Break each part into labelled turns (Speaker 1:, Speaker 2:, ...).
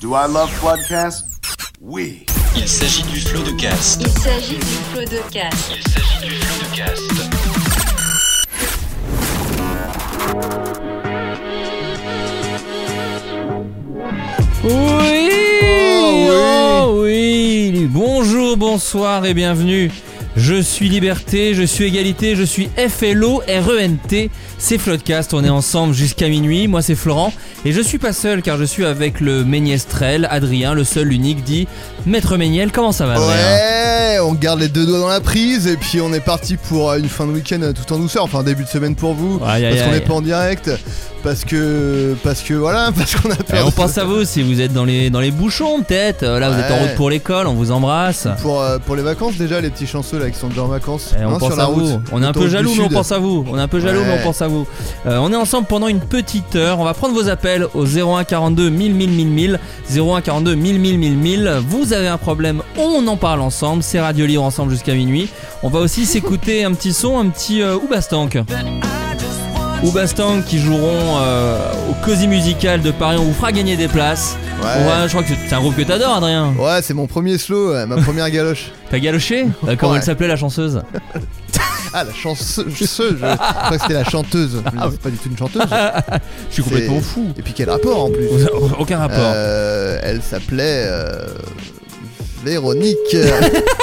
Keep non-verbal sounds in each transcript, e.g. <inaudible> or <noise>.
Speaker 1: Do I love Floodcast? Oui.
Speaker 2: Il s'agit du flot de cast.
Speaker 3: Il s'agit du flot de casse.
Speaker 2: Il s'agit du flot de cast.
Speaker 4: Oui, oh oui. Bonjour, bonsoir et bienvenue. Je suis Liberté, je suis Égalité, je suis FLO RENT. E C'est Floodcast, on est ensemble jusqu'à minuit. Moi c'est Florent et je suis pas seul car je suis avec le Méniestrel, Adrien, le seul, l'unique dit Maître Méniel. Comment ça va Adrien
Speaker 5: Ouais, on garde les deux doigts dans la prise et puis on est parti pour euh, une fin de week-end euh, tout en douceur, enfin un début de semaine pour vous,
Speaker 4: Aïe, aïe,
Speaker 5: parce qu'on
Speaker 4: aïe.
Speaker 5: n'est pas en direct, parce que parce que voilà, <laughs> parce qu'on a
Speaker 4: Et
Speaker 5: peur.
Speaker 4: Eh, on pense à vous si vous êtes dans les, dans les bouchons peut-être. Euh, Là vous êtes en
Speaker 5: Ouais.
Speaker 4: route pour l'école, on vous embrasse.
Speaker 5: pour, euh, pour les vacances déjà, les petits chanceux là qui sont déjà en vacances,
Speaker 4: Et Eh, on
Speaker 5: hein,
Speaker 4: pense
Speaker 5: sur la
Speaker 4: à
Speaker 5: route.
Speaker 4: vous. On est un peu
Speaker 5: autoroute
Speaker 4: jaloux,
Speaker 5: du
Speaker 4: mais on
Speaker 5: Sud.
Speaker 4: pense à vous. On est un peu jaloux,
Speaker 5: Ouais.
Speaker 4: mais on pense à vous. Euh, on est ensemble pendant une petite heure. On va prendre vos appels au 01 42 1000 1000 1000 1000. 01 42 1000 1000 1000 1000. Vous avez un problème, on en parle ensemble. C'est Radio Libre ensemble jusqu'à minuit. On va aussi s'écouter un petit son, un petit euh, Oubastank. Oubastank qui joueront euh, au Cosy Musical de Paris. On vous fera gagner des places.
Speaker 5: Ouais.
Speaker 4: On va- je crois que c'est un groupe que t'adores, Adrien.
Speaker 5: Ouais, c'est mon premier slow, ouais, ma première galoche.
Speaker 4: <laughs> T'as galoché Euh, Comment
Speaker 5: Ouais.
Speaker 4: elle s'appelait la chanteuse
Speaker 5: Ah, la chanceuse, je crois que c'était la
Speaker 4: <laughs>
Speaker 5: chanteuse. Je me dis, C'est pas du tout une chanteuse.
Speaker 4: Ah Je suis complètement fou.
Speaker 5: Et puis quel rapport en plus
Speaker 4: <laughs> Aucun rapport.
Speaker 5: Euh, Elle s'appelait euh, Véronique.
Speaker 4: <laughs>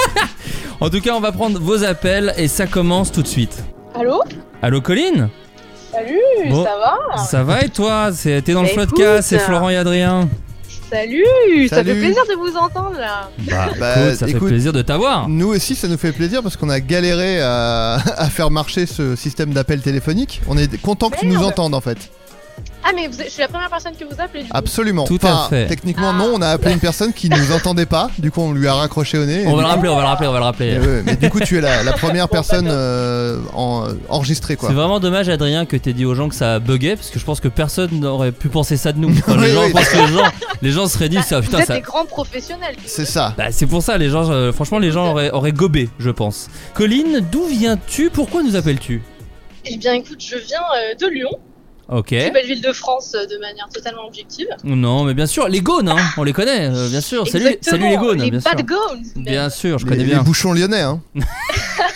Speaker 4: En tout cas, on va prendre vos appels et ça commence tout de suite.
Speaker 6: Allô
Speaker 4: Allô Colline
Speaker 6: Salut,
Speaker 4: Bon.
Speaker 6: ça va
Speaker 4: Ça va et toi C'est- T'es dans le
Speaker 6: Bah,
Speaker 4: podcast, c'est
Speaker 6: écoute.
Speaker 4: Florent et Adrien.
Speaker 6: Salut, Ça
Speaker 5: Salut.
Speaker 6: fait plaisir de vous entendre là
Speaker 4: Bah,
Speaker 5: Bah,
Speaker 4: écoute, ça fait
Speaker 5: écoute.
Speaker 4: plaisir de t'avoir.
Speaker 5: Nous aussi, ça nous fait plaisir parce qu'on a galéré à, <laughs> à faire marcher ce système d'appel téléphonique. On est content que tu nous
Speaker 6: Merde.
Speaker 5: entendes en fait.
Speaker 6: Ah mais vous êtes- je suis la première personne que vous appelez
Speaker 4: Ah,
Speaker 6: du coup.
Speaker 5: Absolument.
Speaker 4: Tout à fait.
Speaker 5: Techniquement, non, on a
Speaker 6: Ah.
Speaker 5: appelé une personne qui nous entendait pas. Du coup, on lui a raccroché au nez.
Speaker 4: On va
Speaker 5: Et
Speaker 4: le rappeler, on va le rappeler, on va le
Speaker 5: du-
Speaker 4: rappeler.
Speaker 5: Et ouais, mais du coup, tu es la, la première personne euh, en- enregistrée quoi.
Speaker 4: C'est vraiment dommage, Adrien, que t'aies dit aux gens que ça buguait, parce que je pense que personne n'aurait pu penser ça de
Speaker 5: <laughs>
Speaker 4: nous. Enfin, les,
Speaker 5: Oui,
Speaker 4: gens,
Speaker 5: oui.
Speaker 4: je pense que les, gens, les gens se seraient dit, ça,
Speaker 6: Ah, vous
Speaker 4: putain,
Speaker 6: êtes
Speaker 4: ça.
Speaker 6: des grands professionnels.
Speaker 5: C'est ça.
Speaker 4: Bah, c'est pour ça, les gens, euh, franchement, les gens auraient, auraient gobé, je pense. Colline, d'où viens-tu Pourquoi nous appelles-tu
Speaker 6: Eh bien écoute, je viens euh, de Lyon,
Speaker 4: Ok.
Speaker 6: plus belle ville de France euh, de manière totalement objective.
Speaker 4: Non, mais bien sûr, les Gaunes, hein, on les connaît, euh, bien sûr. Salut,
Speaker 6: Exactement,
Speaker 4: salut les Gaunes,
Speaker 6: les
Speaker 4: bien sûr.
Speaker 6: bad Gaunes, même.
Speaker 4: Bien sûr, je
Speaker 5: les,
Speaker 4: connais
Speaker 5: les
Speaker 4: bien.
Speaker 5: bouchons lyonnais, hein,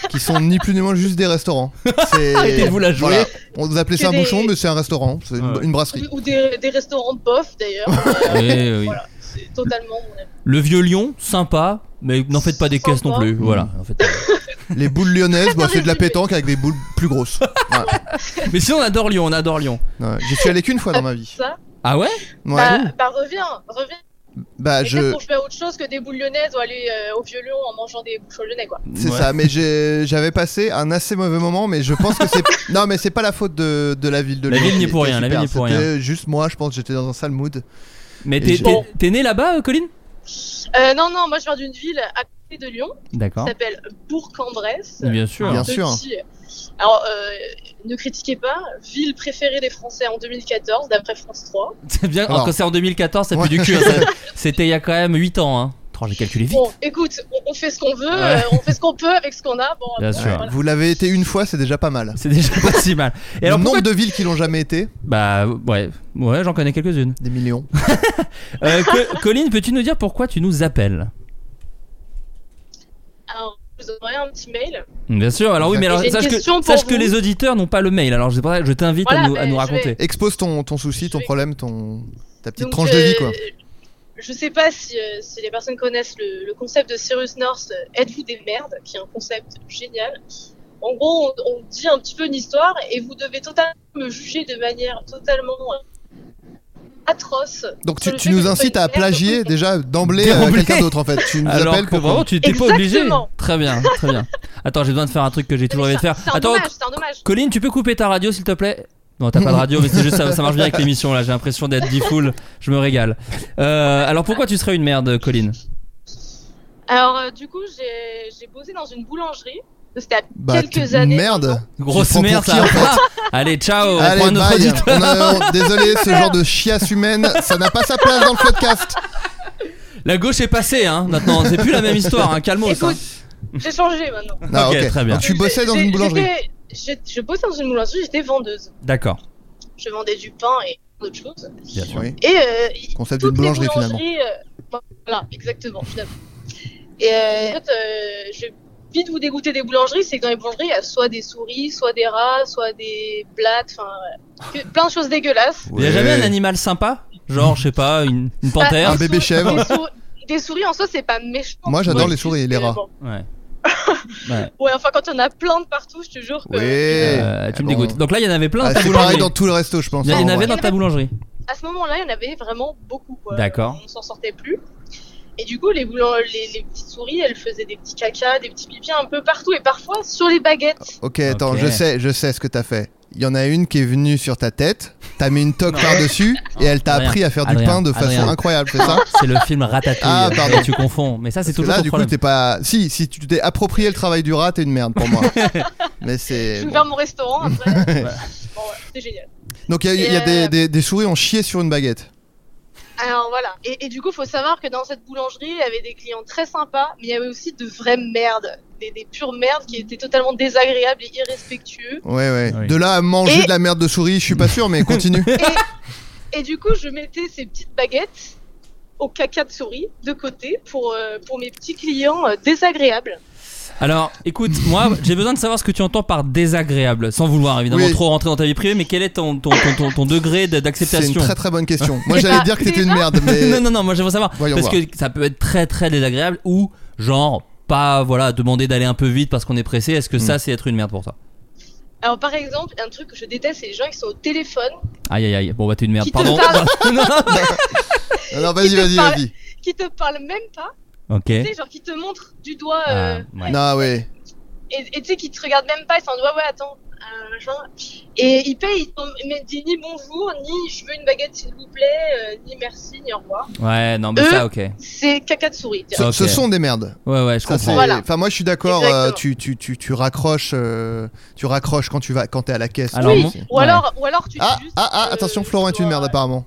Speaker 5: qui sont ni plus ni moins juste
Speaker 4: <laughs>
Speaker 5: des restaurants. C'est-
Speaker 4: Arrêtez-vous la jouer.
Speaker 5: Voilà. On nous appelait ça un
Speaker 6: Que des-
Speaker 5: bouchon, mais c'est un restaurant, c'est une,
Speaker 4: Ouais.
Speaker 5: une brasserie.
Speaker 6: Ou, ou des, des restaurants de bof d'ailleurs. Euh,
Speaker 4: Eh Oui, oui.
Speaker 6: Voilà, c'est totalement mon avis.
Speaker 4: Le vieux lion, sympa, mais n'en faites pas des caisses non
Speaker 6: Sympa.
Speaker 4: plus. Voilà. en fait.
Speaker 5: Mmh.
Speaker 4: euh,
Speaker 5: <laughs> Les boules lyonnaises, bah, c'est de la pétanque avec des boules plus grosses. <laughs> Voilà.
Speaker 4: mais sinon, on adore Lyon, on adore Lyon.
Speaker 5: Ouais, J'y suis allé qu'une fois dans ma vie.
Speaker 6: Ça
Speaker 4: Ah ouais
Speaker 5: Ouais.
Speaker 6: bah, bah reviens, reviens.
Speaker 5: Bah,
Speaker 6: Et peut-être
Speaker 5: je.
Speaker 6: pour faire autre chose que des boules lyonnaises ou aller euh, au vieux Lyon en mangeant des bouchons lyonnais quoi.
Speaker 5: C'est ça, mais j'ai- j'avais passé un assez mauvais moment, mais je pense
Speaker 6: <laughs>
Speaker 5: que c'est. non, mais c'est pas la faute de, de la ville de
Speaker 4: La
Speaker 5: Lyon
Speaker 4: ville
Speaker 5: qui
Speaker 4: n'y est pour
Speaker 5: était
Speaker 4: rien, la
Speaker 5: super.
Speaker 4: ville n'y est pour
Speaker 5: C'était
Speaker 4: rien.
Speaker 5: juste moi, je pense, j'étais dans un sale mood.
Speaker 4: Mais
Speaker 5: Et
Speaker 4: t'es,
Speaker 5: j'ai-
Speaker 4: t'es- t'es né là-bas, euh, Colline
Speaker 6: Euh, non, non, moi je viens d'une ville à côté de Lyon qui
Speaker 4: D'accord.
Speaker 6: s'appelle Bourg-en-Bresse.
Speaker 4: Bien sûr.
Speaker 5: Bien
Speaker 6: de
Speaker 5: sûr.
Speaker 6: qui- Alors, euh, ne critiquez pas, ville préférée des Français en 2014, d'après France 3.
Speaker 4: C'est bien.
Speaker 5: Alors.
Speaker 4: Quand c'est en 2014, ça pue
Speaker 5: Ouais.
Speaker 4: du cul. hein,
Speaker 5: <laughs>
Speaker 4: ça- C'était il y a quand même 8 ans. Hein. Oh, j'ai calculé vite.
Speaker 6: Bon, écoute, on, on fait ce qu'on veut,
Speaker 4: Ouais.
Speaker 6: euh, on fait ce qu'on peut avec ce qu'on a. Bon,
Speaker 4: Bien
Speaker 6: euh,
Speaker 4: sûr.
Speaker 6: voilà.
Speaker 5: Vous l'avez été une fois, c'est déjà pas mal.
Speaker 4: C'est déjà pas si mal. Et alors,
Speaker 5: Le
Speaker 4: pourquoi...
Speaker 5: nombre de villes qui l'ont jamais été,
Speaker 4: Bah, ouais, ouais j'en connais quelques-unes. <laughs>
Speaker 5: des millions.
Speaker 4: Euh, Co- Colline, peux-tu nous dire pourquoi tu nous appelles
Speaker 6: Alors, vous enverrai un petit mail.
Speaker 4: Bien sûr, alors oui, mais alors
Speaker 6: J'ai une
Speaker 4: sache que,
Speaker 6: question pour
Speaker 4: sache que
Speaker 6: vous.
Speaker 4: les auditeurs n'ont pas le mail, alors c'est pour ça que je t'invite à
Speaker 6: Voilà,
Speaker 4: nous, à
Speaker 6: ben,
Speaker 4: nous
Speaker 6: je
Speaker 4: raconter.
Speaker 6: vais-
Speaker 5: Expose ton, ton souci, ton problème, ton, ta petite
Speaker 6: Donc,
Speaker 5: tranche de vie,
Speaker 6: euh,
Speaker 5: quoi.
Speaker 6: Je sais pas si, euh, si les personnes connaissent le, le concept de Cyrus North, euh, Êtes-vous des merdes, qui est un concept génial. En gros, on, on dit un petit peu une histoire et vous devez totalement me juger de manière totalement euh, atroce.
Speaker 5: Donc
Speaker 6: sur
Speaker 5: tu,
Speaker 6: le
Speaker 5: tu
Speaker 6: fait que
Speaker 5: nous
Speaker 6: je sois
Speaker 5: incites
Speaker 6: une
Speaker 5: à
Speaker 6: merde.
Speaker 5: plagier déjà d'emblée euh,
Speaker 4: D'emblée.
Speaker 5: quelqu'un d'autre en fait. Tu nous
Speaker 4: Alors
Speaker 5: appelles
Speaker 4: que
Speaker 5: pour
Speaker 4: vraiment, tu t'es pas obligé.
Speaker 6: Exactement.
Speaker 4: Très bien, très bien. Attends, j'ai besoin de faire un truc que j'ai toujours rêvé de faire.
Speaker 6: C'est un
Speaker 4: Attends,
Speaker 6: dommage, c'est un dommage.
Speaker 4: Colline, tu peux couper ta radio s'il te plaît Non, t'as pas de radio, mais c'est juste ça, ça marche bien avec l'émission là. J'ai l'impression d'être D-Fool, je me régale. Euh, alors pourquoi tu serais une merde, Colline
Speaker 6: Alors, euh, du coup, j'ai j'ai bossé dans une boulangerie. C'était à
Speaker 5: Bah,
Speaker 6: quelques
Speaker 5: tu-
Speaker 6: années.
Speaker 5: merde.
Speaker 4: Grosse
Speaker 5: Tu prends pour
Speaker 4: merde,
Speaker 5: qui,
Speaker 4: ça.
Speaker 5: en fait
Speaker 4: <laughs> Allez, ciao, Euh, on
Speaker 5: Allez,
Speaker 4: prend un autre
Speaker 5: bye.
Speaker 4: auditeur.
Speaker 5: On
Speaker 4: <laughs>
Speaker 5: a- on- désolé, ce genre de chiasse humaine, ça n'a pas sa place dans le podcast.
Speaker 4: La gauche est passée, hein, maintenant, c'est plus la même histoire, hein. calmos.
Speaker 6: Écoute,
Speaker 4: hein.
Speaker 6: J'ai changé maintenant.
Speaker 5: Ah,
Speaker 4: Ok, très bien.
Speaker 5: Donc, tu bossais dans
Speaker 6: J'ai-
Speaker 5: une boulangerie.
Speaker 6: j'étais- j'ai- Je bossais dans une boulangerie, j'étais vendeuse.
Speaker 4: D'accord,
Speaker 6: Je vendais du pain et d'autres choses.
Speaker 4: bien sûr.
Speaker 5: Oui.
Speaker 6: Et euh, y-
Speaker 5: Concept d'une
Speaker 6: toutes les
Speaker 5: boulangerie finalement.
Speaker 6: boulangeries. euh, voilà, exactement, finalement. Et euh, en fait, euh, je vais vite vous dégoûter des boulangeries, c'est que dans les boulangeries, il y a soit des souris, soit des rats, soit des blattes, enfin, voilà. Que- plein de choses dégueulasses.
Speaker 4: Il y a
Speaker 5: Ouais.
Speaker 4: jamais un animal sympa Genre, je sais pas, une, une
Speaker 6: Bah,
Speaker 4: panthère
Speaker 5: Un
Speaker 6: des
Speaker 5: bébé
Speaker 6: sou-
Speaker 5: chèvre.
Speaker 6: Des, sou- des souris en soi, c'est pas méchant.
Speaker 5: Moi, j'adore
Speaker 6: Ouais,
Speaker 5: les souris et les
Speaker 6: juste,
Speaker 5: rats.
Speaker 6: euh, bon.
Speaker 4: Ouais.
Speaker 6: <laughs>
Speaker 4: Ouais.
Speaker 6: Ouais, enfin, quand on a plein de partout, je te jure que.
Speaker 5: Oui.
Speaker 4: Euh, tu me
Speaker 5: Ah bon.
Speaker 4: dégoûtes. Donc là, il y en avait plein
Speaker 5: Ah,
Speaker 4: dans ta
Speaker 5: c'est pareil
Speaker 4: boulangerie.
Speaker 5: dans tout le resto, je pense.
Speaker 4: Il y en
Speaker 5: hein,
Speaker 4: avait
Speaker 5: ouais.
Speaker 4: dans ta boulangerie.
Speaker 6: à ce moment-là, il y en avait vraiment beaucoup. quoi.
Speaker 4: D'accord.
Speaker 6: On s'en sortait plus. Et du coup, les, boulan- les, les petites souris, elles faisaient des petits caca, des petits pipis un peu partout et parfois sur les baguettes.
Speaker 5: Ok, attends,
Speaker 4: Ok.
Speaker 5: je sais, je sais ce que t'as fait. Il y en a une qui est venue sur ta tête, t'as mis une toque par-dessus et elle t'a
Speaker 4: Adrien,
Speaker 5: appris à faire du
Speaker 4: Adrien,
Speaker 5: pain de façon
Speaker 4: Adrien.
Speaker 5: incroyable, c'est ça
Speaker 4: <laughs> C'est le film Ratatouille.
Speaker 5: Ah, pardon.
Speaker 4: Tu confonds. Mais ça, c'est
Speaker 5: Parce que
Speaker 4: toujours
Speaker 5: là,
Speaker 4: ton
Speaker 5: du coup,
Speaker 4: problème.
Speaker 5: t'es pas. Si, si tu t'es approprié le travail du rat, t'es une merde
Speaker 4: <laughs>
Speaker 5: pour moi. Mais
Speaker 6: Je
Speaker 5: c'est.
Speaker 6: vais
Speaker 5: bon.
Speaker 6: ouvert mon restaurant après. Bon, ouais, c'était génial.
Speaker 5: <laughs> Donc, il y a, il y a
Speaker 6: Et,
Speaker 5: des,
Speaker 6: euh,
Speaker 5: des- des souris ont chié sur une baguette.
Speaker 6: Alors voilà. Et, et du coup, faut savoir que dans cette boulangerie, il y avait des clients très sympas, mais il y avait aussi de vraies merdes. Des, des pures merdes qui étaient totalement désagréables et irrespectueux.
Speaker 5: Ouais, ouais.
Speaker 4: Oui.
Speaker 5: De là à manger
Speaker 6: Et-
Speaker 5: de la merde de souris, je suis pas sûr, mais continue.
Speaker 6: Et du coup, je mettais ces petites baguettes au caca de souris de côté pour, euh, pour mes petits clients euh, désagréables.
Speaker 4: Alors, écoute, moi, j'ai besoin de savoir ce que tu entends par désagréable, sans vouloir évidemment
Speaker 5: Oui.
Speaker 4: trop rentrer dans ta vie privée. Mais quel est ton, ton, ton, ton- ton degré d-
Speaker 5: c'est une
Speaker 4: d'acceptation
Speaker 5: très très bonne question. Moi,
Speaker 6: Eh
Speaker 5: j'allais
Speaker 6: bah,
Speaker 5: dire que t'étais
Speaker 6: déjà-
Speaker 5: une merde, mais.
Speaker 4: <laughs> Non, non, non. Moi, j'aimerais savoir
Speaker 5: Voyons
Speaker 4: parce
Speaker 5: voir.
Speaker 4: que ça peut être très, très désagréable ou genre pas voilà demander d'aller un peu vite parce qu'on est pressé. Est-ce que
Speaker 5: Hmm.
Speaker 4: ça, c'est être une merde pour toi
Speaker 6: Alors par exemple, un truc que je déteste, c'est les gens qui sont au téléphone,
Speaker 4: Aïe, aïe, aïe. Bon, bah, t'es une merde.
Speaker 6: Qui te
Speaker 4: Pardon.
Speaker 6: parle.
Speaker 4: <laughs> Non,
Speaker 5: Non, non, vas-y,
Speaker 6: Qui te
Speaker 5: vas-y,
Speaker 6: parle
Speaker 5: vas-y.
Speaker 6: qui te parlent même pas,
Speaker 4: non. Ok.
Speaker 6: tu sais, genre qui te montrent du doigt
Speaker 4: Ah,
Speaker 6: euh,
Speaker 4: ouais.
Speaker 5: Non, ouais.
Speaker 6: et et tu sais, qui te regardent même pas, ils sont en doigt, ouais, attends, euh, machin. Et ils payent, ils t'ont- mais disent ni bonjour, ni je veux une baguette s'il vous plaît, euh, ni merci, ni au revoir.
Speaker 4: Ouais, non, mais
Speaker 6: Eux-
Speaker 4: ça, ok. Ouais,
Speaker 6: C'est caca de souris. tu
Speaker 5: Ce,
Speaker 6: vois.
Speaker 4: Ah, Ok.
Speaker 5: ce sont des merdes.
Speaker 4: ouais, je
Speaker 5: Ça, c'est-
Speaker 4: comprends.
Speaker 6: Voilà.
Speaker 5: Enfin, moi, je suis d'accord.
Speaker 6: Exactement.
Speaker 5: euh, tu, tu, tu, tu raccroches, euh, tu raccroches quand tu vas, quand t'es à la caisse.
Speaker 4: Alors,
Speaker 5: Oui.
Speaker 4: mon-
Speaker 6: Ou alors, ou alors tu dis
Speaker 5: Ah,
Speaker 6: juste,
Speaker 5: ah, ah,
Speaker 6: euh,
Speaker 5: attention, Florent est une
Speaker 6: dois-
Speaker 5: merde apparemment.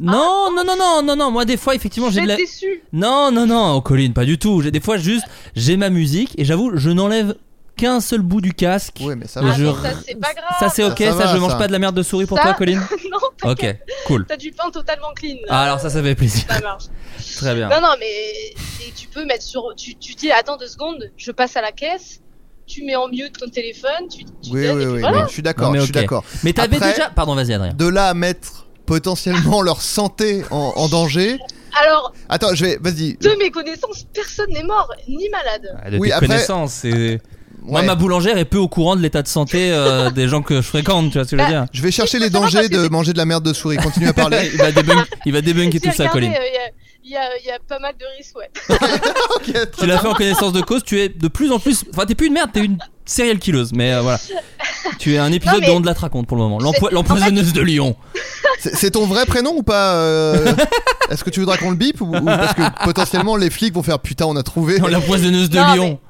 Speaker 4: Non, non, non, non, non, non. Moi, des fois, effectivement, j'ai de la.
Speaker 6: J'ai déçu.
Speaker 4: Non, non, non, oh, Colline, pas du tout. J'ai des fois juste, j'ai ma musique et j'avoue, je n'enlève qu'un seul bout du casque.
Speaker 5: Oui, mais ça
Speaker 4: Et
Speaker 5: va.
Speaker 6: Ah,
Speaker 4: je-
Speaker 6: mais ça, c'est pas grave.
Speaker 4: Ça c'est ok, ça,
Speaker 5: Ça, ça va,
Speaker 4: je mange
Speaker 5: ça.
Speaker 4: pas de la merde de souris pour
Speaker 6: Ça- <laughs>
Speaker 4: toi, Colline.
Speaker 6: non,
Speaker 4: Ok,
Speaker 6: t'inquiète,
Speaker 4: cool.
Speaker 6: t'as du pain totalement clean.
Speaker 4: Ah, alors ça, ça fait plaisir.
Speaker 6: Ça marche.
Speaker 4: <laughs> Très bien.
Speaker 6: Bah, Non, non, mais et tu peux mettre sur. Tu, tu dis, attends deux secondes, je passe à la caisse, tu mets en mute ton téléphone, tu, tu
Speaker 5: Oui,
Speaker 6: donnes,
Speaker 5: oui,
Speaker 6: et puis
Speaker 5: oui.
Speaker 6: voilà.
Speaker 5: oui, Je suis d'accord.
Speaker 4: Non, mais
Speaker 5: Je suis
Speaker 4: ok.
Speaker 5: d'accord.
Speaker 4: Mais t'avais
Speaker 5: Après-
Speaker 4: déjà. Pardon, vas-y, Adrien.
Speaker 5: De là à mettre potentiellement leur santé en, en danger.
Speaker 6: Alors,
Speaker 5: Attends, je vais. Vas-y.
Speaker 6: de mes connaissances, personne n'est mort, ni malade.
Speaker 4: Ah, De
Speaker 5: Oui,
Speaker 4: tes
Speaker 5: après-
Speaker 4: connaissances, c'est. Moi,
Speaker 5: Ouais.
Speaker 4: ma boulangère est peu au courant de l'état de santé
Speaker 5: <laughs>
Speaker 4: euh, des gens que je fréquente, tu vois ce que je veux
Speaker 6: Bah,
Speaker 4: dire
Speaker 5: Je vais chercher les
Speaker 6: Ça va,
Speaker 5: dangers
Speaker 6: parce que
Speaker 5: de
Speaker 6: c'est-
Speaker 5: manger de la merde de souris. Continue
Speaker 6: <laughs>
Speaker 5: à parler.
Speaker 4: Il va débunk- il va débunker
Speaker 6: J'ai
Speaker 4: tout ça,
Speaker 6: regardé,
Speaker 4: Colline.
Speaker 6: euh, Il y a- il y, a, il y a pas mal de risques, ouais. <laughs>
Speaker 5: Ok, très-
Speaker 4: Tu l'as fait en connaissance de cause, tu es de plus en plus. Enfin, t'es plus une merde, t'es une serial killeuse, mais euh, voilà. Tu es un épisode
Speaker 6: Non, mais-
Speaker 4: de On de la te raconte pour le moment. L'empo-
Speaker 6: C'est- en fait-
Speaker 4: L'empoisonneuse de Lyon. <laughs>
Speaker 5: C'est c'est ton vrai prénom ou pas euh, Est-ce que tu voudras qu'on le bip ou, ou- parce que potentiellement les flics vont faire putain on a trouvé.
Speaker 4: Non, l'empoisonneuse de
Speaker 6: Non,
Speaker 4: Lyon.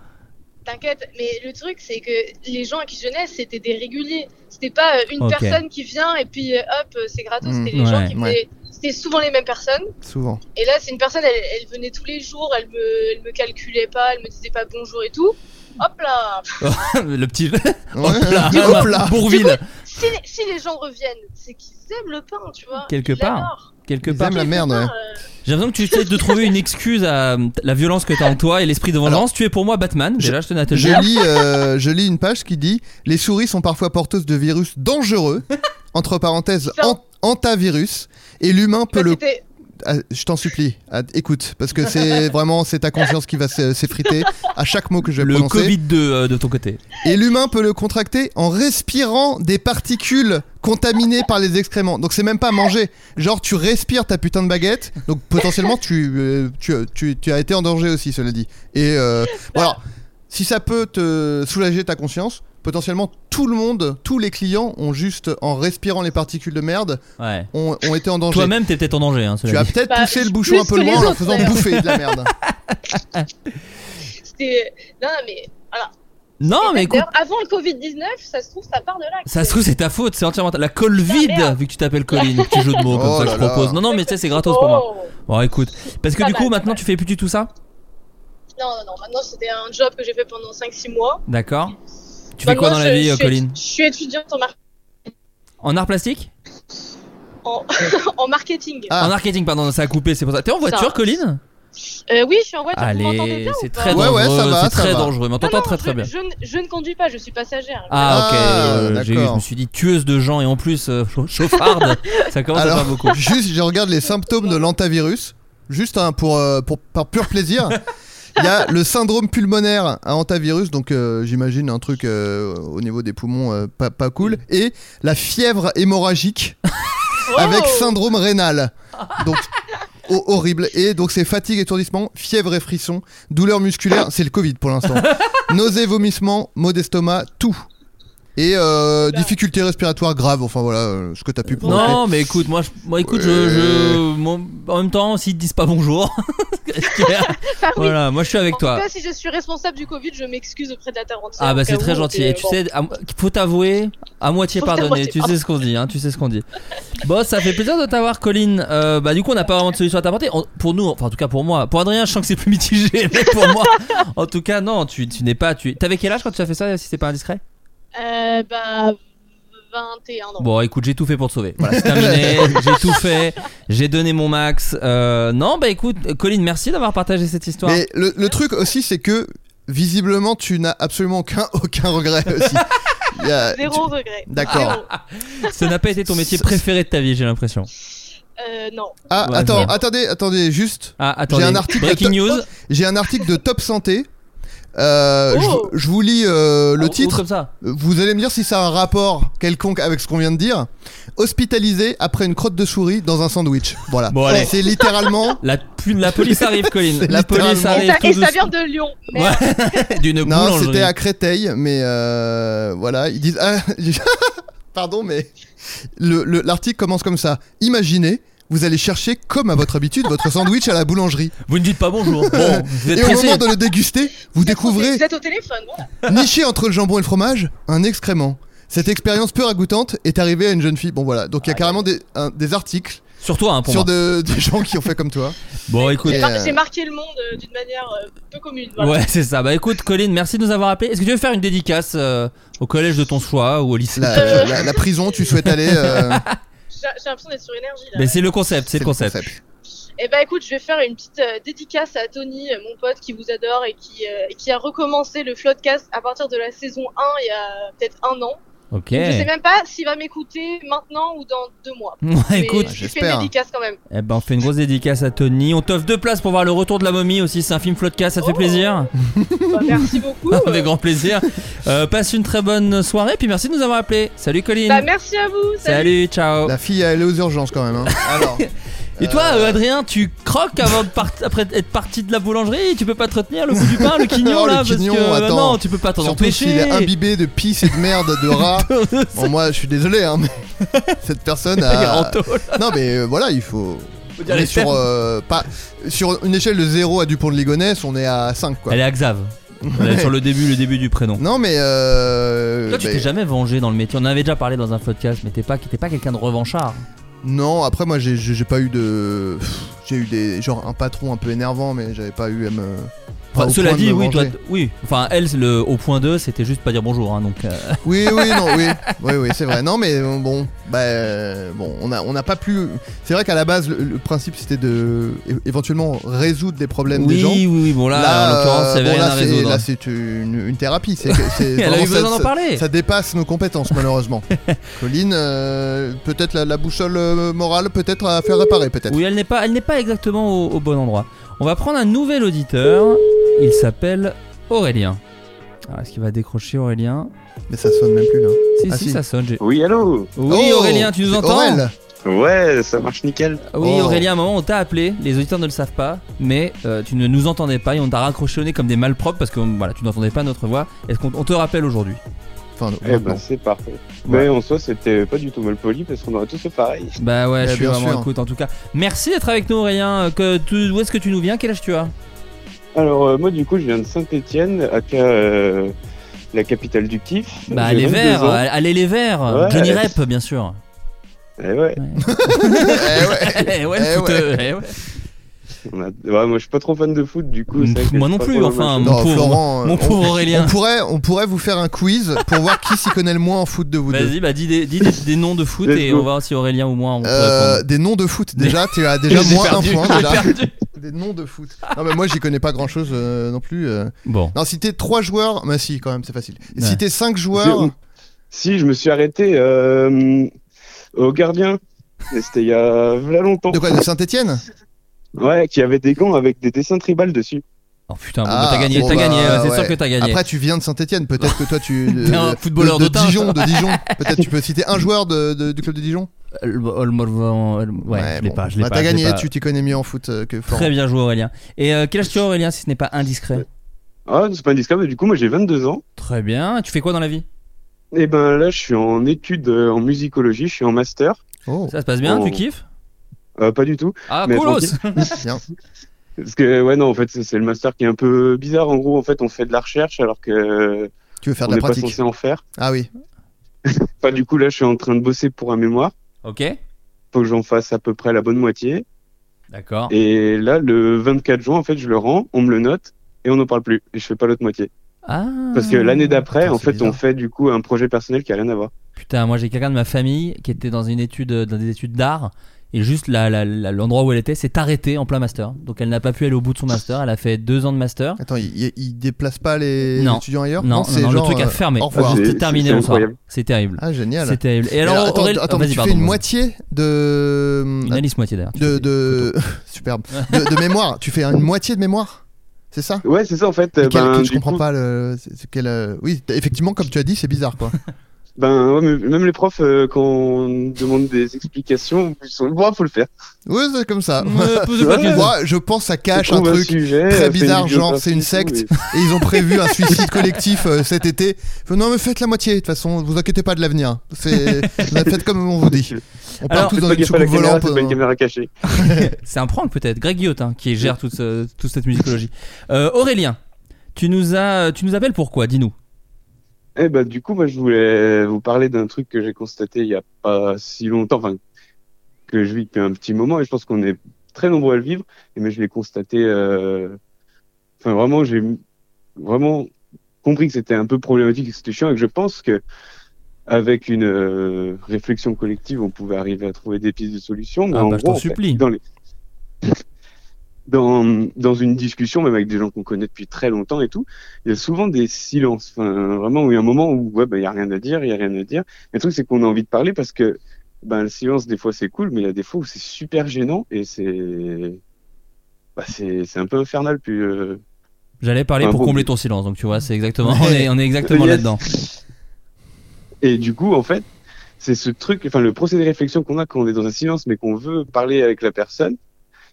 Speaker 6: T'inquiète, mais le truc, c'est que les gens à qui je naissais, c'était des réguliers. C'était pas euh, une
Speaker 4: Ok.
Speaker 6: personne qui vient et puis euh, hop, euh, c'est gratos.
Speaker 5: Mm,
Speaker 6: C'était les gens
Speaker 4: ouais,
Speaker 6: qui
Speaker 5: ouais.
Speaker 6: faisaient- C'était souvent les mêmes personnes.
Speaker 5: Souvent.
Speaker 6: Et là, c'est une personne, elle, elle venait tous les jours, elle me, elle me calculait pas, elle me disait pas bonjour et tout. Hop là <laughs>
Speaker 4: le petit.
Speaker 5: Ouais.
Speaker 4: Hop là,
Speaker 5: Hop là.
Speaker 4: Bourville.
Speaker 6: si, les, si les gens reviennent, c'est qu'ils aiment le pain, tu vois.
Speaker 4: Quelque
Speaker 6: Ils
Speaker 4: part.
Speaker 6: l'adorent. euh,
Speaker 4: Quelque
Speaker 5: Ils
Speaker 4: part.
Speaker 5: aiment la merde, ouais.
Speaker 4: J'ai l'impression que tu essaies de trouver une excuse à la violence que t'as en toi et l'esprit de vengeance. tu es pour moi Batman. Déjà, je tenais à te le
Speaker 5: Je
Speaker 4: dire.
Speaker 5: lis, euh, je lis une page qui dit Les souris sont parfois porteuses de virus dangereux, entre parenthèses, an- antivirus, et l'humain peut le.
Speaker 6: C'était-
Speaker 5: Ah, je t'en supplie, ah, écoute, parce que c'est vraiment c'est ta conscience qui va s'e- s'effriter à chaque mot que je vais
Speaker 4: Le
Speaker 5: prononcer.
Speaker 4: Covid 2 de ton côté.
Speaker 5: Et l'humain peut le contracter en respirant des particules contaminées par les excréments. Donc c'est même pas manger. Genre tu respires ta putain de baguette. Donc potentiellement tu, euh, tu, tu, tu as été en danger aussi, cela dit. Et euh, bon alors, si ça peut te soulager ta conscience, potentiellement tout le monde, tous les clients ont juste en respirant les particules de merde,
Speaker 4: Ouais.
Speaker 5: ont, ont été en danger.
Speaker 4: Toi-même, t'es peut-être en danger. Hein, cela
Speaker 5: tu as
Speaker 4: dit.
Speaker 5: peut-être
Speaker 6: Bah,
Speaker 5: poussé le bouchon
Speaker 6: plus
Speaker 5: un peu
Speaker 6: que les
Speaker 5: loin en leur
Speaker 6: autres,
Speaker 5: faisant
Speaker 6: d'ailleurs.
Speaker 5: bouffer de la merde.
Speaker 6: C'était. Non, mais voilà.
Speaker 4: Non, mais écoute.
Speaker 6: D'ailleurs, avant le Covid-19, ça se trouve, ça part de là.
Speaker 4: Ça se trouve, c'est ta faute, c'est entièrement ta... La Covid,
Speaker 6: merde.
Speaker 4: vu que tu t'appelles Colline,
Speaker 6: <laughs>
Speaker 4: petit jeu de mots comme
Speaker 5: Oh
Speaker 4: ça que
Speaker 5: là
Speaker 4: je propose.
Speaker 5: là.
Speaker 4: Non, non, mais tu sais, c'est gratos pour moi.
Speaker 6: Oh.
Speaker 4: Bon, écoute. Parce que
Speaker 6: Pas
Speaker 4: du coup,
Speaker 6: mal,
Speaker 4: maintenant, tu fais plus du tout ça
Speaker 6: Non, non, non. Maintenant, c'était un job que j'ai fait pendant 5-6 mois.
Speaker 4: D'accord. Tu fais quoi dans
Speaker 6: Maintenant,
Speaker 4: la
Speaker 6: je-
Speaker 4: vie,
Speaker 6: je
Speaker 4: euh,
Speaker 6: suis-
Speaker 4: Colline
Speaker 6: Je suis étudiante en, mar-
Speaker 4: En art plastique
Speaker 6: en... <laughs> en marketing.
Speaker 5: Ah.
Speaker 4: En marketing, pardon, ça a coupé, c'est pour ça. T'es en voiture,
Speaker 6: Ça.
Speaker 4: Colline
Speaker 6: Euh, oui, je suis en voiture. vous m'entendez
Speaker 4: Allez,
Speaker 6: bien
Speaker 4: Ah, c'est
Speaker 6: ou pas
Speaker 4: très
Speaker 5: Ouais, ouais,
Speaker 4: dangereux.
Speaker 5: ça va,
Speaker 4: c'est
Speaker 5: ça
Speaker 4: très
Speaker 5: va.
Speaker 4: dangereux, mais on
Speaker 6: Non,
Speaker 4: t'entend
Speaker 6: non,
Speaker 4: très très
Speaker 6: je,
Speaker 4: bien.
Speaker 6: Je, ne- je ne conduis pas, je suis hein. passagère.
Speaker 4: Ah, ok,
Speaker 5: Ah,
Speaker 4: euh, j'ai eu- je
Speaker 5: d'accord.
Speaker 4: me suis dit tueuse de gens et en plus euh, cha-
Speaker 5: <laughs>
Speaker 4: chauffarde, ça commence à
Speaker 5: Alors,
Speaker 4: faire beaucoup.
Speaker 5: juste, je regarde les symptômes de l'antivirus, juste hein, pour, euh, pour, par pur plaisir. Il y a le syndrome pulmonaire à antivirus, donc euh, j'imagine un truc euh, au niveau des poumons euh, pas, pas cool, et la fièvre hémorragique avec syndrome rénal. <laughs> Donc ho- horrible. Et donc c'est fatigue, étourdissement, fièvre et frisson, douleur musculaire, c'est le Covid pour l'instant. Nausées, vomissements, maux d'estomac, tout. Et euh, difficultés respiratoires graves, enfin voilà euh, ce que t'as pu provoquer.
Speaker 4: Non, mais écoute, moi, je, moi, écoute, je, je- mon- en même temps, s'ils te disent pas
Speaker 6: <laughs>
Speaker 4: bonjour,
Speaker 6: <laughs> Enfin, oui.
Speaker 4: voilà, moi je suis avec
Speaker 6: en
Speaker 4: toi.
Speaker 6: tout cas, si je suis responsable du Covid, je m'excuse auprès de la Tarentine.
Speaker 4: Ah
Speaker 6: au
Speaker 4: bah
Speaker 6: cas
Speaker 4: c'est très
Speaker 6: où,
Speaker 4: gentil.
Speaker 6: mais
Speaker 4: Et tu
Speaker 6: bon. Euh,
Speaker 4: sais, à mo- faut t'avouer, à moitié
Speaker 6: Faut t'avouer,
Speaker 4: pardonné. Tu sais
Speaker 6: pardon.
Speaker 4: ce qu'on dit, hein, tu sais ce qu'on dit. Bon, ça fait plaisir de t'avoir, Colline. Euh, bah du coup, on n'a pas vraiment de solution à t'apporter. On- Pour nous, enfin en tout cas pour moi. Pour Adrien, je sens que c'est plus mitigé, <laughs> mais pour moi, en tout cas, non, tu, tu n'es pas. Tu t'avais quel âge quand tu as fait ça, si c'est pas indiscret
Speaker 6: Euh,
Speaker 4: ah.
Speaker 6: bah, 21 ans.
Speaker 4: Bon, écoute, j'ai tout fait pour te sauver. Voilà, c'est
Speaker 6: <laughs>
Speaker 4: terminé. j'ai tout fait. J'ai donné mon max. Euh, non, bah écoute, Colline, merci d'avoir partagé cette histoire.
Speaker 5: Mais le, le truc aussi, c'est que visiblement, tu n'as absolument aucun, <laughs> aucun regret
Speaker 4: <laughs>
Speaker 5: aussi. Il y a-
Speaker 6: Zéro
Speaker 5: Euh, tu-
Speaker 6: regret.
Speaker 5: D'accord.
Speaker 4: Ça n'a pas été ton
Speaker 6: <laughs>
Speaker 4: métier préféré de ta vie, j'ai l'impression.
Speaker 6: Euh, non.
Speaker 5: Ah,
Speaker 4: Ouais,
Speaker 5: attends,
Speaker 4: ouais.
Speaker 5: attendez, attendez, juste.
Speaker 4: Ah, attendez.
Speaker 5: un article de
Speaker 4: Breaking
Speaker 5: Top-
Speaker 4: news.
Speaker 5: J'ai un article de Top Santé. Euh, je vous- je, vous lis euh, le
Speaker 4: Oh. Ah, Ou- ou
Speaker 5: titre.
Speaker 4: comme ça.
Speaker 5: Vous allez me dire si ça a un rapport quelconque avec ce qu'on vient de dire. Hospitalisé après une crotte de souris dans un sandwich. Voilà.
Speaker 4: Bon, allez.
Speaker 5: C'est littéralement.
Speaker 4: <laughs> La, pu- la police arrive, Colline.
Speaker 5: <laughs> C'est
Speaker 4: La police
Speaker 5: littéralement-
Speaker 6: Et
Speaker 4: arrive.
Speaker 6: ça,
Speaker 4: tout
Speaker 6: et ça
Speaker 4: doucement.
Speaker 6: vient de Lyon. Mais
Speaker 4: Ouais. <laughs> D'une
Speaker 5: Non,
Speaker 4: boulangerie.
Speaker 5: c'était à Créteil, mais euh, voilà, ils disent. ah, <laughs> pardon, mais le- le- l'article commence comme ça. Imaginez, vous allez chercher, comme à votre habitude, votre sandwich à la boulangerie.
Speaker 4: Vous ne dites pas
Speaker 5: <laughs>
Speaker 4: bonjour. Bon, vous êtes
Speaker 5: Et au
Speaker 4: pressé.
Speaker 5: moment de le déguster, vous découvrez,
Speaker 6: Vous êtes au téléphone, voilà.
Speaker 5: niché entre le jambon et le fromage, un excrément. Cette expérience peu ragoûtante est arrivée à une jeune fille. Bon voilà, donc il y a carrément des, un- des articles
Speaker 4: Sur toi, hein, pour
Speaker 5: sur
Speaker 4: moi.
Speaker 5: de- des gens qui ont fait comme toi.
Speaker 4: Bon, écoute.
Speaker 5: Et,
Speaker 6: J'ai mar-
Speaker 5: euh,
Speaker 6: j'ai marqué le monde euh, d'une manière euh, peu commune. Voilà.
Speaker 4: Ouais, c'est ça. Bah écoute, Colline, merci de nous avoir appelé. Est-ce que tu veux faire une dédicace euh, au collège de ton choix ou au lycée <laughs>
Speaker 5: La, euh, la- la prison, tu souhaites aller. euh,
Speaker 6: J'ai j'ai l'impression d'être sur énergie là.
Speaker 4: Mais c'est le concept, c'est le concept.
Speaker 6: Eh ben écoute, je vais faire une petite euh, dédicace à Tony, euh, mon pote qui vous adore et qui, euh, et qui a recommencé le Floodcast à partir de la saison 1 il y a peut-être un an.
Speaker 4: Ok.
Speaker 6: Donc, Je sais même pas s'il va m'écouter maintenant ou dans deux mois.
Speaker 4: <laughs> Ouais,
Speaker 6: Mais
Speaker 4: écoute,
Speaker 6: je lui fais
Speaker 5: j'espère.
Speaker 6: une dédicace
Speaker 4: <laughs>
Speaker 6: quand même.
Speaker 4: eh ben, on fait une grosse dédicace à Tony. On t'offre deux places pour voir le retour de la momie aussi. C'est un film floodcast, ça te fait
Speaker 6: Oh.
Speaker 4: plaisir
Speaker 6: Bah, merci beaucoup.
Speaker 4: <laughs> Avec grand plaisir. Euh, passe une très bonne soirée, puis merci de nous avoir appelé. Salut Colline.
Speaker 6: Bah, merci à vous. Salut.
Speaker 4: Salut, ciao.
Speaker 5: La fille, elle est aux urgences quand
Speaker 4: <laughs>
Speaker 5: même. hein. Alors.
Speaker 4: Et toi, euh, Adrien, tu croques avant de part- après être parti de la boulangerie Tu peux pas te retenir le bout du
Speaker 5: <laughs>
Speaker 4: pain, le quignon
Speaker 5: Oh, le
Speaker 4: là parce
Speaker 5: quignon,
Speaker 4: que, euh,
Speaker 5: attends.
Speaker 4: Non, tu peux pas t'en
Speaker 5: Surtout s'il
Speaker 4: empêcher.
Speaker 5: est imbibé de pisse et de merde,
Speaker 4: <laughs>
Speaker 5: de rats. Bon, moi, je suis désolé, hein, mais cette personne a. Non, mais euh, voilà, il faut.
Speaker 4: dire
Speaker 5: on
Speaker 4: les
Speaker 5: est sur,
Speaker 4: termes.
Speaker 5: euh, pas... sur une échelle de 0 à Dupont de Ligonnès, on est à 5, quoi.
Speaker 4: Elle est à Xav. Elle est sur le début, le début du prénom.
Speaker 5: Non, mais. Euh...
Speaker 4: Toi, tu
Speaker 5: bah,
Speaker 4: t'es jamais vengé dans le métier. On en avait déjà parlé dans un podcast, mais t'es pas, t'es pas quelqu'un de revanchard.
Speaker 5: Non, après, moi, j'ai- j'ai j'ai pas eu de. J'ai eu des. Genre un patron un peu énervant, mais j'avais pas eu à me. pas au
Speaker 4: cela
Speaker 5: point de
Speaker 4: dit,
Speaker 5: me
Speaker 4: oui, toi,
Speaker 5: venger.
Speaker 4: t- oui. Enfin, elle, c'est le, au point 2, c'était juste pas dire bonjour. hein, donc, euh,
Speaker 5: Oui, Eh oui, non, oui, oui, oui, c'est vrai. Non, mais euh, bon, bah, euh, bon, on a, on n'a pas plus. C'est vrai qu'à la base, le, le principe c'était de é- éventuellement résoudre des problèmes
Speaker 4: oui,
Speaker 5: des gens.
Speaker 4: oui, oui. Bon, là, en l'occurrence, il
Speaker 5: euh,
Speaker 4: y avait
Speaker 5: bon,
Speaker 4: rien
Speaker 5: là,
Speaker 4: à
Speaker 5: c'est-
Speaker 4: résoudre.
Speaker 5: Là,
Speaker 4: hein.
Speaker 5: c'est une, une thérapie.
Speaker 4: <laughs>
Speaker 5: C'est, que- c'est
Speaker 4: Elle a
Speaker 5: vraiment
Speaker 4: eu
Speaker 5: ça-
Speaker 4: besoin d'en
Speaker 5: ça-
Speaker 4: parler.
Speaker 5: Ça dépasse nos compétences,
Speaker 4: <laughs>
Speaker 5: malheureusement. Colline, euh, peut-être la, la boussole euh, morale, peut-être à faire réparer, peut-être.
Speaker 4: Oui, elle n'est pas, elle n'est pas exactement au, au bon endroit. On va prendre un nouvel auditeur. Il s'appelle Aurélien. Alors, est-ce qu'il va décrocher Aurélien
Speaker 5: Mais ça sonne même plus là.
Speaker 4: Si,
Speaker 5: Ah,
Speaker 4: si,
Speaker 5: si.
Speaker 4: ça sonne. j'ai-
Speaker 7: Oui, allô
Speaker 4: Oui,
Speaker 5: Oh,
Speaker 4: Aurélien, tu nous
Speaker 5: c'est
Speaker 4: entends Ah
Speaker 5: Aurel.
Speaker 7: Ouais, ça marche nickel.
Speaker 4: Oui,
Speaker 5: Oh.
Speaker 4: Aurélien, à un moment, on t'a appelé. Les auditeurs ne le savent pas, mais euh, tu ne nous entendais pas et on t'a raccroché au nez comme des malpropres parce que voilà, tu n'entendais pas notre voix. Est-ce qu'on on te rappelle aujourd'hui
Speaker 5: Enfin, non,
Speaker 7: Eh ben,
Speaker 5: maintenant.
Speaker 7: c'est parfait.
Speaker 4: Ouais.
Speaker 7: Mais en soi, c'était pas du tout mal poli parce qu'on aurait tous fait pareil.
Speaker 4: Bah ouais,
Speaker 5: Eh
Speaker 4: je suis
Speaker 5: bien
Speaker 4: vraiment
Speaker 5: sûr.
Speaker 4: écoute en tout cas. Merci d'être avec nous Aurélien. Que tu- où est-ce que tu nous viens Quel âge tu as
Speaker 7: Alors, euh, moi, du coup, je viens de Saint-Etienne, aka euh, la capitale du kiff.
Speaker 4: Bah
Speaker 7: J'ai
Speaker 4: les
Speaker 7: 22
Speaker 4: verts,
Speaker 7: ans.
Speaker 4: allez les verts,
Speaker 7: Ouais.
Speaker 4: Johnny Rep bien sûr.
Speaker 7: Eh ouais,
Speaker 5: <laughs> Eh ouais.
Speaker 4: <laughs> Eh ouais, le
Speaker 5: Eh
Speaker 4: foot,
Speaker 5: ouais.
Speaker 4: euh, eh ouais.
Speaker 7: on a- ouais, moi, je suis pas trop fan de foot, du coup. c'est vrai que
Speaker 4: Moi
Speaker 7: je
Speaker 4: non
Speaker 7: suis pas
Speaker 4: plus,
Speaker 7: trop
Speaker 4: enfin mon
Speaker 7: dans
Speaker 5: Non,
Speaker 4: pauvre,
Speaker 5: Florent, euh,
Speaker 4: mon
Speaker 5: on-
Speaker 4: pauvre Aurélien.
Speaker 5: On pourrait, on pourrait vous faire un quiz pour voir qui s'y connaît le moins en foot de vous deux.
Speaker 4: Vas-y, bah dis des, dis des- des noms de foot
Speaker 7: Let's
Speaker 4: et
Speaker 7: go.
Speaker 4: on va voir si Aurélien ou moi on peut
Speaker 5: Euh,
Speaker 4: répondre.
Speaker 5: des noms de foot
Speaker 4: Des-
Speaker 5: déjà tu as
Speaker 4: <laughs>
Speaker 5: déjà
Speaker 4: J'ai
Speaker 5: moins
Speaker 4: perdu,
Speaker 5: un point
Speaker 4: j'ai
Speaker 5: déjà.
Speaker 4: perdu.
Speaker 5: <laughs> des noms de foot non mais moi j'y connais pas grand chose non plus euh.
Speaker 4: Bon.
Speaker 5: non si t'es trois joueurs bah si quand même c'est facile Et
Speaker 4: Ouais.
Speaker 5: si t'es
Speaker 7: Zéro.
Speaker 5: cinq joueurs
Speaker 7: Si, je me suis arrêté euh, au gardien. Et C'était il y a voilà longtemps.
Speaker 5: de quoi de Saint-Etienne
Speaker 7: Ouais, qui avait des gants avec des dessins tribales dessus.
Speaker 4: Oh putain, bon,
Speaker 5: Ah,
Speaker 4: bah, t'as gagné,
Speaker 5: bon,
Speaker 4: t'as
Speaker 5: bah,
Speaker 4: gagné, ouais, c'est sûr
Speaker 5: ouais.
Speaker 4: que t'as gagné.
Speaker 5: après tu viens de Saint-Etienne peut-être que toi
Speaker 4: <laughs>
Speaker 5: tu
Speaker 4: T'es un
Speaker 5: de-
Speaker 4: footballeur
Speaker 5: de, de
Speaker 4: d'Autun, <laughs>
Speaker 5: Dijon
Speaker 4: toi.
Speaker 5: de Dijon peut-être tu peux citer un joueur de- de- du club de Dijon
Speaker 4: Le- le- le- le- ouais, je l'ai
Speaker 5: bon.
Speaker 4: pas, Ah, je l'ai
Speaker 5: Bah,
Speaker 4: pas. je l'ai
Speaker 5: t'as gagné
Speaker 4: pas.
Speaker 5: tu t'y connais mieux en foot euh, que Florent
Speaker 4: Très bien joué Aurélien. Et euh, quel âge tu as Aurélien si ce n'est pas indiscret
Speaker 7: Ah, c'est pas indiscret, mais du coup, moi, j'ai 22 ans.
Speaker 4: Très bien. Tu fais quoi dans la vie
Speaker 7: Et ben là, je suis en études euh, en musicologie, je suis en master.
Speaker 5: oh
Speaker 4: Ça se passe bien
Speaker 7: Oh.
Speaker 4: Tu kiffes
Speaker 7: Euh, pas du tout.
Speaker 4: Ah,
Speaker 7: Mais
Speaker 4: cool
Speaker 7: tranquille.
Speaker 4: <laughs>
Speaker 5: bien
Speaker 7: Parce que, ouais, non, en fait, c'est c'est le master qui est un peu bizarre. En gros, en fait, on fait de la recherche alors que euh,
Speaker 5: tu veux faire
Speaker 7: on
Speaker 5: de la
Speaker 7: n'est pas
Speaker 5: pratique
Speaker 7: censé en faire.
Speaker 5: ah oui
Speaker 7: Enfin, du coup, là, je suis en train de bosser pour un mémoire.
Speaker 4: Ok,
Speaker 7: Faut que j'en fasse à peu près la bonne moitié.
Speaker 4: d'accord.
Speaker 7: Et là, le 24 juin, en fait, je le rends, on me le note et on n'en parle plus. Et je fais pas l'autre moitié.
Speaker 4: Ah.
Speaker 7: Parce que l'année d'après,
Speaker 5: Putain,
Speaker 7: en
Speaker 5: c'est
Speaker 7: fait, on
Speaker 5: bizarre.
Speaker 7: fait du coup un projet personnel qui a rien à voir.
Speaker 4: Putain, moi j'ai quelqu'un de ma famille qui était dans une étude, euh, dans des études d'art, et juste la- la- la- l'endroit où elle était s'est arrêtée en plein master. Donc elle n'a pas pu aller au bout de son master. Elle a fait deux ans de master.
Speaker 5: attends il, il- il déplace pas les
Speaker 4: Non.
Speaker 5: étudiants ailleurs
Speaker 4: Non, non,
Speaker 5: c'est
Speaker 4: non, le
Speaker 5: genre,
Speaker 4: truc a
Speaker 5: euh,
Speaker 4: fermé.
Speaker 5: au revoir.
Speaker 7: Ah,
Speaker 4: C'était
Speaker 7: c'est-
Speaker 4: terminé
Speaker 7: c'est
Speaker 4: on sort.
Speaker 7: incroyable.
Speaker 4: C'est terrible.
Speaker 5: ah génial
Speaker 4: C'est terrible. Et
Speaker 5: Mais
Speaker 4: alors,
Speaker 5: alors, attends,
Speaker 4: Aurélien-
Speaker 5: attends,
Speaker 4: Ah,
Speaker 5: mais
Speaker 4: vas-y,
Speaker 5: tu
Speaker 4: pardon,
Speaker 5: fais une
Speaker 4: vas-y.
Speaker 5: moitié euh, de
Speaker 4: Une alice moitié d'ailleurs.
Speaker 5: de, de- <laughs> superbe de, de mémoire. Tu fais une moitié de mémoire, c'est ça
Speaker 7: Ouais, c'est ça, en fait.
Speaker 5: Mais quel-
Speaker 7: ben,
Speaker 5: que Je
Speaker 7: du
Speaker 5: comprends
Speaker 7: coup,
Speaker 5: pas le. c'est- c'est quel, euh, Oui, t- effectivement, comme tu as dit, c'est
Speaker 4: <laughs>
Speaker 5: bizarre quoi.
Speaker 7: Ben, ouais, mais même les profs, euh, quand on demande des explications, ils sont, bon, faut le faire.
Speaker 5: oui, c'est comme ça. <laughs>
Speaker 4: Euh, posez pas de questions.
Speaker 5: Moi, je pense ça cache
Speaker 7: On
Speaker 5: un
Speaker 7: trouve
Speaker 5: truc.
Speaker 7: sujet,
Speaker 5: très
Speaker 7: euh, fait une
Speaker 5: bizarre, genre, c'est une
Speaker 7: biographie et tout,
Speaker 5: Et ils ont prévu un suicide collectif euh, cet été. Ils font, non, mais faites la moitié. De toute façon, vous inquiétez pas de l'avenir. C'est
Speaker 7: <laughs>
Speaker 5: faites comme on vous dit. On part
Speaker 4: Alors,
Speaker 5: tous
Speaker 7: C'est
Speaker 5: dans
Speaker 7: pas
Speaker 5: une
Speaker 7: qu'il y a pas
Speaker 5: soucoupe
Speaker 7: la caméra,
Speaker 5: volante. euh,
Speaker 7: c'est pas une
Speaker 5: pendant-
Speaker 7: caméra cachée.
Speaker 4: <laughs> C'est un prank peut-être. Greg Guillotin qui gère toute, ce- toute cette musicologie. Euh, Aurélien, tu nous, as, tu nous appelles pourquoi Dis-nous.
Speaker 7: Eh ben, du coup, moi, je voulais vous parler d'un truc que j'ai constaté il y a pas si longtemps, enfin, que je vis depuis un petit moment, et je pense qu'on est très nombreux à le vivre, et mais je l'ai constaté, euh, enfin, vraiment, j'ai vraiment compris que c'était un peu problématique, et que c'était chiant, et que je pense que, avec une euh, réflexion collective, on pouvait arriver à trouver des pistes de solutions. mais
Speaker 4: Ah,
Speaker 7: en
Speaker 4: bah, je
Speaker 7: gros,
Speaker 4: t'en
Speaker 7: en fait,
Speaker 4: supplie.
Speaker 7: dans les- <laughs> Dans, dans une discussion, même avec des gens qu'on connaît depuis très longtemps et tout, il y a souvent des silences. Enfin, vraiment, où il y a un moment où ouais, bah, il y a rien à dire, il y a rien à dire. Et le truc, c'est qu'on a envie de parler parce que ben, le silence, des fois, c'est cool, mais il y a des fois où c'est super gênant et c'est. Bah, c'est c'est un peu infernal. Puis, euh,
Speaker 4: J'allais parler
Speaker 7: Un
Speaker 4: pour
Speaker 7: beau-
Speaker 4: combler ton silence, donc tu vois, c'est exactement, on est, on est exactement
Speaker 7: Yes.
Speaker 4: là-dedans.
Speaker 7: Et du coup, en fait, c'est ce truc, enfin, le procédé de réflexion qu'on a quand on est dans un silence, mais qu'on veut parler avec la personne.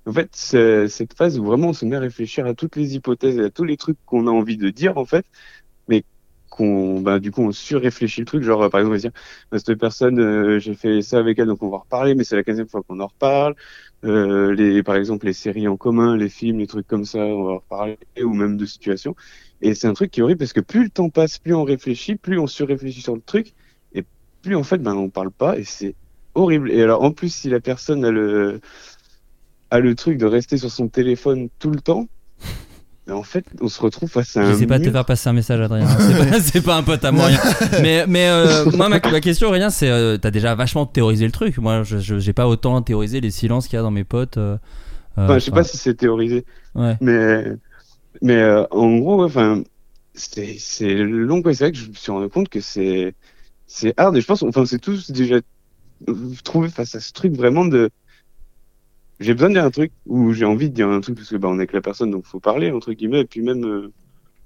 Speaker 7: En fait, c'est cette phase où vraiment on se met à réfléchir à toutes les hypothèses et à tous les trucs qu'on a envie de dire, en fait, mais qu'on, bah, du coup, on surréfléchit le truc. Genre, euh, par exemple, on va se dire, bah, cette personne, euh, j'ai fait ça avec elle, donc on va en reparler, mais c'est la quinzième fois qu'on en reparle. Euh, les, par exemple, les séries en commun, les films, les trucs comme ça, on va en reparler, ou même de situations. Et c'est un truc qui est horrible parce que plus le temps passe, plus on réfléchit, plus on surréfléchit sur le truc plus en fait ben on parle pas et c'est horrible et alors en plus si la personne a le a le truc de rester sur son téléphone tout le temps Et En fait, on se retrouve face à un.
Speaker 4: Je sais pas te
Speaker 7: mur.
Speaker 4: faire passer un message, Adrien. hein. C'est pas- <laughs>
Speaker 5: <laughs>
Speaker 4: C'est pas, un pote à moi. rien. Mais, mais euh, moi, ma, ma question, Aurélien, c'est euh, t'as déjà vachement théorisé le truc. Moi, je- je- j'ai pas autant théorisé les silences qu'il y a dans mes potes. euh, euh,
Speaker 7: Enfin, je sais
Speaker 4: enfin,
Speaker 7: pas si c'est théorisé.
Speaker 4: Ouais.
Speaker 7: Mais, mais euh, en gros, ouais, enfin, c'est c'est long, quoi. C'est vrai que je me suis rendu compte que c'est c'est hard. Et je pense, enfin, c'est tous déjà trouvé face à ce truc vraiment de. J'ai besoin de dire un truc ou j'ai envie de dire un truc parce que bah on est avec la personne donc faut parler entre guillemets et puis même. euh,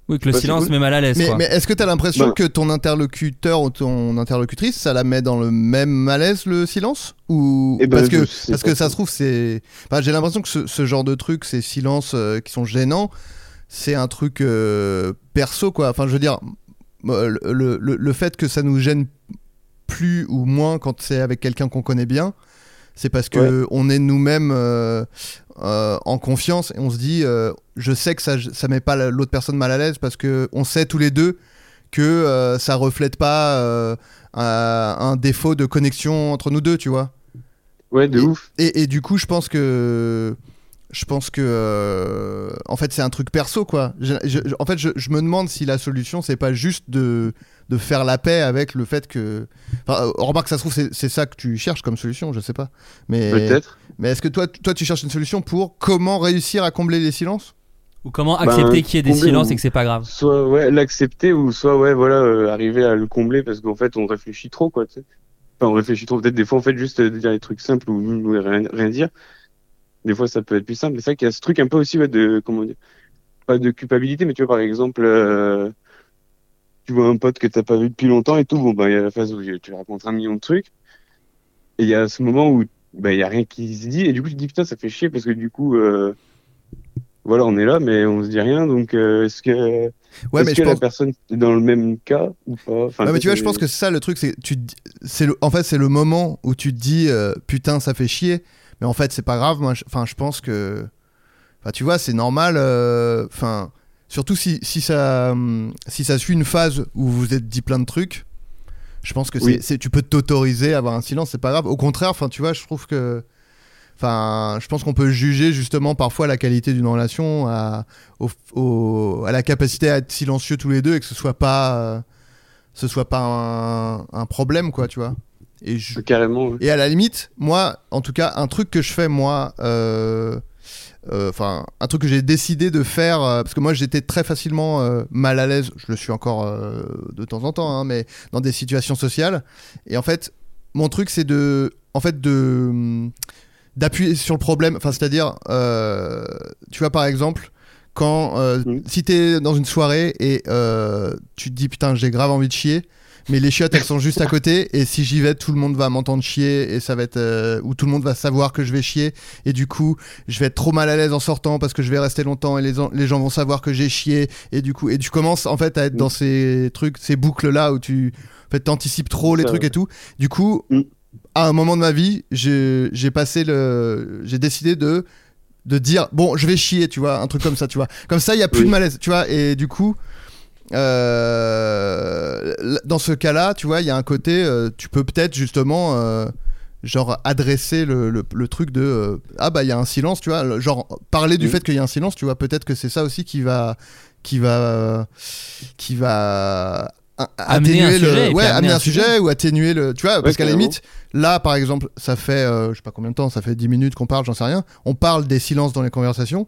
Speaker 4: Oui, que le
Speaker 7: bah, c'est
Speaker 4: silence
Speaker 7: cool.
Speaker 4: met mal à l'aise.
Speaker 5: Mais,
Speaker 4: quoi.
Speaker 5: mais est-ce que t'as l'impression
Speaker 7: Bah.
Speaker 5: que ton interlocuteur ou ton interlocutrice, ça la met dans le même malaise le silence ou
Speaker 7: Eh ben,
Speaker 5: parce que
Speaker 7: je sais
Speaker 5: parce
Speaker 7: pas.
Speaker 5: que ça se trouve c'est, enfin, j'ai l'impression que ce, ce genre de truc, ces silences euh, qui sont gênants, c'est un truc euh, perso quoi. Enfin, je veux dire, euh, le, le, le fait que ça nous gêne plus ou moins quand c'est avec quelqu'un qu'on connaît bien, c'est parce que on est nous-mêmes euh, euh, en confiance et on se dit, euh, je sais que ça, ça met pas la- l'autre personne mal à l'aise parce que on sait tous les deux que euh, ça reflète pas euh, un, un défaut de connexion entre nous deux, tu vois.
Speaker 7: Ouais, de
Speaker 5: Et-
Speaker 7: ouf.
Speaker 5: Et, et du coup, je pense que. Je pense que. euh, en fait, c'est un truc perso, quoi. Je- je- je- en fait, je, je me demande si la solution, c'est pas juste de, de faire la paix avec le fait que. Enfin, euh, remarque, ça se trouve, c'est c'est ça que tu cherches comme solution, je sais pas. Mais-
Speaker 7: Peut-être.
Speaker 5: Mais est-ce que toi, toi, tu cherches une solution pour comment réussir à combler les silences
Speaker 4: Ou comment accepter
Speaker 7: Ben,
Speaker 4: qu'il y ait des
Speaker 7: combler
Speaker 4: silences
Speaker 7: ou-
Speaker 4: et que c'est pas grave.
Speaker 7: Soit ouais l'accepter ou soit ouais voilà euh, arriver à le combler parce qu'en fait on réfléchit trop quoi. tu sais. Enfin on réfléchit trop. Peut-être des fois en fait juste euh, de dire des trucs simples ou, ou rien, rien dire. Des fois ça peut être plus simple. Mais c'est vrai qu'il y a ce truc un peu aussi ouais, de comment dire pas de culpabilité mais tu vois par exemple euh, tu vois un pote que t'as pas vu depuis longtemps et tout bon bah il y a la phase où tu lui racontes un million de trucs et il y a ce moment où bah il y a rien qui se dit et du coup tu te dis putain ça fait chier parce que du coup euh, voilà, on est là, mais on se dit rien. Donc, euh, est-ce que,
Speaker 5: Ouais,
Speaker 7: est-ce
Speaker 5: mais
Speaker 7: que
Speaker 5: je
Speaker 7: la
Speaker 5: pense.
Speaker 7: personne est dans le même cas ou pas Enfin,
Speaker 5: Ouais, mais tu vois,
Speaker 7: c'est-
Speaker 5: je pense que c'est ça le truc, c'est tu, te dis- c'est le, en fait, c'est le moment où tu te dis euh, putain, ça fait chier, mais en fait, c'est pas grave. Moi, je- enfin, je pense que, enfin, tu vois, c'est normal. euh, Enfin, surtout si, si ça, hum, si ça suit une phase où vous vous êtes dit plein de trucs, je pense que c'est,
Speaker 7: Oui.
Speaker 5: c'est- tu peux t'autoriser à avoir un silence, c'est pas grave. Au contraire, enfin, tu vois, je trouve que, enfin, je pense qu'on peut juger justement parfois la qualité d'une relation à, au- au- à la capacité à être silencieux tous les deux et que ce soit pas. euh, ce soit pas un, un problème, quoi, tu vois. Et, je-
Speaker 7: euh, Carrément. ouais.
Speaker 5: et à la limite, moi, en tout cas, un truc que je fais, moi, euh, euh, enfin, un truc que j'ai décidé de faire, euh, parce que moi, j'étais très facilement euh, mal à l'aise, je le suis encore euh, de temps en temps, hein, mais dans des situations sociales. Et en fait, mon truc, c'est de, en fait, de hum, d'appuyer sur le problème. Enfin, c'est-à-dire, euh, tu vois, par exemple, quand euh, si t'es dans une soirée et euh, tu te dis putain, j'ai grave envie de chier. Mais les chiottes, elles sont juste à côté, et si j'y vais, tout le monde va m'entendre chier, et ça va être, euh, ou tout le monde va savoir que je vais chier, et du coup, je vais être trop mal à l'aise en sortant parce que je vais rester longtemps, et les, en- les gens vont savoir que j'ai chié, et du coup, et tu commences en fait à être dans ces trucs, ces boucles là où tu, en fait, t'anticipes trop les
Speaker 7: Ça,
Speaker 5: trucs
Speaker 7: ouais.
Speaker 5: et tout. Du coup, à un moment de ma vie, j'ai j'ai passé le, j'ai décidé de de dire bon, je vais chier, tu vois, un truc comme ça, tu vois. Comme ça, il y a plus
Speaker 7: Oui.
Speaker 5: de malaise, tu vois. Et du coup, euh, l- dans ce cas-là, tu vois, il y a un côté, euh, tu peux peut-être justement, euh, genre, adresser le, le- le truc de euh, ah bah il y a un silence, tu vois, le- genre parler du
Speaker 7: Oui.
Speaker 5: fait qu'il y a un silence, tu vois, peut-être que c'est ça aussi qui va, qui va, qui va a-
Speaker 4: Amener un
Speaker 5: atténuer le-
Speaker 4: sujet et puis
Speaker 5: ouais,
Speaker 4: amener
Speaker 5: amener
Speaker 4: un
Speaker 5: un sujet,
Speaker 4: sujet.
Speaker 5: ou atténuer le, tu vois, parce qu'à la
Speaker 7: carrément.
Speaker 5: limite, là par exemple, ça fait, euh, je sais pas combien de temps, ça fait 10 minutes qu'on parle, j'en sais rien, on parle des silences dans les conversations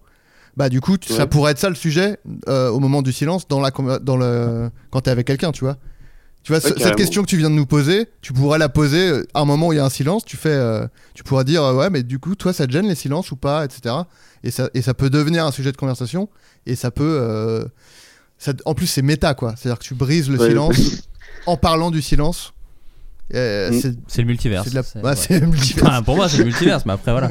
Speaker 5: bah du coup tu- ça
Speaker 7: Ouais.
Speaker 5: pourrait être ça le sujet euh, au moment du silence dans la conver- dans le quand t'es avec quelqu'un tu vois tu vois ce- cette
Speaker 7: carrément.
Speaker 5: question que tu viens de nous poser tu pourrais la poser euh, à un moment où il y a un silence tu fais euh, tu pourrais dire euh, ouais mais du coup toi ça te gêne les silences ou pas etc et ça et ça peut devenir un sujet de conversation et ça peut euh, ça- en plus c'est méta quoi c'est à dire que tu brises le
Speaker 7: Ouais. <laughs>
Speaker 5: silence en parlant du silence Euh,
Speaker 7: Mm.
Speaker 5: c'est
Speaker 4: C'est le multivers.
Speaker 5: c'est de la-
Speaker 4: C'est-
Speaker 5: bah,
Speaker 4: ouais.
Speaker 5: c'est le multivers.
Speaker 4: Enfin, pour moi, c'est le multivers, mais après,
Speaker 5: <laughs>
Speaker 4: voilà.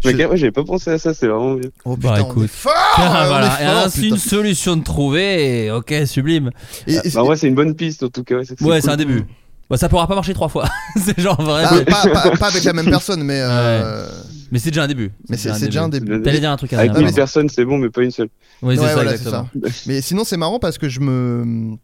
Speaker 5: Je-
Speaker 7: Ouais, carrément, j'avais pas pensé à ça, c'est vraiment bien.
Speaker 5: oh
Speaker 4: Bah,
Speaker 5: putain on est
Speaker 4: écoute.
Speaker 5: fort,
Speaker 4: <laughs>
Speaker 5: on
Speaker 4: Ah,
Speaker 5: est
Speaker 4: voilà.
Speaker 5: Oh, fort,
Speaker 4: Et alors, c'est
Speaker 5: putain.
Speaker 4: une solution de trouver. et Ok, sublime. Euh,
Speaker 5: Et- et-
Speaker 7: Bah, ouais, c'est une bonne piste en tout cas. c'est-
Speaker 4: Ouais, c'est
Speaker 7: cool.
Speaker 4: un début. Bah, ça pourra pas marcher trois fois. <laughs> c'est genre vrai.
Speaker 5: Ah,
Speaker 4: c'est-
Speaker 5: pas, pas- pas avec la même personne, mais, euh,
Speaker 4: Mais c'est déjà un début.
Speaker 5: mais c'est c'est déjà un début.
Speaker 4: T'allais dire un truc à
Speaker 7: Avec
Speaker 5: mais-
Speaker 7: une personne, c'est bon, mais pas une seule.
Speaker 4: Oui, c'est
Speaker 5: Ouais,
Speaker 4: ça,
Speaker 5: voilà, c'est
Speaker 4: exactement.
Speaker 5: ça. Mais sinon, c'est marrant parce que je me.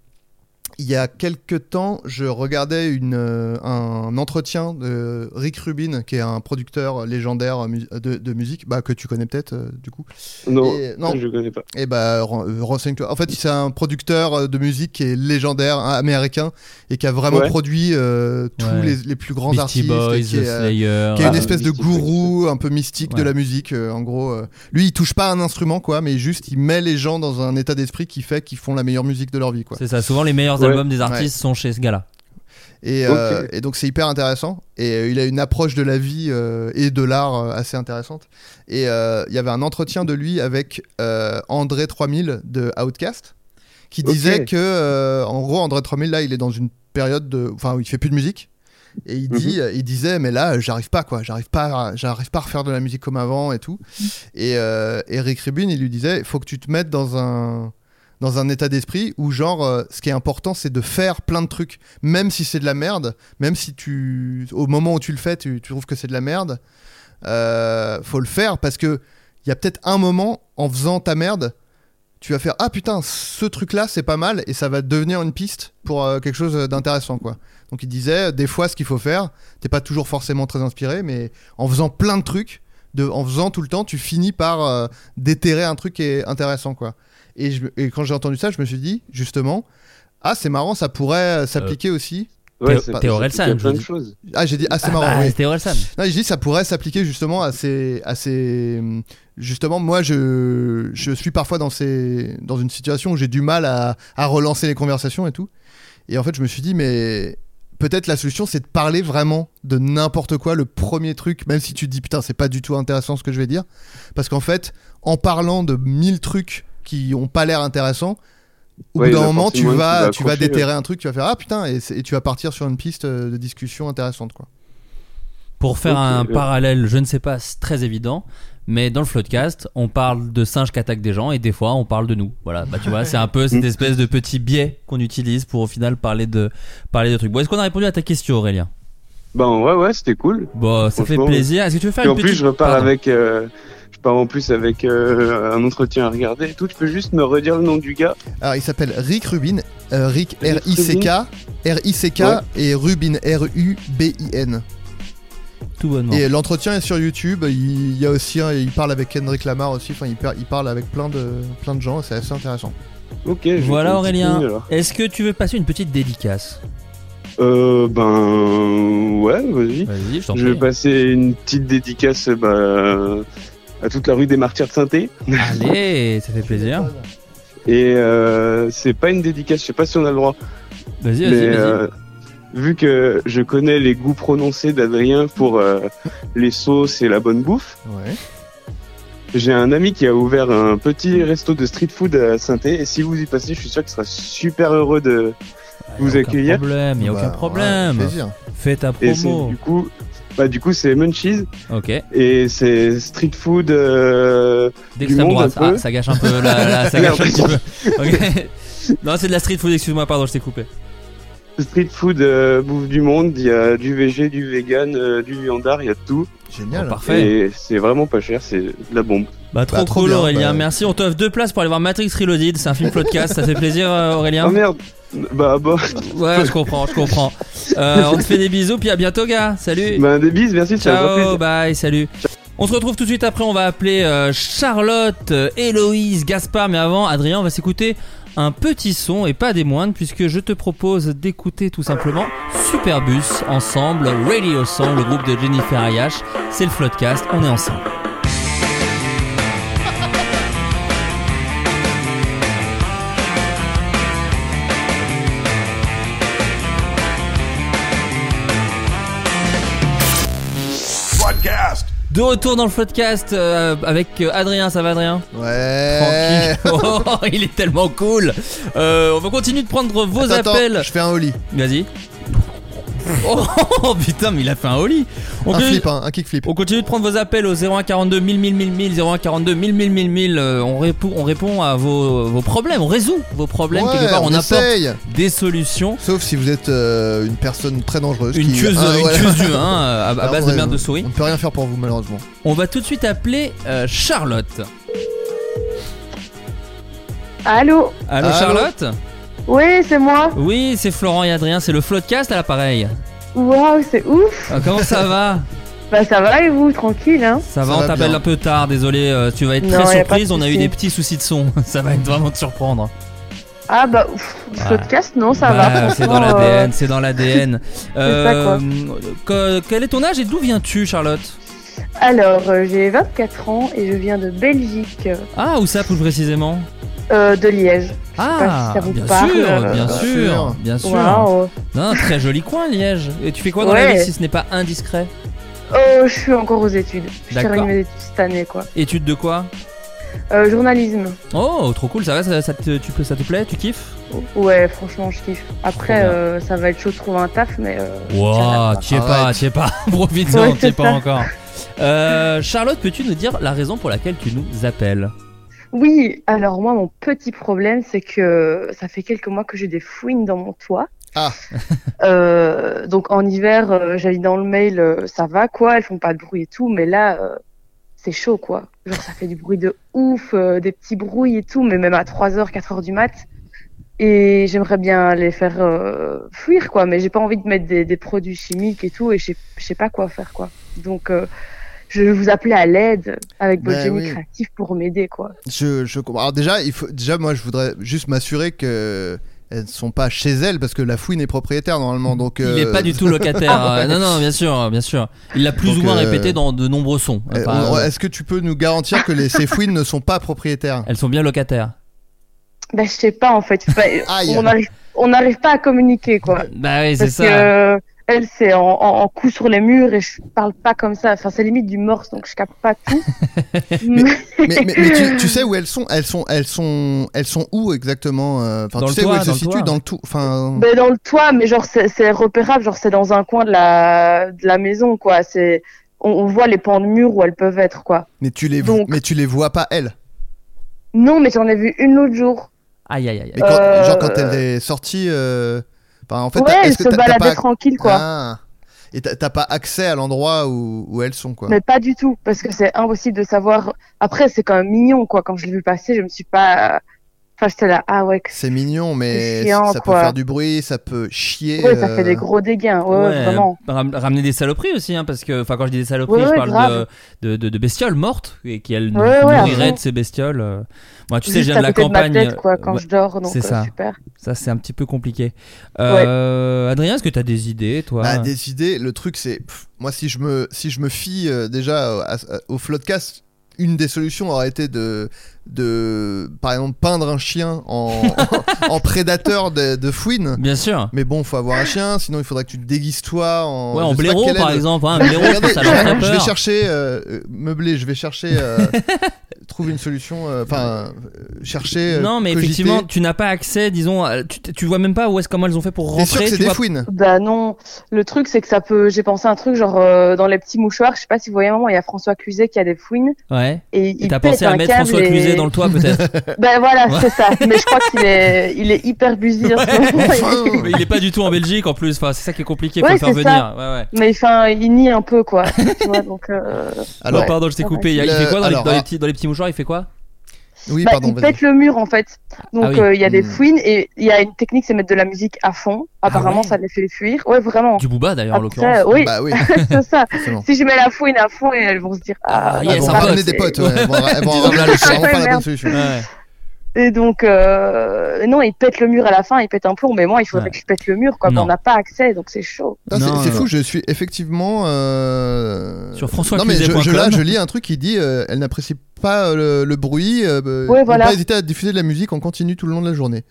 Speaker 5: il y a quelques temps, je regardais une, euh, un entretien de Rick Rubin, qui est un producteur légendaire euh, mu- de, de musique, bah, que tu connais peut-être euh, du coup.
Speaker 7: Non,
Speaker 5: Et-
Speaker 7: je connais pas.
Speaker 5: Et bah, ren- euh, renseigne-toi. En fait, c'est un producteur euh, de musique qui est légendaire, hein, américain, et qui a vraiment
Speaker 7: Ouais.
Speaker 5: produit euh, tous
Speaker 4: Ouais.
Speaker 5: les, les plus grands
Speaker 4: Beastie
Speaker 5: artistes.
Speaker 4: Boys,
Speaker 5: et qui est, euh,
Speaker 4: Slayer.
Speaker 5: qui est une
Speaker 4: Ah,
Speaker 5: espèce de gourou un peu mystique de
Speaker 4: Ouais.
Speaker 5: la musique. euh, en gros, euh. lui, il touche pas à un instrument, quoi, mais juste il met les gens dans un état d'esprit qui fait qu'ils font la meilleure musique de leur vie, quoi.
Speaker 4: C'est ça, souvent les meilleurs
Speaker 5: Ouais.
Speaker 4: albums des artistes
Speaker 5: Ouais.
Speaker 4: sont chez ce gars-là.
Speaker 5: Et,
Speaker 4: Ok.
Speaker 5: euh, et donc c'est hyper intéressant. Et euh, il a une approche de la vie euh, et de l'art euh, assez intéressante. Et euh, il y avait un entretien de lui avec euh, André 3000 de Outcast, qui
Speaker 7: Ok.
Speaker 5: disait que, euh, en gros, André 3000, là, il est dans une période de... Enfin, où il fait plus de musique. Et il, dit, il disait, mais là, euh, j'arrive pas, quoi. J'arrive pas, à- j'arrive pas à refaire de la musique comme avant et tout. Et euh, et Rick Rubin, il lui disait, faut que tu te mettes dans un dans un état d'esprit où genre euh, ce qui est important c'est de faire plein de trucs même si c'est de la merde même si tu au moment où tu le fais tu, tu trouves que c'est de la merde euh, faut le faire parce que il y a peut-être un moment en faisant ta merde tu vas faire ah putain ce truc là c'est pas mal et ça va devenir une piste pour euh, quelque chose d'intéressant quoi donc il disait euh, des fois ce qu'il faut faire t'es pas toujours forcément très inspiré mais en faisant plein de trucs de, en faisant tout le temps tu finis par euh, déterrer un truc qui est intéressant quoi et, je- et quand j'ai entendu ça je me suis dit justement ah c'est marrant ça pourrait euh, s'appliquer aussi
Speaker 7: Ouais,
Speaker 5: Pas-
Speaker 7: ça-
Speaker 4: Théo
Speaker 7: ça
Speaker 4: Relsan, je
Speaker 7: applique à plein
Speaker 4: vous
Speaker 7: de
Speaker 4: dis.
Speaker 7: choses.
Speaker 5: ah, j'ai dit, ah, c'est
Speaker 4: Ah
Speaker 5: marrant.
Speaker 4: bah,
Speaker 5: oui.
Speaker 4: c'était Orelsan.
Speaker 5: Non, j'ai dit, ça pourrait s'appliquer justement à ces, à ces. Justement, moi, je, je suis parfois dans, ces, dans une situation où j'ai du mal à, à relancer les conversations et tout. Et en fait, je me suis dit, mais peut-être la solution, c'est de parler vraiment de n'importe quoi, le premier truc, même si tu te dis, putain, c'est pas du tout intéressant ce que je vais dire. Parce qu'en fait, en parlant de mille trucs qui ont pas l'air intéressants, au
Speaker 7: Ouais,
Speaker 5: bout
Speaker 7: il y
Speaker 5: d'un
Speaker 7: en a
Speaker 5: moment, tu
Speaker 7: forcément un qui
Speaker 5: vas,
Speaker 7: va
Speaker 5: tu vas
Speaker 7: accrocher,
Speaker 5: déterrer
Speaker 7: ouais.
Speaker 5: un truc, tu vas faire ah putain, et, c'est- et tu vas partir sur une piste euh, de discussion intéressante quoi.
Speaker 4: Pour faire
Speaker 5: Ok,
Speaker 4: un
Speaker 5: euh.
Speaker 4: parallèle, je ne sais pas, c'est très évident, mais dans le Floodcast, on parle de singes qui attaquent des gens et des fois on parle de nous. Voilà, bah tu vois, c'est un peu
Speaker 7: <laughs>
Speaker 4: cette espèce de petit biais qu'on utilise pour au final parler de, parler de trucs. Bon, est-ce qu'on a répondu à ta question, Aurélien
Speaker 7: Ben ouais, ouais, c'était cool.
Speaker 4: Bon, ça fait
Speaker 7: Franchement,
Speaker 4: plaisir. Est-ce que tu veux faire
Speaker 7: Et
Speaker 4: une
Speaker 7: en plus,
Speaker 4: petite-
Speaker 7: je repars
Speaker 4: Pardon.
Speaker 7: avec. euh, je pars en plus avec euh, un entretien à regarder et tout. Tu peux juste me redire le nom du gars
Speaker 5: Alors il s'appelle Rick Rubin, euh, Rick
Speaker 7: Rick
Speaker 5: R I C K, R I C K
Speaker 7: Ouais.
Speaker 5: et Rubin R U B I N.
Speaker 4: Tout bonnement.
Speaker 5: Et l'entretien est sur YouTube. Il il y a aussi, un- il parle avec Kendrick Lamar aussi. Enfin, il, par- il parle avec plein de plein de gens. et C'est assez intéressant.
Speaker 7: Ok. je vais
Speaker 4: Voilà
Speaker 7: faire une petite ligne,
Speaker 4: Aurélien,
Speaker 7: alors.
Speaker 4: est-ce que tu veux passer une petite
Speaker 7: <laughs>
Speaker 4: dédicace
Speaker 7: Euh, ben ouais, vas-y.
Speaker 4: Vas-y, je t'en
Speaker 7: vais
Speaker 4: prie.
Speaker 7: passer une petite dédicace bah, à toute la rue des Martyrs de Sainté.
Speaker 4: Allez, ça fait plaisir.
Speaker 7: Et euh, c'est pas une dédicace, je sais pas si on a le droit.
Speaker 4: Vas-y, vas-y,
Speaker 7: Mais,
Speaker 4: vas-y.
Speaker 7: euh, vu que je connais les goûts prononcés d'Adrien pour euh, les sauces et la bonne bouffe,
Speaker 5: Ouais.
Speaker 7: j'ai un ami qui a ouvert un petit resto de street food à saint Et si vous y passez, je suis sûr qu'il sera super heureux de
Speaker 4: Ah,
Speaker 7: vous accueillir. Bah,
Speaker 4: problème, il n'y a aucun problème. Fais ta
Speaker 7: Et c'est
Speaker 4: promo.
Speaker 7: du coup, bah, du coup, c'est Munchies.
Speaker 4: Ok.
Speaker 7: Et c'est street food. Euh, du
Speaker 4: D'extrême
Speaker 7: monde
Speaker 4: droite.
Speaker 7: un peu.
Speaker 4: Ah, ça gâche un peu. Là, là,
Speaker 7: <laughs>
Speaker 4: ça gâche un
Speaker 7: Merde.
Speaker 4: petit peu. Ok. <laughs> Non, c'est de la street food, excuse-moi, pardon, je t'ai coupé.
Speaker 7: Street food, euh, bouffe du monde. Il y a du VG, du vegan, euh, du viandard, il y a de tout.
Speaker 5: Génial.
Speaker 4: Oh, Parfait.
Speaker 7: Et c'est vraiment pas cher, c'est de la bombe.
Speaker 4: Bah, trop, cool, Aurélien. Merci. On t'offre deux places pour aller voir Matrix Reloaded. C'est un film podcast. ça fait plaisir, euh, Aurélien.
Speaker 7: Oh merde. Bah, bah.
Speaker 4: Ouais, je comprends, je comprends. Euh, on te fait des bisous, puis à bientôt, gars. Salut.
Speaker 7: <laughs> Bah, des bises, merci, ça m'a fait
Speaker 4: Ciao,
Speaker 7: plaisir.
Speaker 4: bye, salut. On se retrouve tout de suite après. On va appeler euh, Charlotte, euh, Héloïse, Gaspard. Mais avant, Adrien, on va s'écouter un petit son et pas des moindres, puisque je te propose d'écouter tout simplement Superbus ensemble, Radio Song, le groupe de Jennifer Ayash. C'est le Floodcast. On est ensemble.
Speaker 1: Podcast.
Speaker 4: De retour dans le podcast euh, avec euh, Adrien, ça va Adrien
Speaker 5: Ouais.
Speaker 4: Tranquille. <laughs> Oh, il est tellement cool. Euh, on va continuer de prendre vos
Speaker 5: Attends, attends,
Speaker 4: appels.
Speaker 5: je fais un holly.
Speaker 4: Vas-y. Oh, <laughs> putain, mais il a fait un holly.
Speaker 5: Un flip, hein, un kickflip.
Speaker 4: On continue de prendre vos appels au 0142 1000 1000 1000 1000 0142 1000 1000 1000 1000. Euh, on, répond, on répond à vos, vos problèmes, on résout vos problèmes
Speaker 5: Ouais,
Speaker 4: quelque part. On,
Speaker 5: on
Speaker 4: apporte
Speaker 5: essaye.
Speaker 4: des solutions.
Speaker 5: Sauf si vous êtes euh, une personne très dangereuse.
Speaker 4: Une
Speaker 5: qui-
Speaker 4: tueuse-
Speaker 5: Ah,
Speaker 4: une
Speaker 5: voilà.
Speaker 4: tueuse
Speaker 5: <laughs>
Speaker 4: du vin, euh, à- à
Speaker 5: Là,
Speaker 4: base
Speaker 5: on
Speaker 4: de
Speaker 5: est-
Speaker 4: merde de souris.
Speaker 5: On peut rien faire pour vous malheureusement.
Speaker 4: On va tout de suite appeler euh, Charlotte.
Speaker 8: Allô
Speaker 4: Allô,
Speaker 5: Allô.
Speaker 4: Charlotte
Speaker 8: Oui, c'est moi.
Speaker 4: Oui, c'est Florent et Adrien, c'est le Floodcast à l'appareil.
Speaker 8: Waouh, c'est ouf.
Speaker 4: Ah, comment ça va
Speaker 8: Bah ça va et vous, tranquille hein
Speaker 4: Ça va, on t'appelle un peu tard, désolé, euh, tu vas être
Speaker 8: Non, y a
Speaker 4: très
Speaker 8: pas de
Speaker 4: surprise, on a eu
Speaker 8: souci.
Speaker 4: des petits soucis de son, <laughs> ça va être vraiment de surprendre.
Speaker 8: Ah bah ouf, du
Speaker 4: Ouais.
Speaker 8: podcast, non, ça
Speaker 4: Bah,
Speaker 8: va. <laughs>
Speaker 4: C'est dans
Speaker 8: Franchement, euh,
Speaker 4: l'ADN, c'est dans
Speaker 8: <laughs>
Speaker 4: l'ADN.
Speaker 8: quoi.
Speaker 4: Euh, quel est ton âge et d'où viens-tu, Charlotte
Speaker 8: Alors, euh, j'ai 24 ans et je viens de Belgique,
Speaker 4: Ah, où ça plus précisément
Speaker 8: euh, de Liège.
Speaker 4: Ah,
Speaker 8: Bah, je sais pas si ça vous
Speaker 4: bien
Speaker 8: parle.
Speaker 4: sûr,
Speaker 8: euh,
Speaker 4: bien sûr, bien sûr.
Speaker 8: Waouh.
Speaker 4: Non, très joli coin, Liège. Et tu fais quoi dans la
Speaker 8: Ouais.
Speaker 4: vie si ce n'est pas indiscret
Speaker 8: Euh, je suis encore aux études. Je
Speaker 4: D'accord.
Speaker 8: termine mes études cette année, quoi.
Speaker 4: Études de quoi
Speaker 8: Euh, journalisme.
Speaker 4: Oh, trop cool, ça va, ça, ça te, tu peux, ça te plaît, tu kiffes
Speaker 8: Ouais, franchement, je kiffe. Après,
Speaker 4: Trop bien.
Speaker 8: euh, ça va être chaud de trouver un taf, mais. euh,
Speaker 4: Wow, t'y es pas, t'y es pas, <laughs> profite-en,
Speaker 8: Ouais,
Speaker 4: t'y es
Speaker 8: c'est
Speaker 4: pas
Speaker 8: ça.
Speaker 4: encore. Euh, Charlotte, peux-tu nous dire la raison pour laquelle tu nous appelles
Speaker 8: Oui, alors moi, mon petit problème, c'est que ça fait quelques mois que j'ai des fouines dans mon toit.
Speaker 5: Ah.
Speaker 8: <laughs> Euh, donc en hiver, euh, j'avais dit dans le mail, euh, ça va quoi, elles font pas de bruit et tout, mais là, euh, c'est chaud quoi. Genre ça fait du bruit de ouf, euh, des petits bruits et tout, mais même à 3h, 4h du mat. Et j'aimerais bien les faire euh, fuir quoi, mais j'ai pas envie de mettre des, des produits chimiques et tout, et je sais- je sais pas quoi faire quoi. Donc euh, je vais vous appeler à l'aide avec
Speaker 5: Ben
Speaker 8: votre génie
Speaker 5: oui.
Speaker 8: créatif pour m'aider quoi.
Speaker 5: Je, je comprends. Alors déjà, il faut, déjà, moi, je voudrais juste m'assurer que elles ne sont pas chez elles parce que la fouine est propriétaire normalement. Donc,
Speaker 4: Il est
Speaker 5: euh,
Speaker 4: pas du tout
Speaker 5: <laughs>
Speaker 4: locataire. <laughs> euh, non, non, bien sûr, bien sûr. Il l'a plus
Speaker 5: Donc,
Speaker 4: ou moins
Speaker 5: euh,
Speaker 4: répété dans de nombreux sons.
Speaker 5: Euh,
Speaker 4: Pas-
Speaker 5: on- Est-ce que tu peux nous garantir que les, ces fouines ne sont pas propriétaires
Speaker 4: Elles sont bien locataires.
Speaker 8: Bah, je sais pas en fait. Enfin,
Speaker 5: <laughs> Aïe.
Speaker 8: on n'arrive on n'arrive pas à communiquer quoi.
Speaker 4: Bah oui, c'est
Speaker 8: Parce
Speaker 4: ça.
Speaker 8: que euh, elle c'est en, en, en coup sur les murs et je parle pas comme ça. Enfin c'est limite du morse donc je capte pas
Speaker 5: <laughs>
Speaker 8: tout. mais,
Speaker 5: <laughs> mais, mais- mais tu, tu sais où elles sont Elles sont, elles sont, elles sont où exactement euh, Enfin,
Speaker 4: Dans
Speaker 5: tu
Speaker 4: le
Speaker 5: sais où
Speaker 4: toit,
Speaker 5: elles se
Speaker 4: dans le toit.
Speaker 5: situent dans le tout. Enfin,
Speaker 8: Ben, dans le toit mais genre c'est c'est repérable genre c'est dans un coin de la de la maison quoi. C'est on, on voit les pans de mur où elles peuvent être quoi.
Speaker 5: mais tu les,
Speaker 8: Donc-
Speaker 5: mais tu les vois pas elles.
Speaker 8: Non mais j'en ai vu une l'autre jour.
Speaker 4: Aïe, aïe, aïe.
Speaker 5: Mais quand,
Speaker 8: Euh,
Speaker 5: genre quand elle est sortie, euh, enfin, en fait,
Speaker 8: Ouais,
Speaker 5: t'as-
Speaker 8: elles
Speaker 5: est-ce que
Speaker 8: se
Speaker 5: t'as- t'as
Speaker 8: baladaient
Speaker 5: pas-
Speaker 8: tranquilles, quoi.
Speaker 5: Ah. Et t'as t'as pas accès à l'endroit où, où elles sont quoi.
Speaker 8: Mais pas du tout, parce que c'est impossible de savoir. Après, c'est quand même mignon, quoi. Quand je l'ai vu passer, je me suis pas. Enfin, j'étais là, ah ouais, que
Speaker 5: C'est mignon, mais
Speaker 8: C'est chiant,
Speaker 5: ça peut
Speaker 8: quoi.
Speaker 5: faire du bruit, ça peut chier.
Speaker 8: Ouais, ça fait
Speaker 5: euh,
Speaker 8: des gros dégâts, hein. ouais, ouais,
Speaker 4: Ouais,
Speaker 8: vraiment.
Speaker 4: ram- ramener des saloperies aussi, hein, parce que, enfin, quand je dis des saloperies,
Speaker 8: Ouais,
Speaker 4: je
Speaker 8: ouais,
Speaker 4: parle
Speaker 8: grave.
Speaker 4: de, de, de- de bestioles mortes et qu'elles
Speaker 8: Ouais, ouais,
Speaker 4: nourriraient
Speaker 8: après.
Speaker 4: de ces bestioles. euh. Moi, tu sais, je
Speaker 8: Juste
Speaker 4: viens de
Speaker 8: à
Speaker 4: la
Speaker 8: côté de ma
Speaker 4: campagne.
Speaker 8: tête, quoi, quand
Speaker 4: euh,
Speaker 8: je dors, donc,
Speaker 4: c'est
Speaker 8: euh,
Speaker 4: ça.
Speaker 8: super.
Speaker 4: Ça, c'est un petit peu compliqué. Euh, Adrien, est-ce que t'as des idées, toi
Speaker 5: Bah, des idées, le truc c'est. pff, Moi, si je me, si je me fie euh, déjà au- à- au floodcast, une des solutions aurait été de, de par exemple, peindre un chien
Speaker 4: <laughs>
Speaker 5: en, en, en prédateur de, de fouine.
Speaker 4: Bien sûr.
Speaker 5: Mais bon, faut avoir un chien, sinon il faudrait que tu te déguises toi en.
Speaker 4: Ouais, en
Speaker 5: je sais pas
Speaker 4: blaireau,
Speaker 5: quel est
Speaker 4: par
Speaker 5: le-
Speaker 4: exemple,
Speaker 5: <laughs>
Speaker 4: hein, un blaireau,
Speaker 5: Regardez,
Speaker 4: ça leur ferait
Speaker 5: je vais
Speaker 4: peur.
Speaker 5: chercher. euh, euh, meublé, je vais chercher.
Speaker 4: <laughs>
Speaker 5: euh, trouver une solution. euh, Enfin, euh, chercher. euh,
Speaker 4: Non, mais
Speaker 5: cogiter.
Speaker 4: effectivement, tu n'as pas accès, disons, à- tu, tu vois même pas où est-ce comment elles ont fait pour
Speaker 5: T'es
Speaker 4: rentrer.
Speaker 5: sûr que c'est
Speaker 4: tu
Speaker 5: des
Speaker 4: vois-
Speaker 5: fouines
Speaker 8: Bah non, le truc c'est que ça peut. J'ai pensé à un truc genre euh, dans les petits mouchoirs. Je sais pas si vous voyez un moment, il y a François Cluzet qui a des fouines.
Speaker 4: Ouais.
Speaker 8: Et
Speaker 4: Et
Speaker 8: il
Speaker 4: t'as
Speaker 8: pète
Speaker 4: pensé à
Speaker 8: un
Speaker 4: mettre
Speaker 8: câble
Speaker 4: François
Speaker 8: et-
Speaker 4: Cluzet dans le
Speaker 8: <laughs>
Speaker 4: toit, peut-être
Speaker 5: <laughs>
Speaker 8: Ben voilà,
Speaker 4: Ouais.
Speaker 8: c'est ça. Mais je crois qu'il
Speaker 4: <laughs>
Speaker 8: est, il est hyper busy. en ce moment.
Speaker 4: Mais il est pas du tout en Belgique en plus, enfin, c'est ça qui est compliqué, faut
Speaker 8: Ouais,
Speaker 4: le faire
Speaker 8: c'est
Speaker 4: venir.
Speaker 8: ça.
Speaker 4: Ouais, ouais.
Speaker 8: Mais enfin, il nie un peu, quoi. tu vois, donc. euh,
Speaker 4: Alors,
Speaker 5: <laughs> Alors,
Speaker 4: pardon, je t'ai
Speaker 5: ouais.
Speaker 4: coupé. Il, y a- il fait
Speaker 5: Le-
Speaker 4: quoi dans,
Speaker 5: alors,
Speaker 4: les, dans,
Speaker 5: ah.
Speaker 4: les petits, dans les petits mouchoirs Il fait quoi
Speaker 5: Oui,
Speaker 8: Bah,
Speaker 5: pardon,
Speaker 8: il
Speaker 5: vas-y.
Speaker 8: pète le mur en fait. Donc
Speaker 4: Ah
Speaker 8: euh,
Speaker 4: oui.
Speaker 8: il y a des
Speaker 5: Hmm.
Speaker 8: fouines et il y a une technique, c'est mettre de la musique à fond. Apparemment,
Speaker 4: Ah ouais.
Speaker 8: ça les fait fuir. Ouais, vraiment.
Speaker 4: Du booba d'ailleurs en
Speaker 8: Après,
Speaker 4: l'occurrence.
Speaker 8: oui,
Speaker 5: Bah oui.
Speaker 8: <laughs> c'est ça.
Speaker 5: forcément.
Speaker 8: Si je mets la fouine à fond, elles vont se dire ah.
Speaker 4: Ah,
Speaker 5: Elles
Speaker 4: yes,
Speaker 5: vont
Speaker 4: un
Speaker 5: ramener
Speaker 4: pote.
Speaker 5: des potes, ouais, elles vont-
Speaker 4: <laughs>
Speaker 5: elles vont
Speaker 4: Disons,
Speaker 5: ramener-
Speaker 4: là,
Speaker 5: elles
Speaker 4: le
Speaker 5: vont
Speaker 8: chien.
Speaker 5: pas la bonne
Speaker 8: Merde.
Speaker 5: solution.
Speaker 4: Ouais.
Speaker 8: Et donc euh, non, il pète le mur à la fin, il pète un plomb. Mais moi, il faudrait
Speaker 4: Ouais.
Speaker 8: que je pète le mur, quoi. mais
Speaker 4: Non.
Speaker 8: On n'a pas accès, donc c'est chaud.
Speaker 5: Putain, Ah, c'est-
Speaker 4: Non,
Speaker 5: c'est
Speaker 4: non.
Speaker 5: fou, je suis effectivement. euh,
Speaker 4: Sur François
Speaker 5: Non, mais je, je-
Speaker 4: Cluzet.com.
Speaker 5: là, je lis un truc qui dit euh, elle n'apprécie pas euh, le, le bruit, euh, euh,
Speaker 8: Ouais,
Speaker 5: ne
Speaker 8: voilà.
Speaker 5: pas hésiter à diffuser de la musique en continu tout le long de la journée.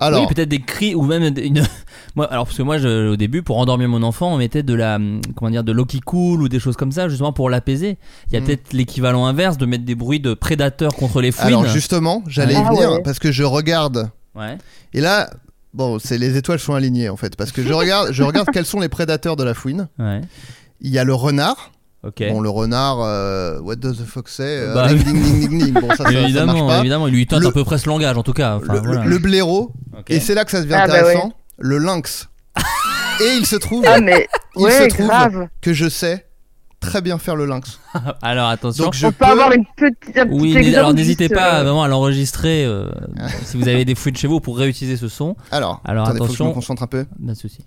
Speaker 5: Alors,
Speaker 4: Oui, peut-être des cris ou même des- une. <laughs> moi, alors parce que moi, je- au début, pour endormir mon enfant, on mettait de la, hum, comment dire, de l'eau qui coule ou des choses comme ça, justement pour l'apaiser. Il y a
Speaker 5: Hmm.
Speaker 4: peut-être l'équivalent inverse de mettre des bruits de prédateurs contre les fouines.
Speaker 5: alors justement, j'allais y
Speaker 8: Ah
Speaker 5: venir
Speaker 8: ouais.
Speaker 5: parce que je regarde.
Speaker 4: Ouais.
Speaker 5: Et là, bon, c'est les étoiles sont alignées en fait, parce que je regarde, je regarde quels sont les prédateurs de la fouine.
Speaker 4: Ouais.
Speaker 5: Il y a le renard.
Speaker 4: Ok.
Speaker 5: Bon, le renard, euh, what does the fox say euh,
Speaker 4: Bah, <laughs>
Speaker 5: ding, ding, ding, ding, ding. Bon, ça, ça, ça
Speaker 4: évidemment,
Speaker 5: marche pas.
Speaker 4: évidemment, il lui tente
Speaker 5: Le-
Speaker 4: à peu près ce langage en tout cas. Enfin,
Speaker 5: le,
Speaker 4: voilà.
Speaker 5: le- le blaireau.
Speaker 4: Ok.
Speaker 5: Et c'est là que ça devient
Speaker 8: Ah, bah
Speaker 5: intéressant. Le lynx. et il se trouve,
Speaker 8: Ah mais
Speaker 5: <laughs> il
Speaker 8: ouais,
Speaker 5: se trouve
Speaker 8: grave.
Speaker 5: que je sais très bien faire le lynx.
Speaker 4: <laughs> Alors attention.
Speaker 5: Donc, je
Speaker 8: On peut avoir une petite. un petit
Speaker 4: Oui, mais
Speaker 8: exemple
Speaker 4: alors n'hésitez
Speaker 8: juste,
Speaker 4: pas
Speaker 8: euh,
Speaker 4: vraiment à l'enregistrer euh, si vous avez des fouilles de chez vous pour réutiliser ce son.
Speaker 5: Alors,
Speaker 4: alors
Speaker 5: attendez, faut que je
Speaker 4: attention.
Speaker 5: me concentre un peu.
Speaker 4: Pas de souci.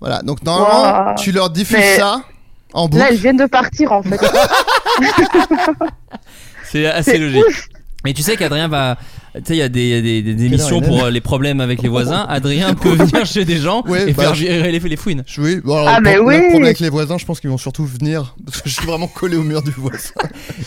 Speaker 5: Voilà, donc <laughs> normalement,
Speaker 8: Wow.
Speaker 5: tu leur diffuses
Speaker 8: Mais-
Speaker 5: ça en boucle.
Speaker 8: Là, ils viennent de
Speaker 9: <laughs>
Speaker 8: partir en fait.
Speaker 4: C'est assez
Speaker 8: C'est
Speaker 4: logique. Mais tu sais qu'Adrien va. Tu sais, il y a des, il y a des- des émissions
Speaker 5: heure il est
Speaker 4: pour euh, les problèmes avec les voisins. Adrien peut venir chez des gens
Speaker 5: Ouais,
Speaker 4: et
Speaker 5: bah,
Speaker 4: faire gérer les, les fouines.
Speaker 5: Je- Oui, bon, alors,
Speaker 8: Ah,
Speaker 5: le,
Speaker 8: mais
Speaker 5: pro- le
Speaker 8: oui.
Speaker 5: problème avec les voisins, je pense qu'ils vont surtout venir parce que je suis vraiment collé au mur du voisin.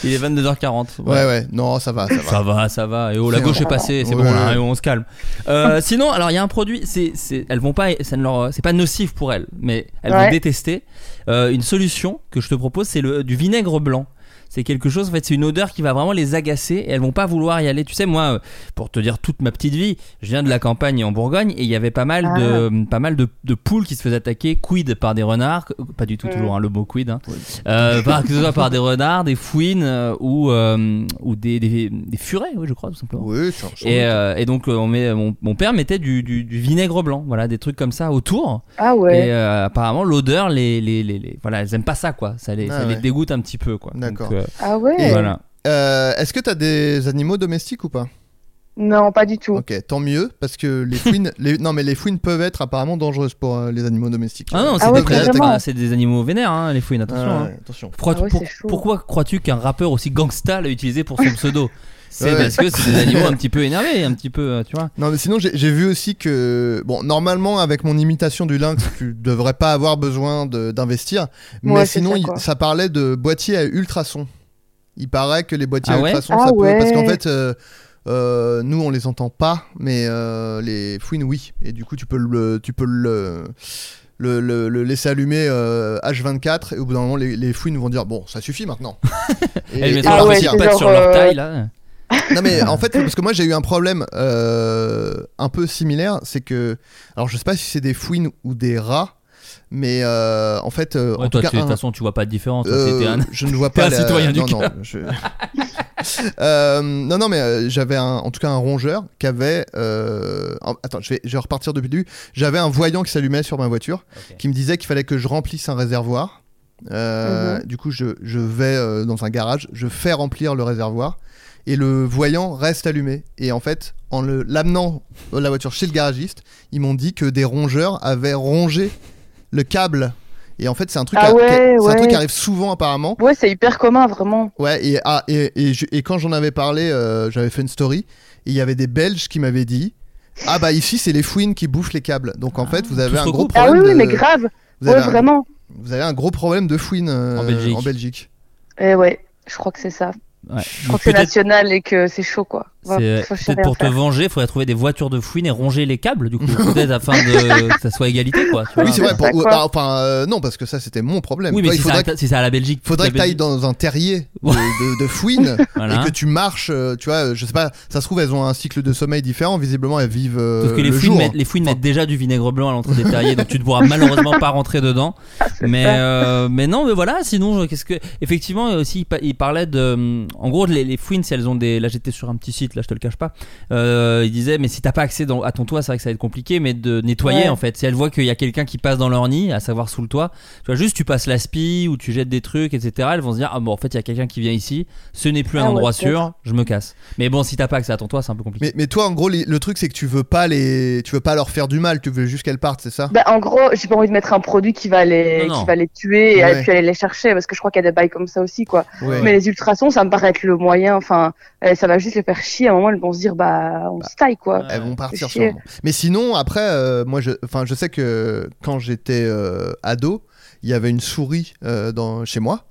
Speaker 4: Il est 22h40.
Speaker 5: Ouais, ouais, non, ça va, ça va.
Speaker 4: Ça va, ça va. Et oh, la
Speaker 5: C'est
Speaker 4: gauche
Speaker 5: vrai.
Speaker 4: est passée, c'est
Speaker 5: Ouais,
Speaker 4: bon, là,
Speaker 5: ouais.
Speaker 4: et on se calme. Euh, sinon, alors il y a un produit, c'est, c'est- elles vont pas, ça ne leur, c'est pas nocif pour elles, mais elles vont
Speaker 8: Ouais.
Speaker 4: détester. Euh, une solution que je te propose, c'est le du vinaigre blanc. C'est quelque chose, en fait, c'est une odeur qui va vraiment les agacer et elles vont pas vouloir y aller. Tu sais, moi, euh, pour te dire toute ma petite vie, je viens de la campagne en Bourgogne et il y avait pas mal de, pas mal de, de poules qui se faisaient attaquer, quid par des renards, pas du tout toujours hein, le mot quid, hein. Euh, par, que ce soit par des renards, des fouines euh, ou, euh, ou des, des, des furets, oui, je crois, tout simplement.
Speaker 5: Oui, ça- ça-
Speaker 4: Et, euh, et donc euh, on met, mon, mon père mettait du, du- du vinaigre blanc, voilà, des trucs comme ça autour.
Speaker 8: Ah ouais.
Speaker 4: Et euh, apparemment l'odeur, les, les, les, les- voilà, elles aiment pas ça quoi, ça les,
Speaker 5: Ah
Speaker 4: ça les
Speaker 5: ouais.
Speaker 4: dégoûte un petit peu quoi. Donc,
Speaker 5: D'accord.
Speaker 4: euh,
Speaker 8: Ah ouais.
Speaker 4: Voilà.
Speaker 5: Euh, Est-ce que t'as des animaux domestiques ou pas
Speaker 8: Non, pas du tout.
Speaker 5: Ok, tant mieux parce que
Speaker 8: <laughs>
Speaker 5: les fouines, les- non mais les fouines peuvent être apparemment dangereuses pour euh, les animaux domestiques.
Speaker 4: Ah non, c'est
Speaker 8: Ah ouais,
Speaker 4: des, vrais-
Speaker 8: carrément.
Speaker 4: ah, c'est des animaux vénères, hein, les fouines, attention.
Speaker 5: Ah,
Speaker 4: hein.
Speaker 5: ouais, attention.
Speaker 4: Crois-
Speaker 8: Ah ouais,
Speaker 4: pour-
Speaker 8: c'est chaud.
Speaker 4: pourquoi crois-tu qu'un rappeur aussi gangsta l'a utilisé pour
Speaker 8: <laughs>
Speaker 4: son pseudo C'est
Speaker 5: Ouais.
Speaker 4: parce que c'est des
Speaker 5: <laughs>
Speaker 4: animaux un petit peu énervés, un petit peu, euh, tu vois.
Speaker 5: Non mais sinon j'ai j'ai vu aussi que bon normalement avec mon imitation du lynx tu <laughs> devrais pas avoir besoin de- d'investir mais
Speaker 8: Ouais, c'est
Speaker 5: sinon
Speaker 8: ça,
Speaker 5: il-
Speaker 8: quoi.
Speaker 5: ça parlait de boîtiers à ultrasons. Il paraît que les boîtiers
Speaker 4: Ah
Speaker 5: à
Speaker 4: ouais
Speaker 5: ultrasons
Speaker 8: Ah
Speaker 5: ça peut parce
Speaker 8: ouais.
Speaker 5: qu'en fait euh, euh, nous on les entend pas mais euh, les fouines oui et du coup tu peux le tu peux le le, le- le laisser allumer euh, H24 et au bout d'un moment les, les fouines vont dire bon ça
Speaker 4: <laughs>
Speaker 5: suffit maintenant
Speaker 4: Elles mettent
Speaker 8: Ah
Speaker 4: leur
Speaker 8: ouais,
Speaker 4: petite
Speaker 8: c'est
Speaker 4: patte
Speaker 8: genre,
Speaker 4: sur leur
Speaker 8: euh,
Speaker 4: taille là.
Speaker 5: non mais
Speaker 8: <laughs>
Speaker 5: en fait, parce que moi j'ai eu un problème euh, un peu similaire, c'est que alors je sais pas si c'est des fouines ou des rats, mais euh, en fait, euh,
Speaker 4: Ouais,
Speaker 5: en
Speaker 4: toi,
Speaker 5: tout cas,
Speaker 4: tu- de toute
Speaker 5: un-
Speaker 4: façon, tu vois pas de différence. toi,
Speaker 5: euh,
Speaker 4: t'étais un-
Speaker 5: je ne
Speaker 4: <laughs>
Speaker 5: vois
Speaker 4: t'es
Speaker 5: pas
Speaker 4: un
Speaker 5: la-
Speaker 4: citoyen du
Speaker 5: non, non,
Speaker 4: cœur.
Speaker 5: je- <laughs> Euh, non, non, mais euh, j'avais un, en tout cas un rongeur qui avait. euh, en- Attends, je vais, je vais repartir depuis le début. J'avais un voyant qui s'allumait sur ma voiture,
Speaker 4: Ok.
Speaker 5: qui me disait qu'il fallait que je remplisse un réservoir. Euh,
Speaker 8: Mhm.
Speaker 5: Du coup, je, je vais euh, dans un garage, je fais remplir le réservoir et le voyant reste allumé. Et en fait, en le- l'amenant euh, la voiture chez le garagiste, ils m'ont dit que des rongeurs avaient rongé le câble. Et en fait, c'est un truc,
Speaker 8: Ah
Speaker 5: à-
Speaker 8: ouais,
Speaker 5: c'est un
Speaker 8: ouais.
Speaker 5: truc qui arrive souvent apparemment.
Speaker 8: Ouais, c'est hyper commun, vraiment.
Speaker 5: Ouais, et, ah, et, et je- et quand j'en avais parlé, euh, j'avais fait une story, et il y avait des Belges qui m'avaient dit Ah bah ici, c'est les fouines qui bouffent les câbles. Donc en fait, vous avez
Speaker 4: se
Speaker 5: un gros
Speaker 4: regroupe.
Speaker 8: Ah
Speaker 5: problème.
Speaker 8: oui, oui,
Speaker 5: de-
Speaker 8: mais grave.
Speaker 5: vous avez
Speaker 8: Ouais,
Speaker 5: un-
Speaker 8: vraiment.
Speaker 5: Vous avez un gros problème de fouines euh,
Speaker 4: En Belgique.
Speaker 8: Eh ouais, je crois que c'est ça.
Speaker 4: Ouais.
Speaker 8: Je crois
Speaker 4: Donc,
Speaker 8: que c'est
Speaker 4: Peut-être
Speaker 8: national et que c'est chaud, quoi.
Speaker 4: c'est, euh, peut-être pour te venger, il faudrait trouver des voitures de fouines et ronger les câbles, du coup, <laughs> peut-être afin de, que ça soit égalité, quoi. tu
Speaker 5: Oui,
Speaker 4: vois.
Speaker 5: c'est vrai. pour-
Speaker 8: ça, quoi.
Speaker 5: bah, enfin, euh, non, parce que ça, c'était mon problème.
Speaker 4: Oui, mais
Speaker 5: Toi,
Speaker 4: si,
Speaker 5: il faudrait,
Speaker 4: c'est à,
Speaker 5: que-
Speaker 4: si c'est à la Belgique.
Speaker 5: faudrait que
Speaker 4: la
Speaker 5: tu ailles
Speaker 4: Belgique-
Speaker 5: dans
Speaker 4: <laughs>
Speaker 5: un terrier de, de- de fouines
Speaker 4: Voilà.
Speaker 5: et que tu marches. euh, Tu vois, je sais pas, ça se trouve, elles ont un cycle de sommeil différent. Visiblement, elles vivent. euh,
Speaker 4: Sauf que les
Speaker 5: le
Speaker 4: fouines,
Speaker 5: jour.
Speaker 4: mettent, les fouines mettent déjà du vinaigre blanc à l'entrée des terriers, donc tu ne
Speaker 8: <laughs>
Speaker 4: pourras malheureusement pas rentrer dedans. Mais, euh, mais non, mais voilà, sinon, je- qu'est-ce que. Effectivement, euh, aussi, il pa- il parlait de. hum, En gros, les, les fouines, si elles ont des. Là, j'étais sur un petit site, là, je te le cache pas. Euh, il disait, mais si t'as pas accès dans- à ton toit, c'est vrai que ça va être compliqué, mais de nettoyer,
Speaker 8: Ouais.
Speaker 4: en fait. Si elles voient qu'il y a quelqu'un qui passe dans leur nid, à savoir sous le toit, tu vois, juste tu passes l'aspi ou tu jettes des trucs, etc., elles vont se dire, ah bon, en fait, il y a quelqu'un qui vient ici, ce n'est plus un
Speaker 8: Ah ouais,
Speaker 4: endroit
Speaker 8: peut-être.
Speaker 4: sûr, je me casse. Mais bon, si t'as pas accès à ton toit, c'est un peu compliqué.
Speaker 5: Mais, mais toi, en gros, les- le truc, c'est que tu veux pas les, tu veux pas leur faire du mal. Tu veux juste qu'elles partent, c'est ça
Speaker 8: Bah, en gros, j'ai pas envie de mettre un produit qui va les,
Speaker 4: Non, non.
Speaker 8: Qui va les tuer et
Speaker 5: Ouais.
Speaker 8: puis aller les chercher parce que je crois qu'il y a des bails comme ça aussi, quoi.
Speaker 5: Ouais.
Speaker 8: Mais les ultrasons, ça me paraît être le moyen, enfin, euh, ça va juste les faire chier. À un moment, elles vont se dire, bah, on se taille, quoi.
Speaker 5: Elles vont partir
Speaker 8: chier.
Speaker 4: Ah,
Speaker 5: sûrement. Mais sinon, après, euh, moi, je, enfin, je sais que quand j'étais euh, ado, il y avait une souris euh, dans, chez moi.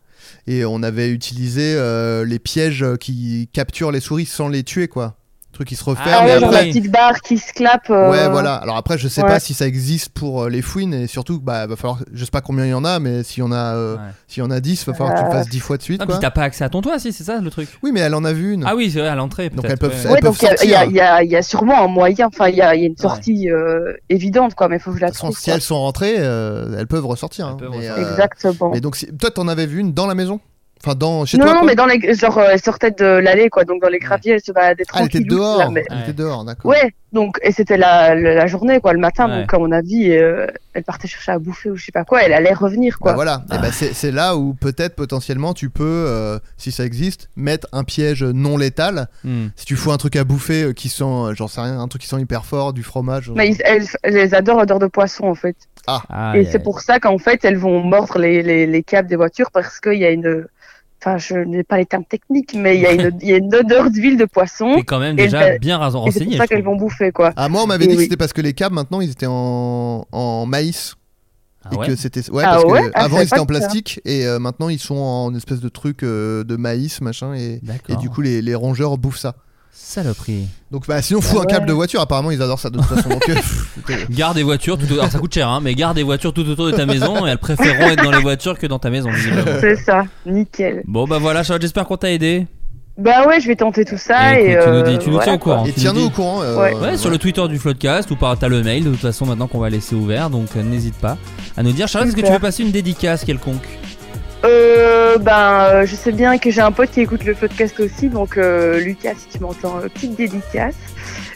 Speaker 5: Et on avait utilisé euh, les pièges qui capturent les souris sans les tuer, quoi. Le truc qui se referme.
Speaker 8: Ah
Speaker 5: et
Speaker 8: ouais, genre
Speaker 5: après-
Speaker 8: la petite barre qui se clappe. euh,
Speaker 5: Ouais, voilà. Alors après, je sais
Speaker 8: ouais.
Speaker 5: pas si ça existe pour euh, les fouines. Et surtout, bah, va falloir. Je sais pas combien il y en a, mais s'il y en a, euh,
Speaker 4: Ouais.
Speaker 5: s'il y en a 10, va falloir que tu le
Speaker 8: Euh,
Speaker 5: fasses 10 fois de suite,
Speaker 4: Non,
Speaker 5: quoi.
Speaker 4: Ah, puis t'as pas accès à ton toit, si, c'est ça le truc.
Speaker 5: Oui, mais elle en a vu une.
Speaker 4: Ah oui, c'est vrai, à l'entrée.
Speaker 5: Donc
Speaker 4: peut-être,
Speaker 5: elles peuvent
Speaker 4: ouais.
Speaker 5: faire-
Speaker 8: Ouais, donc il y a-
Speaker 5: sortir.
Speaker 8: il y a, il y a- il y a sûrement un moyen, enfin, il y a, il y a une sortie euh, évidente, quoi, mais faut que je la
Speaker 5: De toute façon,
Speaker 8: trouve.
Speaker 5: si elles sont rentrées, euh, elles peuvent ressortir.
Speaker 4: Elles
Speaker 5: hein.
Speaker 4: peuvent
Speaker 5: mais,
Speaker 4: ressortir.
Speaker 5: euh,
Speaker 8: quoi. Exactement.
Speaker 5: mais donc, si- toi, t'en avais vu une dans la maison Enfin, dans, chez
Speaker 8: non,
Speaker 5: toi
Speaker 8: non,
Speaker 5: quoi.
Speaker 8: mais dans les, genre, euh, elle sortait de l'allée, quoi. Donc, dans les graviers, elle se baladait
Speaker 5: Ah, elle était
Speaker 8: tranquille.
Speaker 5: dehors.
Speaker 8: mais...
Speaker 5: Elle était dehors, d'accord.
Speaker 8: Ouais, donc, et c'était la, la, la journée, quoi, le matin.
Speaker 5: Ouais.
Speaker 8: Donc, à mon avis, euh, elle partait chercher à bouffer ou je sais pas quoi. Elle allait revenir, quoi.
Speaker 5: Bah voilà,
Speaker 4: Ah.
Speaker 5: Eh ben, c'est c'est là où peut-être potentiellement tu peux, euh, si ça existe, mettre un piège non létal.
Speaker 4: Hmm.
Speaker 5: Si tu fous un truc à bouffer euh, qui sent, euh, j'en sais rien, un truc qui sent hyper fort, du fromage. euh.
Speaker 8: Mais ils, elles, elles adorent l'odeur de poisson, en fait.
Speaker 5: Ah.
Speaker 8: et c'est pour ça qu'en fait, elles vont mordre les, les, les câbles des voitures parce qu'il y a une. Enfin, je n'ai pas les termes techniques, mais il y,
Speaker 4: <laughs>
Speaker 8: a une- il y a une odeur d'huile de poisson.
Speaker 4: quand même
Speaker 8: Et
Speaker 4: déjà
Speaker 8: c'est-
Speaker 4: bien ras-
Speaker 8: Et c'est
Speaker 4: renseigné.
Speaker 8: pour
Speaker 4: je
Speaker 8: ça qu'elles
Speaker 4: <laughs>
Speaker 8: vont bouffer, quoi.
Speaker 5: Ah, moi, on m'avait
Speaker 8: Et
Speaker 5: dit que
Speaker 8: oui.
Speaker 5: c'était parce que les câbles maintenant ils étaient en, en maïs. et
Speaker 4: ouais
Speaker 5: que c'était. Ouais,
Speaker 8: Ah
Speaker 5: parce que
Speaker 8: ouais Ah, je
Speaker 5: avant
Speaker 8: savais
Speaker 5: ils étaient
Speaker 8: pas
Speaker 5: en
Speaker 8: que ça.
Speaker 5: plastique et euh, maintenant ils sont en espèce de truc euh, de maïs, machin. Et, et du coup, les, les rongeurs bouffent ça.
Speaker 4: Saloperie.
Speaker 5: Donc, bah, sinon, fous
Speaker 8: Ah
Speaker 4: Bah
Speaker 5: un câble
Speaker 4: ouais.
Speaker 5: de voiture, apparemment ils adorent ça de toute façon.
Speaker 4: <laughs>
Speaker 5: donc, euh, pff,
Speaker 4: Garde des voitures tout autour. Alors ça coûte cher, hein, mais garde des voitures tout autour de
Speaker 5: <laughs>
Speaker 4: ta maison et elles préféreront être dans les voitures que dans ta maison. visiblement.
Speaker 8: C'est ça, nickel.
Speaker 4: Bon bah voilà, Charlotte, j'espère qu'on t'a aidé.
Speaker 8: Bah ouais, je vais tenter tout ça.
Speaker 4: Et
Speaker 8: Et,
Speaker 4: écoute, tu nous,
Speaker 8: euh,
Speaker 4: dis- tu nous
Speaker 8: voilà,
Speaker 4: tiens au
Speaker 8: quoi.
Speaker 4: courant. tu nous dis.
Speaker 8: Ouais.
Speaker 5: euh,
Speaker 4: ouais, sur le Twitter du Floodcast ou par t'as le mail de toute façon maintenant qu'on va laisser ouvert, donc euh, n'hésite pas à nous dire. Charlotte, est-ce que tu
Speaker 8: Super.
Speaker 4: veux passer une dédicace quelconque
Speaker 8: Euh, ben, euh, je sais bien que j'ai un pote qui écoute le podcast aussi, donc euh, Lucas, si tu m'entends, euh, petite dédicace.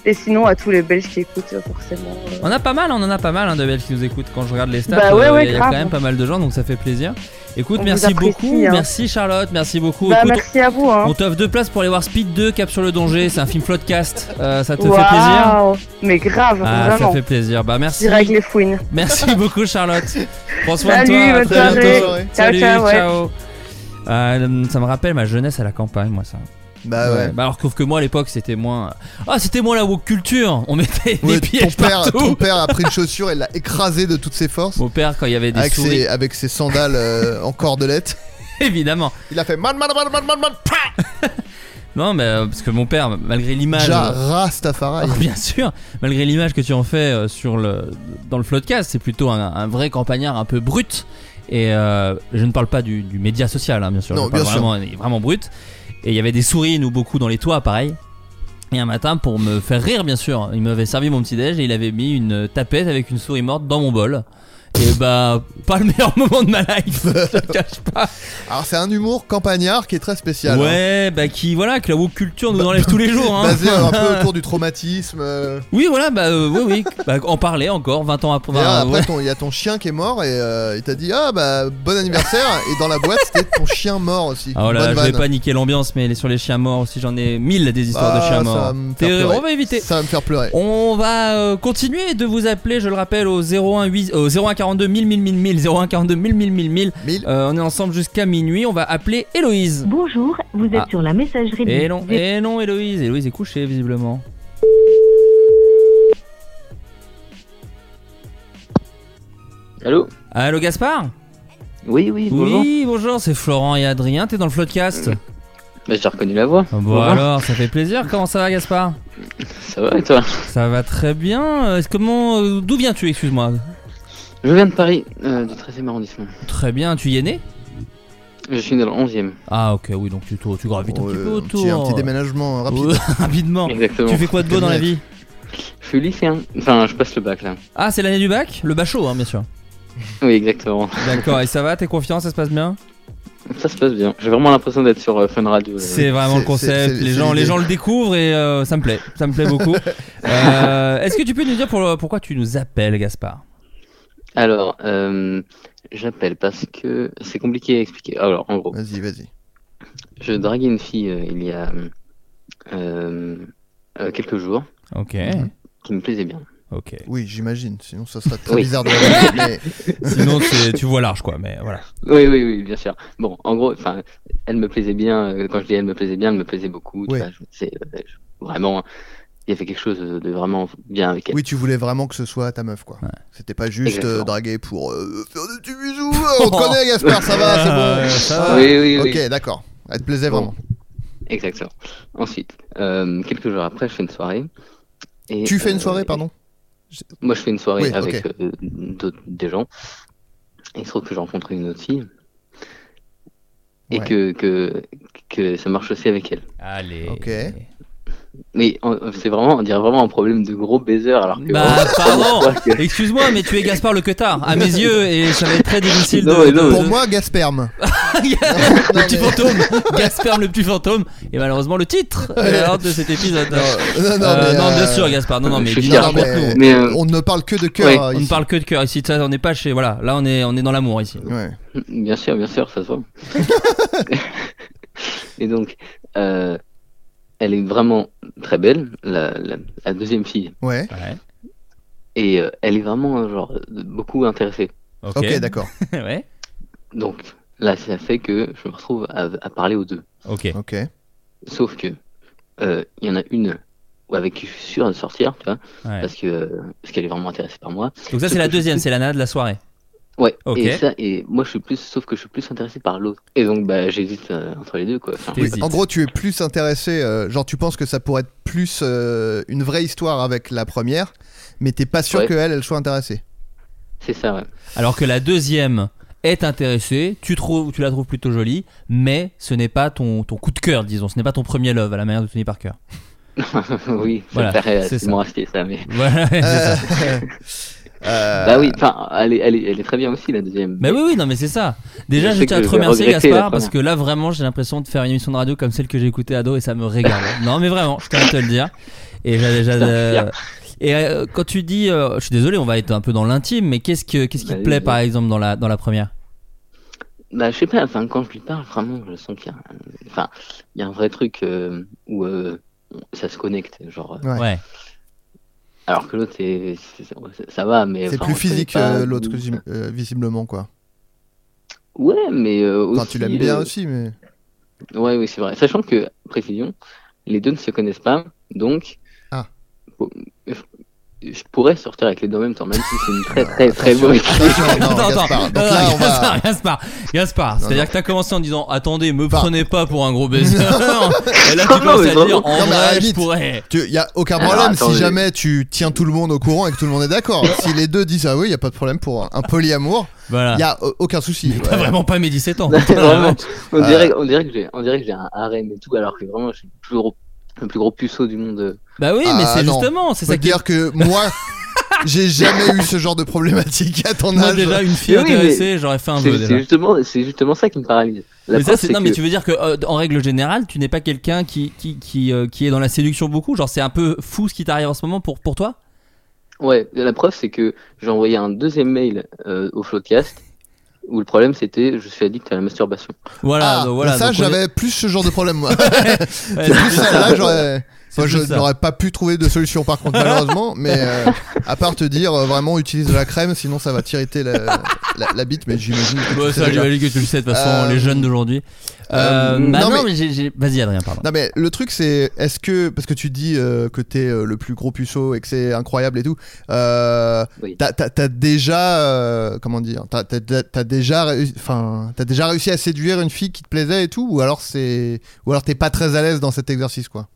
Speaker 8: Et sinon, à tous les Belges qui écoutent, euh, forcément. euh,
Speaker 4: On a pas mal, on en a pas mal hein, de Belges qui nous écoutent quand je regarde les stats.
Speaker 8: Bah ouais,
Speaker 4: euh,
Speaker 8: ouais,
Speaker 4: il y a
Speaker 8: grave.
Speaker 4: quand même pas mal de gens, donc ça fait plaisir. Écoute,
Speaker 8: On
Speaker 4: merci
Speaker 8: vous apprécie,
Speaker 4: beaucoup,
Speaker 8: hein.
Speaker 4: merci Charlotte, merci beaucoup.
Speaker 8: Bah,
Speaker 4: Écoute,
Speaker 8: merci à vous. Hein.
Speaker 4: On t'offre deux places pour aller voir Speed 2, Cap sur le danger. C'est un film Floodcast. Euh, ça te fait
Speaker 8: Waouh,
Speaker 4: plaisir
Speaker 8: Mais grave,
Speaker 4: Ah, ça
Speaker 8: vraiment.
Speaker 4: fait plaisir. Bah merci.
Speaker 8: Direct les fouines. <laughs>
Speaker 4: Merci beaucoup Charlotte. Prends soin
Speaker 8: Salut,
Speaker 4: de toi. À
Speaker 8: bonne
Speaker 4: très
Speaker 8: soirée.
Speaker 4: bientôt.
Speaker 8: Ciao,
Speaker 4: Salut,
Speaker 8: ciao, ouais.
Speaker 4: Euh, ça me rappelle ma jeunesse à la campagne, moi ça.
Speaker 5: Bah ouais.
Speaker 4: Bah alors sauf que moi à l'époque c'était moins. Ah c'était moins la woke culture. On mettait
Speaker 5: ouais,
Speaker 4: des
Speaker 5: ton,
Speaker 4: pièges
Speaker 5: père,
Speaker 4: partout.
Speaker 5: ton père a
Speaker 4: <laughs>
Speaker 5: pris une chaussure et l'a écrasée de toutes ses forces.
Speaker 4: Mon père quand il y avait des
Speaker 5: avec
Speaker 4: souris.
Speaker 5: ses, avec ses sandales
Speaker 4: <laughs>
Speaker 5: euh, en cordelette.
Speaker 4: Évidemment.
Speaker 5: Il a fait man man man man man man. pa
Speaker 4: Non mais euh, parce que mon père malgré l'image.
Speaker 5: Ja
Speaker 4: euh,
Speaker 5: Rastafari.
Speaker 4: Ah, <laughs> Bien sûr, malgré l'image que tu en fais euh, sur le, dans le floodcast, c'est plutôt un, un vrai campagnard un peu brut. Et euh, je ne parle pas du, du média social, hein, bien sûr.
Speaker 5: Non,
Speaker 4: je parle
Speaker 5: bien sûr.
Speaker 4: vraiment, il est vraiment brut. Et il y avait des souris, nous, beaucoup dans les toits, pareil. Et un matin, pour me faire rire, bien sûr, il m'avait servi mon petit-déj et il avait mis une tapette avec une souris morte dans mon bol. Et bah, pas le meilleur <laughs> moment de ma life, je te cache pas.
Speaker 5: Alors c'est un humour campagnard qui est très spécial. hein.
Speaker 4: Ouais, bah qui, voilà, que la woke culture nous enlève tous
Speaker 5: <laughs>
Speaker 4: les jours. hein.
Speaker 5: Bah, Basé alors,
Speaker 4: <laughs>
Speaker 5: un peu autour du traumatisme. euh.
Speaker 4: Oui, voilà, bah euh, oui, <laughs> oui. Bah, en parler encore 20 ans après.
Speaker 5: D'ailleurs,
Speaker 4: bah,
Speaker 5: après,
Speaker 4: ouais.
Speaker 5: ton- il y a ton chien qui est mort et euh, il t'a dit Ah bah bon anniversaire.
Speaker 4: <laughs>
Speaker 5: et dans la boîte, c'était ton chien mort aussi.
Speaker 4: Ah, oh là là,
Speaker 5: Bonne
Speaker 4: je vais
Speaker 5: vanne.
Speaker 4: pas niquer l'ambiance, mais les- sur les chiens morts aussi, j'en ai mille des histoires
Speaker 5: Ah,
Speaker 4: de chiens
Speaker 5: ça va
Speaker 4: morts.
Speaker 5: me faire
Speaker 4: T'es-
Speaker 5: pleurer.
Speaker 4: On va éviter.
Speaker 5: Ça va me faire pleurer.
Speaker 4: On va euh, continuer de vous appeler, je le rappelle, au 01 8 au 01 42 1000 1000 1000 1000 01 42 1000 1000 1000 1000. Euh, on est ensemble jusqu'à minuit. On va appeler Héloïse.
Speaker 10: Bonjour, vous êtes
Speaker 4: Ah.
Speaker 10: sur la messagerie. du-
Speaker 4: Et non, eh,
Speaker 10: du-
Speaker 4: et non, Héloïse. Héloïse est couchée visiblement.
Speaker 9: Allô
Speaker 4: Allô, Gaspard.
Speaker 9: Oui, oui, bonjour.
Speaker 4: Oui, bonjour. C'est Florent et Adrien. T'es dans le Floodcast.
Speaker 9: Bah, j'ai reconnu la voix.
Speaker 4: Bon alors, ça fait plaisir. Comment ça va, Gaspard
Speaker 9: Ça va et toi
Speaker 4: Ça va très bien. Euh, est-ce- comment, euh, d'où viens-tu, excuse-moi
Speaker 9: Je viens de Paris, euh, du 13e arrondissement.
Speaker 4: Très bien. Tu y es né
Speaker 9: Je suis dans le 11e.
Speaker 4: <laughs> Ah ok, oui, donc tu, tour- tu gravites
Speaker 5: Oh,
Speaker 4: un petit
Speaker 5: euh,
Speaker 4: peu
Speaker 9: un
Speaker 4: autour.
Speaker 9: petit- un petit
Speaker 5: déménagement
Speaker 9: rapide.
Speaker 4: <laughs> rapidement.
Speaker 9: Exactement.
Speaker 4: Tu fais quoi de beau dans la vie
Speaker 9: Je suis lycéen. Enfin, je passe le bac là.
Speaker 4: Ah, c'est l'année du bac Le bachot, hein, bien sûr.
Speaker 9: Oui, exactement.
Speaker 4: D'accord, et ça va T'es confiant Ça se passe bien
Speaker 9: Ça se passe bien. J'ai vraiment l'impression d'être sur euh, Fun Radio. là.
Speaker 4: C'est vraiment le concept. les, gens, les gens le découvrent et euh, ça me plaît. Ça me plaît <laughs> beaucoup. Euh, Est-ce que tu peux nous dire pour- pourquoi tu nous appelles, Gaspard
Speaker 9: Alors, euh, j'appelle parce que c'est compliqué à expliquer. Alors, en gros.
Speaker 5: Vas-y, vas-y.
Speaker 9: Je draguais une fille euh, il y a euh, euh, quelques jours
Speaker 4: Ok.
Speaker 9: qui me plaisait bien.
Speaker 4: Ok.
Speaker 5: Oui, j'imagine. Sinon, ça serait très
Speaker 9: Oui.
Speaker 5: bizarre de.
Speaker 9: <laughs>
Speaker 5: la dire,
Speaker 4: <laughs>
Speaker 5: mais-
Speaker 4: Sinon, c'est- tu vois large, quoi, mais voilà.
Speaker 9: Oui, oui, oui, bien sûr. Bon, en gros, enfin, elle me plaisait bien. euh, Quand je dis elle me plaisait bien, elle me plaisait beaucoup. tu
Speaker 5: Ouais.
Speaker 9: vois, je- c'est euh, je- vraiment, il y avait quelque chose de vraiment bien avec elle.
Speaker 5: Oui, tu voulais vraiment que ce soit ta meuf, quoi. C'était pas juste euh,
Speaker 9: Exactement.
Speaker 5: draguer pour euh, faire des petits bisous. euh, On te connaît, Gaspard, ça va, c'est bon.
Speaker 9: Ouais, ça va. Oui, oui, oui.
Speaker 5: Ok, d'accord. Elle te plaisait
Speaker 9: Bon.
Speaker 5: vraiment.
Speaker 9: Exactement. Ensuite, euh, quelques jours après, je fais une soirée. Et,
Speaker 5: Tu fais une
Speaker 9: euh,
Speaker 5: soirée, pardon
Speaker 9: Moi, je fais une soirée
Speaker 5: Oui,
Speaker 9: avec
Speaker 5: ok.
Speaker 9: euh, d'autres- des gens. Il se trouve que j'ai rencontré une autre fille. Et
Speaker 5: Ouais.
Speaker 9: que, que, que ça marche aussi avec elle.
Speaker 4: Allez.
Speaker 5: Ok.
Speaker 9: Mais en- c'est vraiment, on dirait vraiment un problème de gros baiser alors <laughs> que.
Speaker 4: Bah, pardon Excuse-moi, mais tu es Gaspard le Cotard, à mes yeux, et ça va être très difficile de.
Speaker 9: Non, mais non,
Speaker 4: de-
Speaker 5: Pour
Speaker 4: de-
Speaker 5: moi, Gasperme.
Speaker 4: <laughs> le petit fantôme Gaspard le petit fantôme Et malheureusement, le titre euh, alors, de cet épisode.
Speaker 5: non, non,
Speaker 4: Euh,
Speaker 5: mais,
Speaker 4: non, bien
Speaker 5: euh,
Speaker 4: sûr, Gaspard, non, non, mais
Speaker 5: je suis
Speaker 4: dis-nous,
Speaker 5: fier. Non, mais-
Speaker 4: raconte-nous.
Speaker 5: mais, euh, on ne parle que de cœur, hein,
Speaker 4: on
Speaker 5: ici.
Speaker 4: ne parle que de cœur ici. Ça, on n'est pas chez. Voilà, là, on est, on est dans l'amour ici.
Speaker 9: Bien sûr, bien sûr, ça se
Speaker 5: <laughs>
Speaker 9: voit. et donc, euh, elle est vraiment très belle, la, la, la deuxième fille.
Speaker 5: Ouais.
Speaker 9: Et euh, elle est vraiment, euh, genre, euh, beaucoup intéressée.
Speaker 5: Ok, d'accord.
Speaker 4: ouais.
Speaker 9: Donc, là, ça fait que je me retrouve à, à parler aux deux.
Speaker 4: Ok.
Speaker 5: Ok.
Speaker 9: Sauf que, euh, il y en a une avec qui je suis sûr de sortir, tu vois,
Speaker 4: Ouais.
Speaker 9: parce que euh, parce qu'elle est vraiment intéressée par moi.
Speaker 4: Donc, ça, c'est
Speaker 9: Sauf
Speaker 4: la
Speaker 9: que je suis
Speaker 4: deuxième,
Speaker 9: plus-
Speaker 4: c'est la nana de la soirée.
Speaker 9: Ouais,
Speaker 4: Ok.
Speaker 9: et, ça, et moi je suis plus, sauf que je suis plus intéressé par l'autre. Et donc bah, j'hésite euh, entre les deux quoi. Enfin,
Speaker 5: Oui, en gros, tu es plus intéressé, euh, genre tu penses que ça pourrait être plus euh, une vraie histoire avec la première, mais t'es pas sûr
Speaker 9: Ouais.
Speaker 5: que elle, elle soit intéressée.
Speaker 9: c'est ça, ouais. <laughs>
Speaker 4: Alors que la deuxième est intéressée, tu, trouves, tu la trouves plutôt jolie, mais ce n'est pas ton, ton coup de cœur, disons. Ce n'est pas ton premier love à la manière de Tony Parker.
Speaker 9: oui, ça
Speaker 4: Voilà,
Speaker 9: paraît
Speaker 4: c'est
Speaker 9: assez
Speaker 4: ça.
Speaker 9: morastier
Speaker 4: <laughs>
Speaker 9: ça, mais.
Speaker 4: Voilà, c'est ça. <laughs>
Speaker 5: Euh,
Speaker 9: Bah oui, enfin, elle est, elle, est, elle est très bien aussi la deuxième.
Speaker 4: Mais oui, oui, non, mais c'est ça. Déjà,
Speaker 9: Je
Speaker 4: je,
Speaker 9: sais
Speaker 4: tiens à te
Speaker 9: que je vais
Speaker 4: remercier,
Speaker 9: regretter
Speaker 4: Gaspard,
Speaker 9: la
Speaker 4: parce
Speaker 9: première.
Speaker 4: que là, vraiment, j'ai l'impression de faire une émission de radio comme celle que j'écoutais ado et ça me régale. non, mais vraiment, je tiens à te le dire. Et j'ai déjà.
Speaker 9: Bien.
Speaker 4: Et euh, quand tu dis, euh, je suis désolé, on va être un peu dans l'intime, mais qu'est-ce que qu'est-ce qui
Speaker 9: Bah
Speaker 4: te
Speaker 9: oui,
Speaker 4: plaît
Speaker 9: vas-y.
Speaker 4: par exemple dans la dans la première
Speaker 9: Bah je sais pas, enfin quand je lui parle vraiment, je sens qu'il y a, un- enfin, il y a un vrai truc euh, où euh, ça se connecte, genre. euh,
Speaker 5: Ouais.
Speaker 4: Ouais.
Speaker 9: Alors que l'autre, c'est- c'est- ça va, mais.
Speaker 5: C'est
Speaker 9: enfin,
Speaker 5: plus
Speaker 9: on se connaît
Speaker 5: physique
Speaker 9: pas.
Speaker 5: euh, l'autre, que sim- euh, visiblement, quoi.
Speaker 9: Ouais, mais euh, aussi.
Speaker 5: Enfin, tu l'aimes bien
Speaker 9: euh,
Speaker 5: aussi,
Speaker 9: <laughs>
Speaker 5: mais.
Speaker 9: Ouais, oui, c'est vrai. Sachant que, précision, les deux ne se connaissent pas, donc
Speaker 5: Ah.
Speaker 9: pour- je je pourrais sortir avec les deux en même temps, même si c'est une très très très
Speaker 5: Ah, attention,
Speaker 9: bonne
Speaker 5: attention, non, Gaspard,
Speaker 4: Ah,
Speaker 5: donc là, on va-
Speaker 4: Gaspard, Gaspard, Gaspard.
Speaker 5: Non,
Speaker 4: C'est-à-dire
Speaker 5: non.
Speaker 4: que t'as commencé en disant, attendez, me prenez pas pour un gros
Speaker 9: <laughs>
Speaker 4: baiser. et là, tu
Speaker 9: Non, non,
Speaker 4: commences
Speaker 9: mais
Speaker 4: à
Speaker 9: vraiment.
Speaker 4: dire, en
Speaker 5: Non, mais à la
Speaker 4: vrai, je
Speaker 5: limite,
Speaker 4: pourrais.
Speaker 5: Tu, y a aucun
Speaker 9: Alors,
Speaker 5: problème
Speaker 9: attendez.
Speaker 5: si jamais tu tiens tout le monde au courant et que tout le monde
Speaker 9: <laughs>
Speaker 5: est d'accord. si les deux disent ah oui, y a pas de problème pour un- un polyamour,
Speaker 4: Voilà.
Speaker 5: y a euh, aucun souci.
Speaker 4: T'as
Speaker 5: Ouais.
Speaker 4: vraiment pas mes 17 ans.
Speaker 9: <laughs> Vraiment. On
Speaker 5: Euh.
Speaker 9: dirait, on dirait que j'ai, on dirait que j'ai un harem et tout, alors que vraiment, je suis le plus gros, le plus gros puceau du monde. euh.
Speaker 4: Bah oui, mais
Speaker 5: Ah,
Speaker 4: c'est
Speaker 5: non.
Speaker 4: justement, c'est
Speaker 5: Faut
Speaker 4: ça qui est
Speaker 5: dire que
Speaker 4: <laughs>
Speaker 5: moi, j'ai jamais eu ce genre de problématique à ton
Speaker 4: Moi,
Speaker 5: âge.
Speaker 4: déjà une fille
Speaker 9: Mais oui,
Speaker 4: intéressée,
Speaker 9: mais
Speaker 4: j'aurais fait un
Speaker 9: c'est,
Speaker 4: vœu
Speaker 9: c'est
Speaker 4: déjà.
Speaker 9: justement, c'est justement ça qui me paralyse. La
Speaker 4: mais ça,
Speaker 9: preuve,
Speaker 4: c'est non, mais
Speaker 9: que-
Speaker 4: tu veux dire que euh, en règle générale, tu n'es pas quelqu'un qui qui, qui, euh, qui est dans la séduction beaucoup. Genre, c'est un peu fou ce qui t'arrive en ce moment pour pour toi.
Speaker 9: Ouais, la preuve, c'est que j'ai envoyé un deuxième mail euh, au Floodcast où le problème c'était je suis addict à la masturbation.
Speaker 4: Voilà,
Speaker 5: Ah,
Speaker 4: donc <laughs> voilà.
Speaker 5: ça,
Speaker 4: donc on est-
Speaker 5: j'avais plus ce genre de problème, moi.
Speaker 4: <laughs>
Speaker 5: <laughs>
Speaker 4: Ouais,
Speaker 5: C'est plus ça, là, j'aurais.
Speaker 4: C'est
Speaker 5: Moi, je
Speaker 4: plus ça.
Speaker 5: n'aurais pas pu trouver de solution, par contre, malheureusement. Mais euh, à part te dire, euh, vraiment, utilise de la crème, sinon ça va t'irriter la, la, la bite. Mais j'imagine que. tu
Speaker 4: Bon,
Speaker 5: sais
Speaker 4: Bah, ça,
Speaker 5: déjà.
Speaker 4: j'imagine que tu le sais de toute façon,
Speaker 5: Euh,
Speaker 4: les jeunes d'aujourd'hui. Euh,
Speaker 5: euh,
Speaker 4: bah
Speaker 5: non,
Speaker 4: non,
Speaker 5: mais-
Speaker 4: mais, j'ai- j'ai- vas-y, Adrien, pardon.
Speaker 5: Non mais le truc c'est est-ce que parce que tu dis euh, que t'es euh, le plus gros puceau et que c'est incroyable et tout, euh,
Speaker 9: Oui.
Speaker 5: t'as- t'as t'as déjà euh, comment dire, t'as t'as- t'as- t'as déjà réu- enfin t'as déjà réussi à séduire une fille qui te plaisait et tout ou alors c'est ou alors t'es pas très à l'aise dans cet exercice quoi.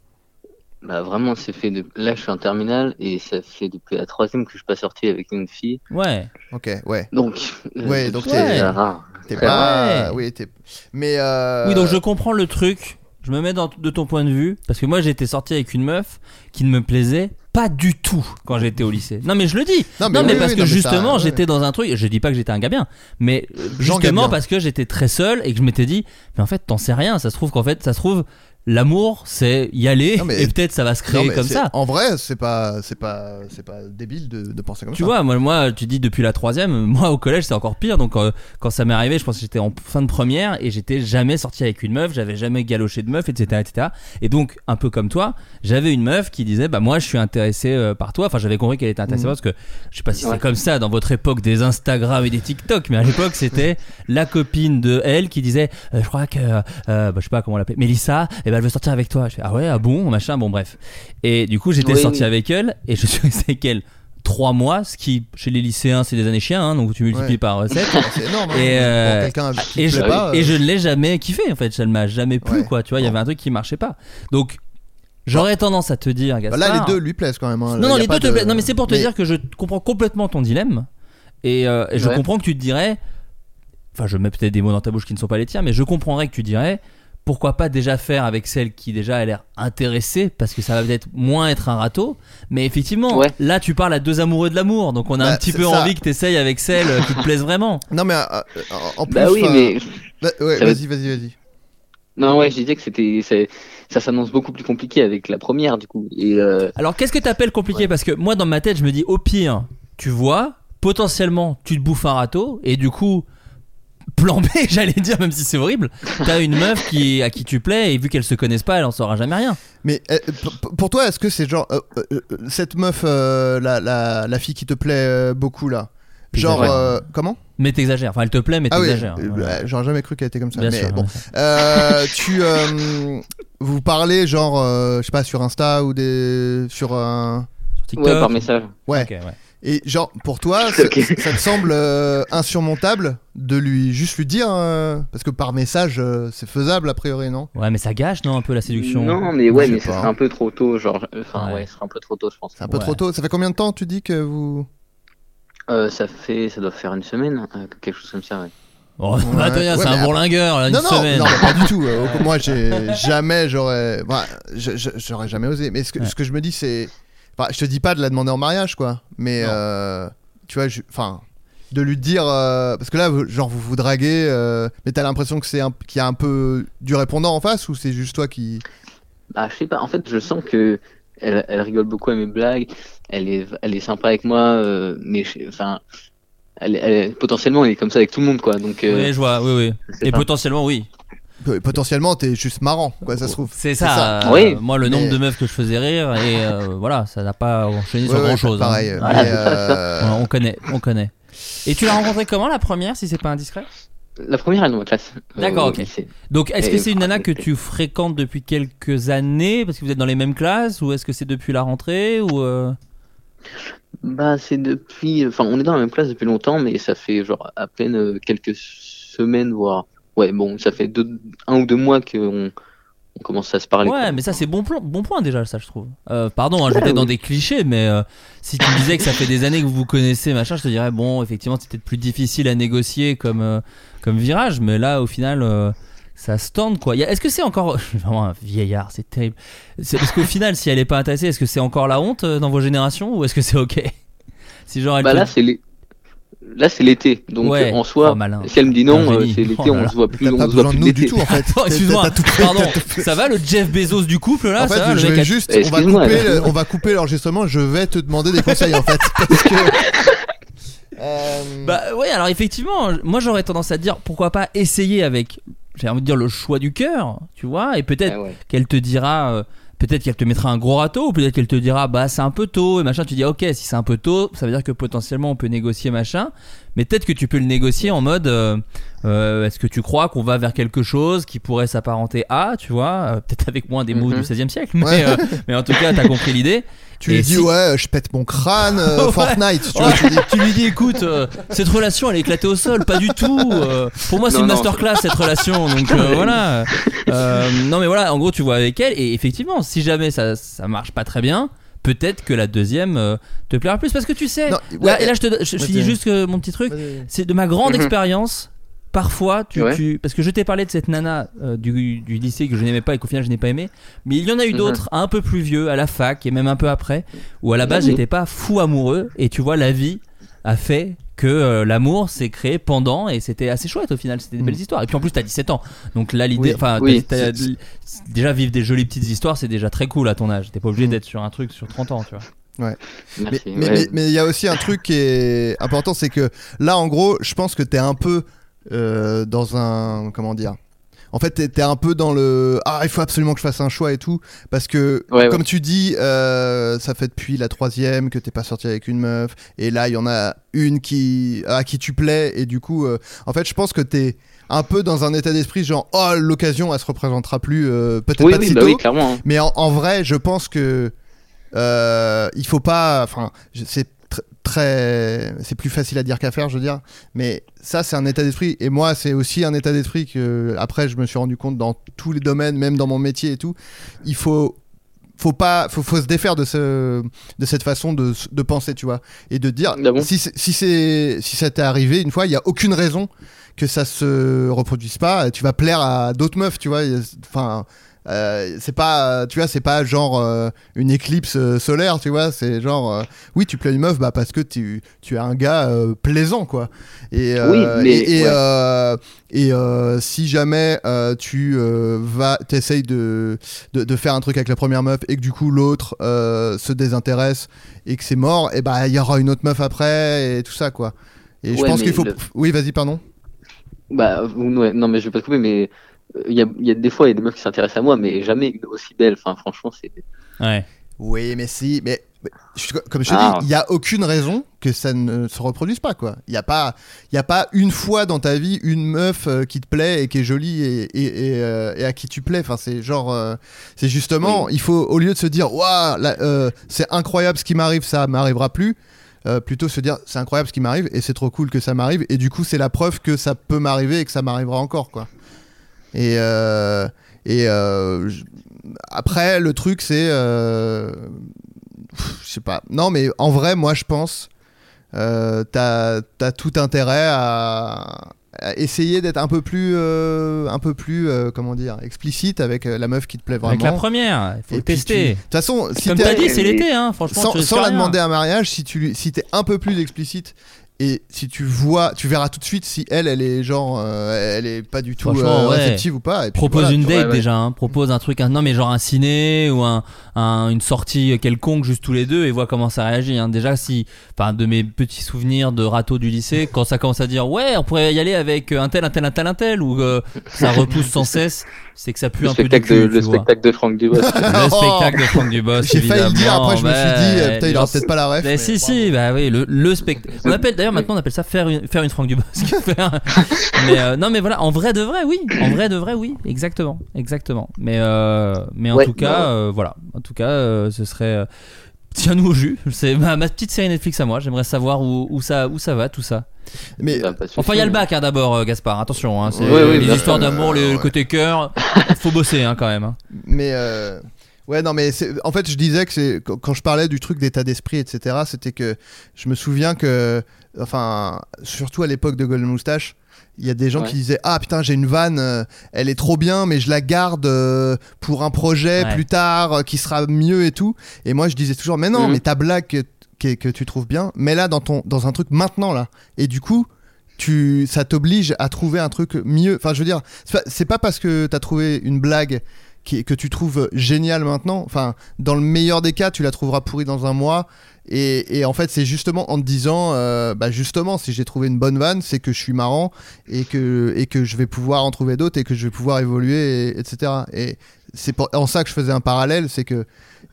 Speaker 9: Bah vraiment, c'est fait de... Là, je suis en terminale et ça fait depuis la troisième que je suis pas sorti avec une fille.
Speaker 4: Ouais.
Speaker 5: Ok ouais
Speaker 9: Donc,
Speaker 5: Ouais, donc
Speaker 9: Euh, c'est
Speaker 4: t'es-
Speaker 9: rare.
Speaker 5: t'es
Speaker 9: Très
Speaker 5: pas
Speaker 4: vrai.
Speaker 5: oui t'es mais euh,
Speaker 4: Oui, donc je comprends le truc. Je me mets dans- de ton point de vue parce que moi j'étais sorti avec une meuf qui ne me plaisait pas du tout quand j'étais au lycée. Non mais je le dis.
Speaker 5: Non, mais oui,
Speaker 4: parce
Speaker 5: oui,
Speaker 4: que
Speaker 5: non, mais
Speaker 4: justement
Speaker 5: ça, ouais.
Speaker 4: j'étais dans un truc. Je dis pas que j'étais un gars bien, mais euh,
Speaker 5: Jean
Speaker 4: justement
Speaker 5: Gabien.
Speaker 4: parce que j'étais très seul et que je m'étais dit mais en fait t'en sais rien. Ça se trouve qu'en fait ça se trouve l'amour c'est y aller
Speaker 5: Non, mais-
Speaker 4: et peut-être ça va se
Speaker 5: non,
Speaker 4: créer
Speaker 5: mais
Speaker 4: comme
Speaker 5: c'est-
Speaker 4: ça.
Speaker 5: En vrai c'est pas c'est pas c'est pas débile de, de penser comme
Speaker 4: Tu
Speaker 5: ça.
Speaker 4: vois, moi, moi, tu dis depuis la troisième, <laughs> moi au collège c'est encore pire. Donc euh, quand ça m'est arrivé, je pense que j'étais en fin de première et j'étais jamais sorti avec une meuf, j'avais jamais galoché de meuf, etc., etc. Et donc un peu comme toi, j'avais une meuf qui disait, bah moi je suis intéressé euh, par toi. Enfin, j'avais compris qu'elle était intéressée
Speaker 5: Mhm.
Speaker 4: parce que je sais pas si
Speaker 9: Ouais.
Speaker 4: c'est comme ça dans votre époque des Instagram et des TikTok, mais à l'époque
Speaker 5: <laughs>
Speaker 4: c'était la copine de elle qui disait, euh, je crois que, euh, bah, je sais pas comment on l'appelait, Mélissa, et ben elle veut sortir avec toi. Je fais, ah ouais, ah bon, machin, bon bref. Et du coup j'étais
Speaker 9: Oui,
Speaker 4: sorti
Speaker 9: oui.
Speaker 4: avec elle et je <laughs> suis resté avec elle trois mois, ce qui chez les lycéens c'est des années chiens, hein, donc tu multiplies
Speaker 5: Ouais.
Speaker 4: par 7.
Speaker 5: <laughs> C'est énorme. hein,
Speaker 4: Et, euh,
Speaker 5: pour quelqu'un à qui
Speaker 4: Et
Speaker 5: te
Speaker 4: je,
Speaker 5: plaît pas,
Speaker 4: et
Speaker 5: euh,
Speaker 4: je ne l'ai jamais kiffé en fait, ça ne m'a jamais plu
Speaker 5: Ouais.
Speaker 4: quoi, tu vois, il y avait un truc qui marchait pas. Donc j'aurais tendance à te dire,
Speaker 5: bah
Speaker 4: Gaspard.
Speaker 5: là les deux lui plaisent quand même. hein.
Speaker 4: Non,
Speaker 5: Y
Speaker 4: non,
Speaker 5: a
Speaker 4: les
Speaker 5: pas
Speaker 4: deux te
Speaker 5: de-
Speaker 4: plaisent. Non, mais c'est pour te dire que je comprends complètement ton dilemme et, euh, et je
Speaker 9: Ouais.
Speaker 4: comprends que tu te dirais, enfin je mets peut-être des mots dans ta bouche qui ne sont pas les tiens, mais je comprendrais que tu dirais. pourquoi pas déjà faire avec celle qui déjà a l'air intéressée parce que ça va peut-être moins être un râteau mais effectivement
Speaker 5: Ouais.
Speaker 4: là tu parles à deux amoureux de l'amour donc on a
Speaker 5: Bah,
Speaker 4: un petit
Speaker 5: c'est
Speaker 4: peu
Speaker 5: ça.
Speaker 4: envie que t'essayes avec celle euh, qui te plaise vraiment
Speaker 5: non mais Euh, en
Speaker 9: Bah oui, mais-
Speaker 5: ouais,
Speaker 9: Ça va-
Speaker 5: vas-y, vas-y, vas-y.
Speaker 9: Non, ouais, je disais que c'était, c'est- ça s'annonce beaucoup plus compliqué avec la première, du coup. Et, euh,
Speaker 4: Alors qu'est-ce que t'appelles compliqué Parce que moi dans ma tête je me dis au pire, tu vois, potentiellement tu te bouffes un râteau et du coup plan B <laughs> j'allais dire même si c'est horrible, t'as une meuf qui à qui tu plais et vu qu'elles se connaissent pas elle en saura jamais rien.
Speaker 5: Mais euh, p- p- pour toi, est-ce que c'est genre euh, euh, euh, cette meuf, euh, la, la, la fille qui te plaît euh, beaucoup là, genre
Speaker 4: T'exagères.
Speaker 5: euh, comment
Speaker 4: Mais t'exagères, enfin elle te plaît mais
Speaker 5: Ah oui,
Speaker 4: t'exagères.
Speaker 5: euh, bah, j'aurais jamais cru qu'elle était comme ça.
Speaker 4: Bien
Speaker 5: mais
Speaker 4: sûr, hein.
Speaker 5: bon,
Speaker 4: bien <laughs>
Speaker 5: Euh, tu euh, vous parlez genre, euh, je sais pas, sur Insta ou des sur un
Speaker 9: TikTok. Ouais, par message.
Speaker 5: Ouais.
Speaker 9: Ok, ouais.
Speaker 5: Et genre pour toi, ça, ça te semble euh, insurmontable de lui juste lui dire euh, parce que par message euh, c'est faisable a priori non
Speaker 4: Ouais mais ça gâche non un peu la séduction.
Speaker 9: Non, mais ouais,
Speaker 5: Je
Speaker 9: mais
Speaker 5: sais
Speaker 9: ce
Speaker 5: pas. hein.
Speaker 9: serait un peu trop tôt, genre. euh, Enfin, ouais, ce serait un peu trop tôt, je pense.
Speaker 5: Un peu trop tôt. Ça fait combien de temps tu dis que vous
Speaker 9: Euh, ça fait, ça doit faire une semaine, euh, quelque chose comme ça, ouais.
Speaker 4: Oh, <laughs> bah, attends, c'est un
Speaker 5: mais-
Speaker 4: bourlingueur, là, une
Speaker 5: non, non,
Speaker 4: semaine.
Speaker 5: Non, mais pas du
Speaker 4: <laughs>
Speaker 5: tout. euh, moi, j'ai jamais, j'aurais, bah, je- je- j'aurais jamais osé. Mais ce que, ce que je me dis, c'est, enfin, je te dis pas de la demander en mariage, quoi. Mais euh, tu vois, je- enfin, de lui dire, euh, parce que là, vous- genre, vous vous draguez, euh, mais t'as l'impression que c'est un, qu'il y a un peu du répondant en face, ou c'est juste toi qui,
Speaker 9: Bah, je sais pas. En fait, je sens que elle, elle rigole beaucoup à mes blagues. Elle est, elle est sympa avec moi, euh, mais je- enfin, elle, elle- potentiellement, elle est comme ça avec tout le monde, quoi. Donc. euh,
Speaker 4: Ouais, je vois, oui oui.
Speaker 9: je sais
Speaker 4: Et
Speaker 9: pas.
Speaker 4: potentiellement oui.
Speaker 5: P- potentiellement, t'es juste marrant, quoi, ça se trouve.
Speaker 4: C'est ça. euh, Moi le nombre
Speaker 5: Mais-
Speaker 4: de meufs que je faisais rire et euh, <laughs> voilà, ça n'a pas enchaîné sur
Speaker 5: Ouais, ouais,
Speaker 4: grand-chose. hein.
Speaker 5: pareil,
Speaker 4: Voilà.
Speaker 5: mais, euh,
Speaker 4: Ouais, On connaît, on connaît. Et tu l'as rencontrée comment la première, si c'est pas indiscret
Speaker 9: La première, elle est dans ma classe. euh,
Speaker 4: D'accord,
Speaker 9: au
Speaker 4: ok.
Speaker 9: lycée.
Speaker 4: Donc, est-ce que
Speaker 9: Et-
Speaker 4: c'est une nana que tu fréquentes depuis quelques années parce que vous êtes dans les mêmes classes ou est-ce que c'est depuis la rentrée ou euh,
Speaker 9: Bah, c'est depuis. Enfin, on est dans la même classe depuis longtemps, mais ça fait genre à peine euh, quelques semaines, voire. Ouais, bon, ça fait deux, un ou deux mois qu'on on commence à se parler.
Speaker 4: Ouais,
Speaker 9: quoi.
Speaker 4: mais ça c'est bon plan, bon point déjà, ça je trouve. Euh, pardon, hein, je vais
Speaker 9: Ouais,
Speaker 4: peut-être dans
Speaker 9: oui.
Speaker 4: des clichés, mais euh, si tu me disais que ça fait des années que vous vous connaissez, machin, je te dirais bon, effectivement, c'est peut-être plus difficile à négocier comme euh, comme virage, mais là au final. euh, ça se tente quoi. Y a- Est-ce que c'est encore <laughs> Je suis vraiment un vieillard, c'est terrible. C'est parce qu'au final, si elle est pas intéressée, est-ce que c'est encore la honte euh, dans vos générations ou est-ce que c'est ok <laughs> Si genre elle
Speaker 9: Bah
Speaker 4: te-
Speaker 9: là, c'est les- Là, c'est l'été, donc
Speaker 4: Ouais.
Speaker 9: euh, en soi,
Speaker 4: Oh, malin.
Speaker 9: si elle me dit
Speaker 4: Un
Speaker 9: non, euh,
Speaker 4: génie.
Speaker 9: c'est
Speaker 4: Oh
Speaker 9: l'été,
Speaker 4: là
Speaker 9: on
Speaker 4: là.
Speaker 9: se voit plus,
Speaker 4: T'as
Speaker 9: on
Speaker 4: pas
Speaker 9: se voit
Speaker 4: besoin de
Speaker 9: plus
Speaker 4: nous
Speaker 9: l'été.
Speaker 4: du tout, en fait. Attends, Oh, excuse-moi. Pardon. Ça va le Jeff Bezos du couple là
Speaker 5: En fait,
Speaker 4: Ah, Ça va, le
Speaker 5: je
Speaker 4: mec
Speaker 5: vais
Speaker 4: a-
Speaker 5: juste, on va,
Speaker 4: Eh, Excuse-moi,
Speaker 5: couper,
Speaker 4: là.
Speaker 5: le- on va couper l'enregistrement. Je vais te demander des
Speaker 4: <laughs>
Speaker 5: conseils en fait. Parce que- Euh,
Speaker 4: Bah oui, alors effectivement, moi j'aurais tendance à te dire pourquoi pas essayer avec, j'ai envie de dire le choix du cœur, tu vois, et peut-être
Speaker 5: Ah
Speaker 4: qu'elle te dira, euh, peut-être qu'elle te mettra un gros râteau, ou peut-être qu'elle te dira bah c'est un peu tôt et machin. Tu dis ok, si c'est un peu tôt, ça veut dire que potentiellement on peut négocier machin, mais peut-être que tu peux le négocier en mode, euh, euh, est-ce que tu crois qu'on va vers quelque chose qui pourrait s'apparenter à, tu vois, euh, peut-être avec moins des mots
Speaker 5: Mhm.
Speaker 4: du 16e siècle, mais,
Speaker 5: Ouais.
Speaker 4: euh, mais en tout cas t'as compris l'idée.
Speaker 5: <laughs> Tu lui
Speaker 4: Et
Speaker 5: dis
Speaker 4: si-
Speaker 5: ouais, euh, je pète mon crâne, euh,
Speaker 4: Ouais.
Speaker 5: Fortnite. Tu vois,
Speaker 4: Ouais.
Speaker 5: tu dis-
Speaker 4: Tu lui dis écoute, euh, cette relation elle est éclatée au sol, pas du tout. euh, pour moi c'est
Speaker 9: Non,
Speaker 4: une
Speaker 9: non.
Speaker 4: masterclass cette relation, donc euh, voilà. Euh, non mais voilà, en gros tu vois avec elle et effectivement si jamais ça ça marche pas très bien. Peut-être que la deuxième euh, te plaira plus parce que tu sais.
Speaker 5: Non,
Speaker 4: là,
Speaker 5: ouais,
Speaker 4: et là, je te je- je
Speaker 5: vas-y.
Speaker 4: finis juste que mon petit truc. C'est de ma grande
Speaker 5: Mhm.
Speaker 4: expérience. Parfois, tu,
Speaker 5: Ouais.
Speaker 4: tu- parce que je t'ai parlé de cette nana euh, du, du lycée que je n'aimais pas et qu'au final je n'ai pas aimé, mais il y en a eu
Speaker 5: Mhm.
Speaker 4: d'autres un peu plus vieux à la fac et même un peu après où à la base
Speaker 5: Mhm.
Speaker 4: j'étais pas fou amoureux et tu vois la vie a fait que euh, l'amour s'est créé pendant et c'était assez chouette au final c'était des belles histoires et puis en plus t'as 17 ans donc là l'idée
Speaker 5: Mhm. Oui.
Speaker 4: enfin t'as-
Speaker 5: Oui.
Speaker 4: t'as-
Speaker 5: C'est-
Speaker 4: déjà vivre des jolies petites histoires c'est déjà très cool à ton âge t'es pas
Speaker 5: Mhm.
Speaker 4: obligé d'être sur un truc sur 30 ans tu vois
Speaker 5: Ouais. Mais
Speaker 9: Merci,
Speaker 5: mais-
Speaker 9: ouais.
Speaker 5: mais- mais il y a aussi un truc qui est important, c'est que là, en gros, je pense que t'es un peu euh, dans un comment dire. En fait, t'es- t'es un peu dans le ah, il faut absolument que je fasse un choix et tout, parce que
Speaker 9: Ouais, ouais.
Speaker 5: comme tu dis, euh, ça fait depuis la troisième que t'es pas sorti avec une meuf, et là, il y en a une qui à qui tu plais, et du coup, euh, en fait, je pense que t'es un peu dans un état d'esprit genre oh l'occasion elle se représentera plus euh, peut-être
Speaker 9: Oui,
Speaker 5: pas de
Speaker 9: oui, bah
Speaker 5: sitôt,
Speaker 9: oui, clairement, hein.
Speaker 5: mais en, en vrai, je pense que euh, il faut pas. Enfin, je- c'est tr- très, c'est plus facile à dire qu'à faire, je veux dire. Mais ça, c'est un état d'esprit. Et moi, c'est aussi un état d'esprit que après, je me suis rendu compte dans tous les domaines, même dans mon métier et tout. Il faut faut pas, faut, faut se défaire de ce, de cette façon de, de penser, tu vois, et de dire
Speaker 9: Ah bon
Speaker 5: si c'est- si c'est si ça t'est arrivé une fois, il y a aucune raison que ça se reproduise pas. Tu vas plaire à d'autres meufs, tu vois. il y a- Enfin. euh, c'est pas tu vois c'est pas genre euh, une éclipse euh, solaire tu vois c'est genre euh, oui tu plais à une meuf bah parce que tu tu es un gars euh, plaisant quoi et euh,
Speaker 9: Oui, mais-
Speaker 5: et, et,
Speaker 9: ouais.
Speaker 5: euh, et, euh, si jamais euh, tu euh, vas t'essayes de, de de faire un truc avec la première meuf et que du coup l'autre euh, se désintéresse et que c'est mort et bah il y aura une autre meuf après et tout ça quoi et je
Speaker 9: Ouais,
Speaker 5: pense
Speaker 9: mais
Speaker 5: qu'il faut
Speaker 9: le-
Speaker 5: oui vas-y pardon
Speaker 9: <laughs> Bah, ouais, non, mais je vais pas te couper, mais euh, il y a, il y a des fois, il y a des meufs qui s'intéressent à moi, mais jamais une aussi belle. Enfin, franchement, c'est.
Speaker 4: Ouais.
Speaker 5: Oui, mais si, mais mais je- comme je te
Speaker 9: Ah.
Speaker 5: dis, il n'y a aucune raison que ça ne se reproduise pas, quoi. Il n'y a pas, il y a pas une fois dans ta vie une meuf euh, qui te plaît et qui est jolie et, et- et, euh, et à qui tu plais. Enfin, c'est genre, euh, c'est justement, il faut au lieu de se dire, waouh, là, euh, c'est incroyable ce qui m'arrive, ça m'arrivera plus. euh, plutôt se dire c'est incroyable ce qui m'arrive et c'est trop cool que ça m'arrive et du coup c'est la preuve que ça peut m'arriver et que ça m'arrivera encore quoi et euh, et euh, j- après le truc c'est euh, je sais pas. Non, mais en vrai, moi, je pense, euh, t'as as tout intérêt à, à essayer d'être un peu plus, euh, un peu plus, euh, comment dire, explicite avec euh, la meuf qui te plaît vraiment.
Speaker 4: Avec la première, il faut
Speaker 5: Et
Speaker 4: le
Speaker 5: puis tu-
Speaker 4: tester.
Speaker 5: De toute façon, si
Speaker 4: Comme
Speaker 5: t'es-
Speaker 4: t'as dit, c'est l'été, hein, franchement,
Speaker 5: Sans,
Speaker 4: tu risques
Speaker 5: sans la
Speaker 4: rien.
Speaker 5: demander à mariage, si tu lui- si t'es un peu plus explicite. Et si tu vois, tu verras tout de suite si elle, elle est genre, euh, elle est pas du tout
Speaker 4: Franchement,
Speaker 5: euh,
Speaker 4: ouais.
Speaker 5: réceptive ou pas. Et puis
Speaker 4: propose
Speaker 5: voilà,
Speaker 4: une
Speaker 5: tu-
Speaker 4: date déjà, hein. propose un truc, un, non mais genre un ciné ou un, un- une sortie quelconque juste tous les deux et vois comment ça réagit. hein. Déjà si, enfin de mes petits souvenirs de râteau du lycée, quand ça commence à dire ouais on pourrait y aller avec un tel, un tel, un tel, un tel ou euh,
Speaker 9: <laughs>
Speaker 4: ça repousse sans cesse, c'est que ça pue
Speaker 9: Le
Speaker 4: un peu du
Speaker 9: spectacle
Speaker 4: cul,
Speaker 9: de-
Speaker 4: tu
Speaker 9: le
Speaker 4: vois.
Speaker 9: spectacle de Franck
Speaker 4: <laughs>
Speaker 9: Dubos.
Speaker 4: Le spectacle de Franck Dubos.
Speaker 5: Oh. J'ai failli le dire, après, je me suis dit, euh,
Speaker 4: évidemment.
Speaker 5: putain, il aura peut-être pas la ref,
Speaker 4: Mais si si, bah oui le, le spectacle. On appelle d'ailleurs maintenant on appelle ça faire une faire une Franck Dubos.
Speaker 9: <laughs>
Speaker 4: Faire- mais euh, non mais voilà en vrai de vrai oui, en vrai de vrai oui, exactement, exactement. Mais euh, mais en
Speaker 9: Ouais,
Speaker 4: tout cas
Speaker 9: bah ouais.
Speaker 4: euh, voilà, en tout cas euh, ce serait euh, tiens-nous au jus. C'est ma, ma petite série Netflix à moi. J'aimerais savoir où, où ça où ça va tout ça.
Speaker 5: Mais
Speaker 4: enfin il y a le bac hein, d'abord euh, Gaspard. Attention hein, c'est
Speaker 9: Bah, Ouais, ouais,
Speaker 4: les
Speaker 9: bien
Speaker 4: histoires
Speaker 9: sûr.
Speaker 4: d'amour, le, le côté cœur. Faut bosser hein, quand même. hein.
Speaker 5: Mais euh, ouais, non, mais c'est- en fait, je disais que c'est quand- quand je parlais du truc d'état d'esprit, etc. C'était que je me souviens que, enfin, surtout à l'époque de Golden Moustache. Il y a des gens
Speaker 9: Ouais.
Speaker 5: qui disaient ah putain j'ai une vanne euh, elle est trop bien mais je la garde euh, pour un projet
Speaker 9: Ouais.
Speaker 5: plus tard euh, qui sera mieux et tout et moi je disais toujours mais non
Speaker 9: Mhm.
Speaker 5: mais ta blague que, que- que tu trouves bien mais là dans ton dans un truc maintenant là et du coup tu ça t'oblige à trouver un truc mieux. Enfin, je veux dire, c'est pas, c'est pas parce que t'as trouvé une blague qui, que tu trouves géniale maintenant. Enfin, dans le meilleur des cas, tu la trouveras pourrie dans un mois. Et, et en fait, c'est justement en te disant, euh, bah justement, si j'ai trouvé une bonne vanne, c'est que je suis marrant et que et que je vais pouvoir en trouver d'autres et que je vais pouvoir évoluer, et- etc. Et c'est pour- en ça que je faisais un parallèle, c'est que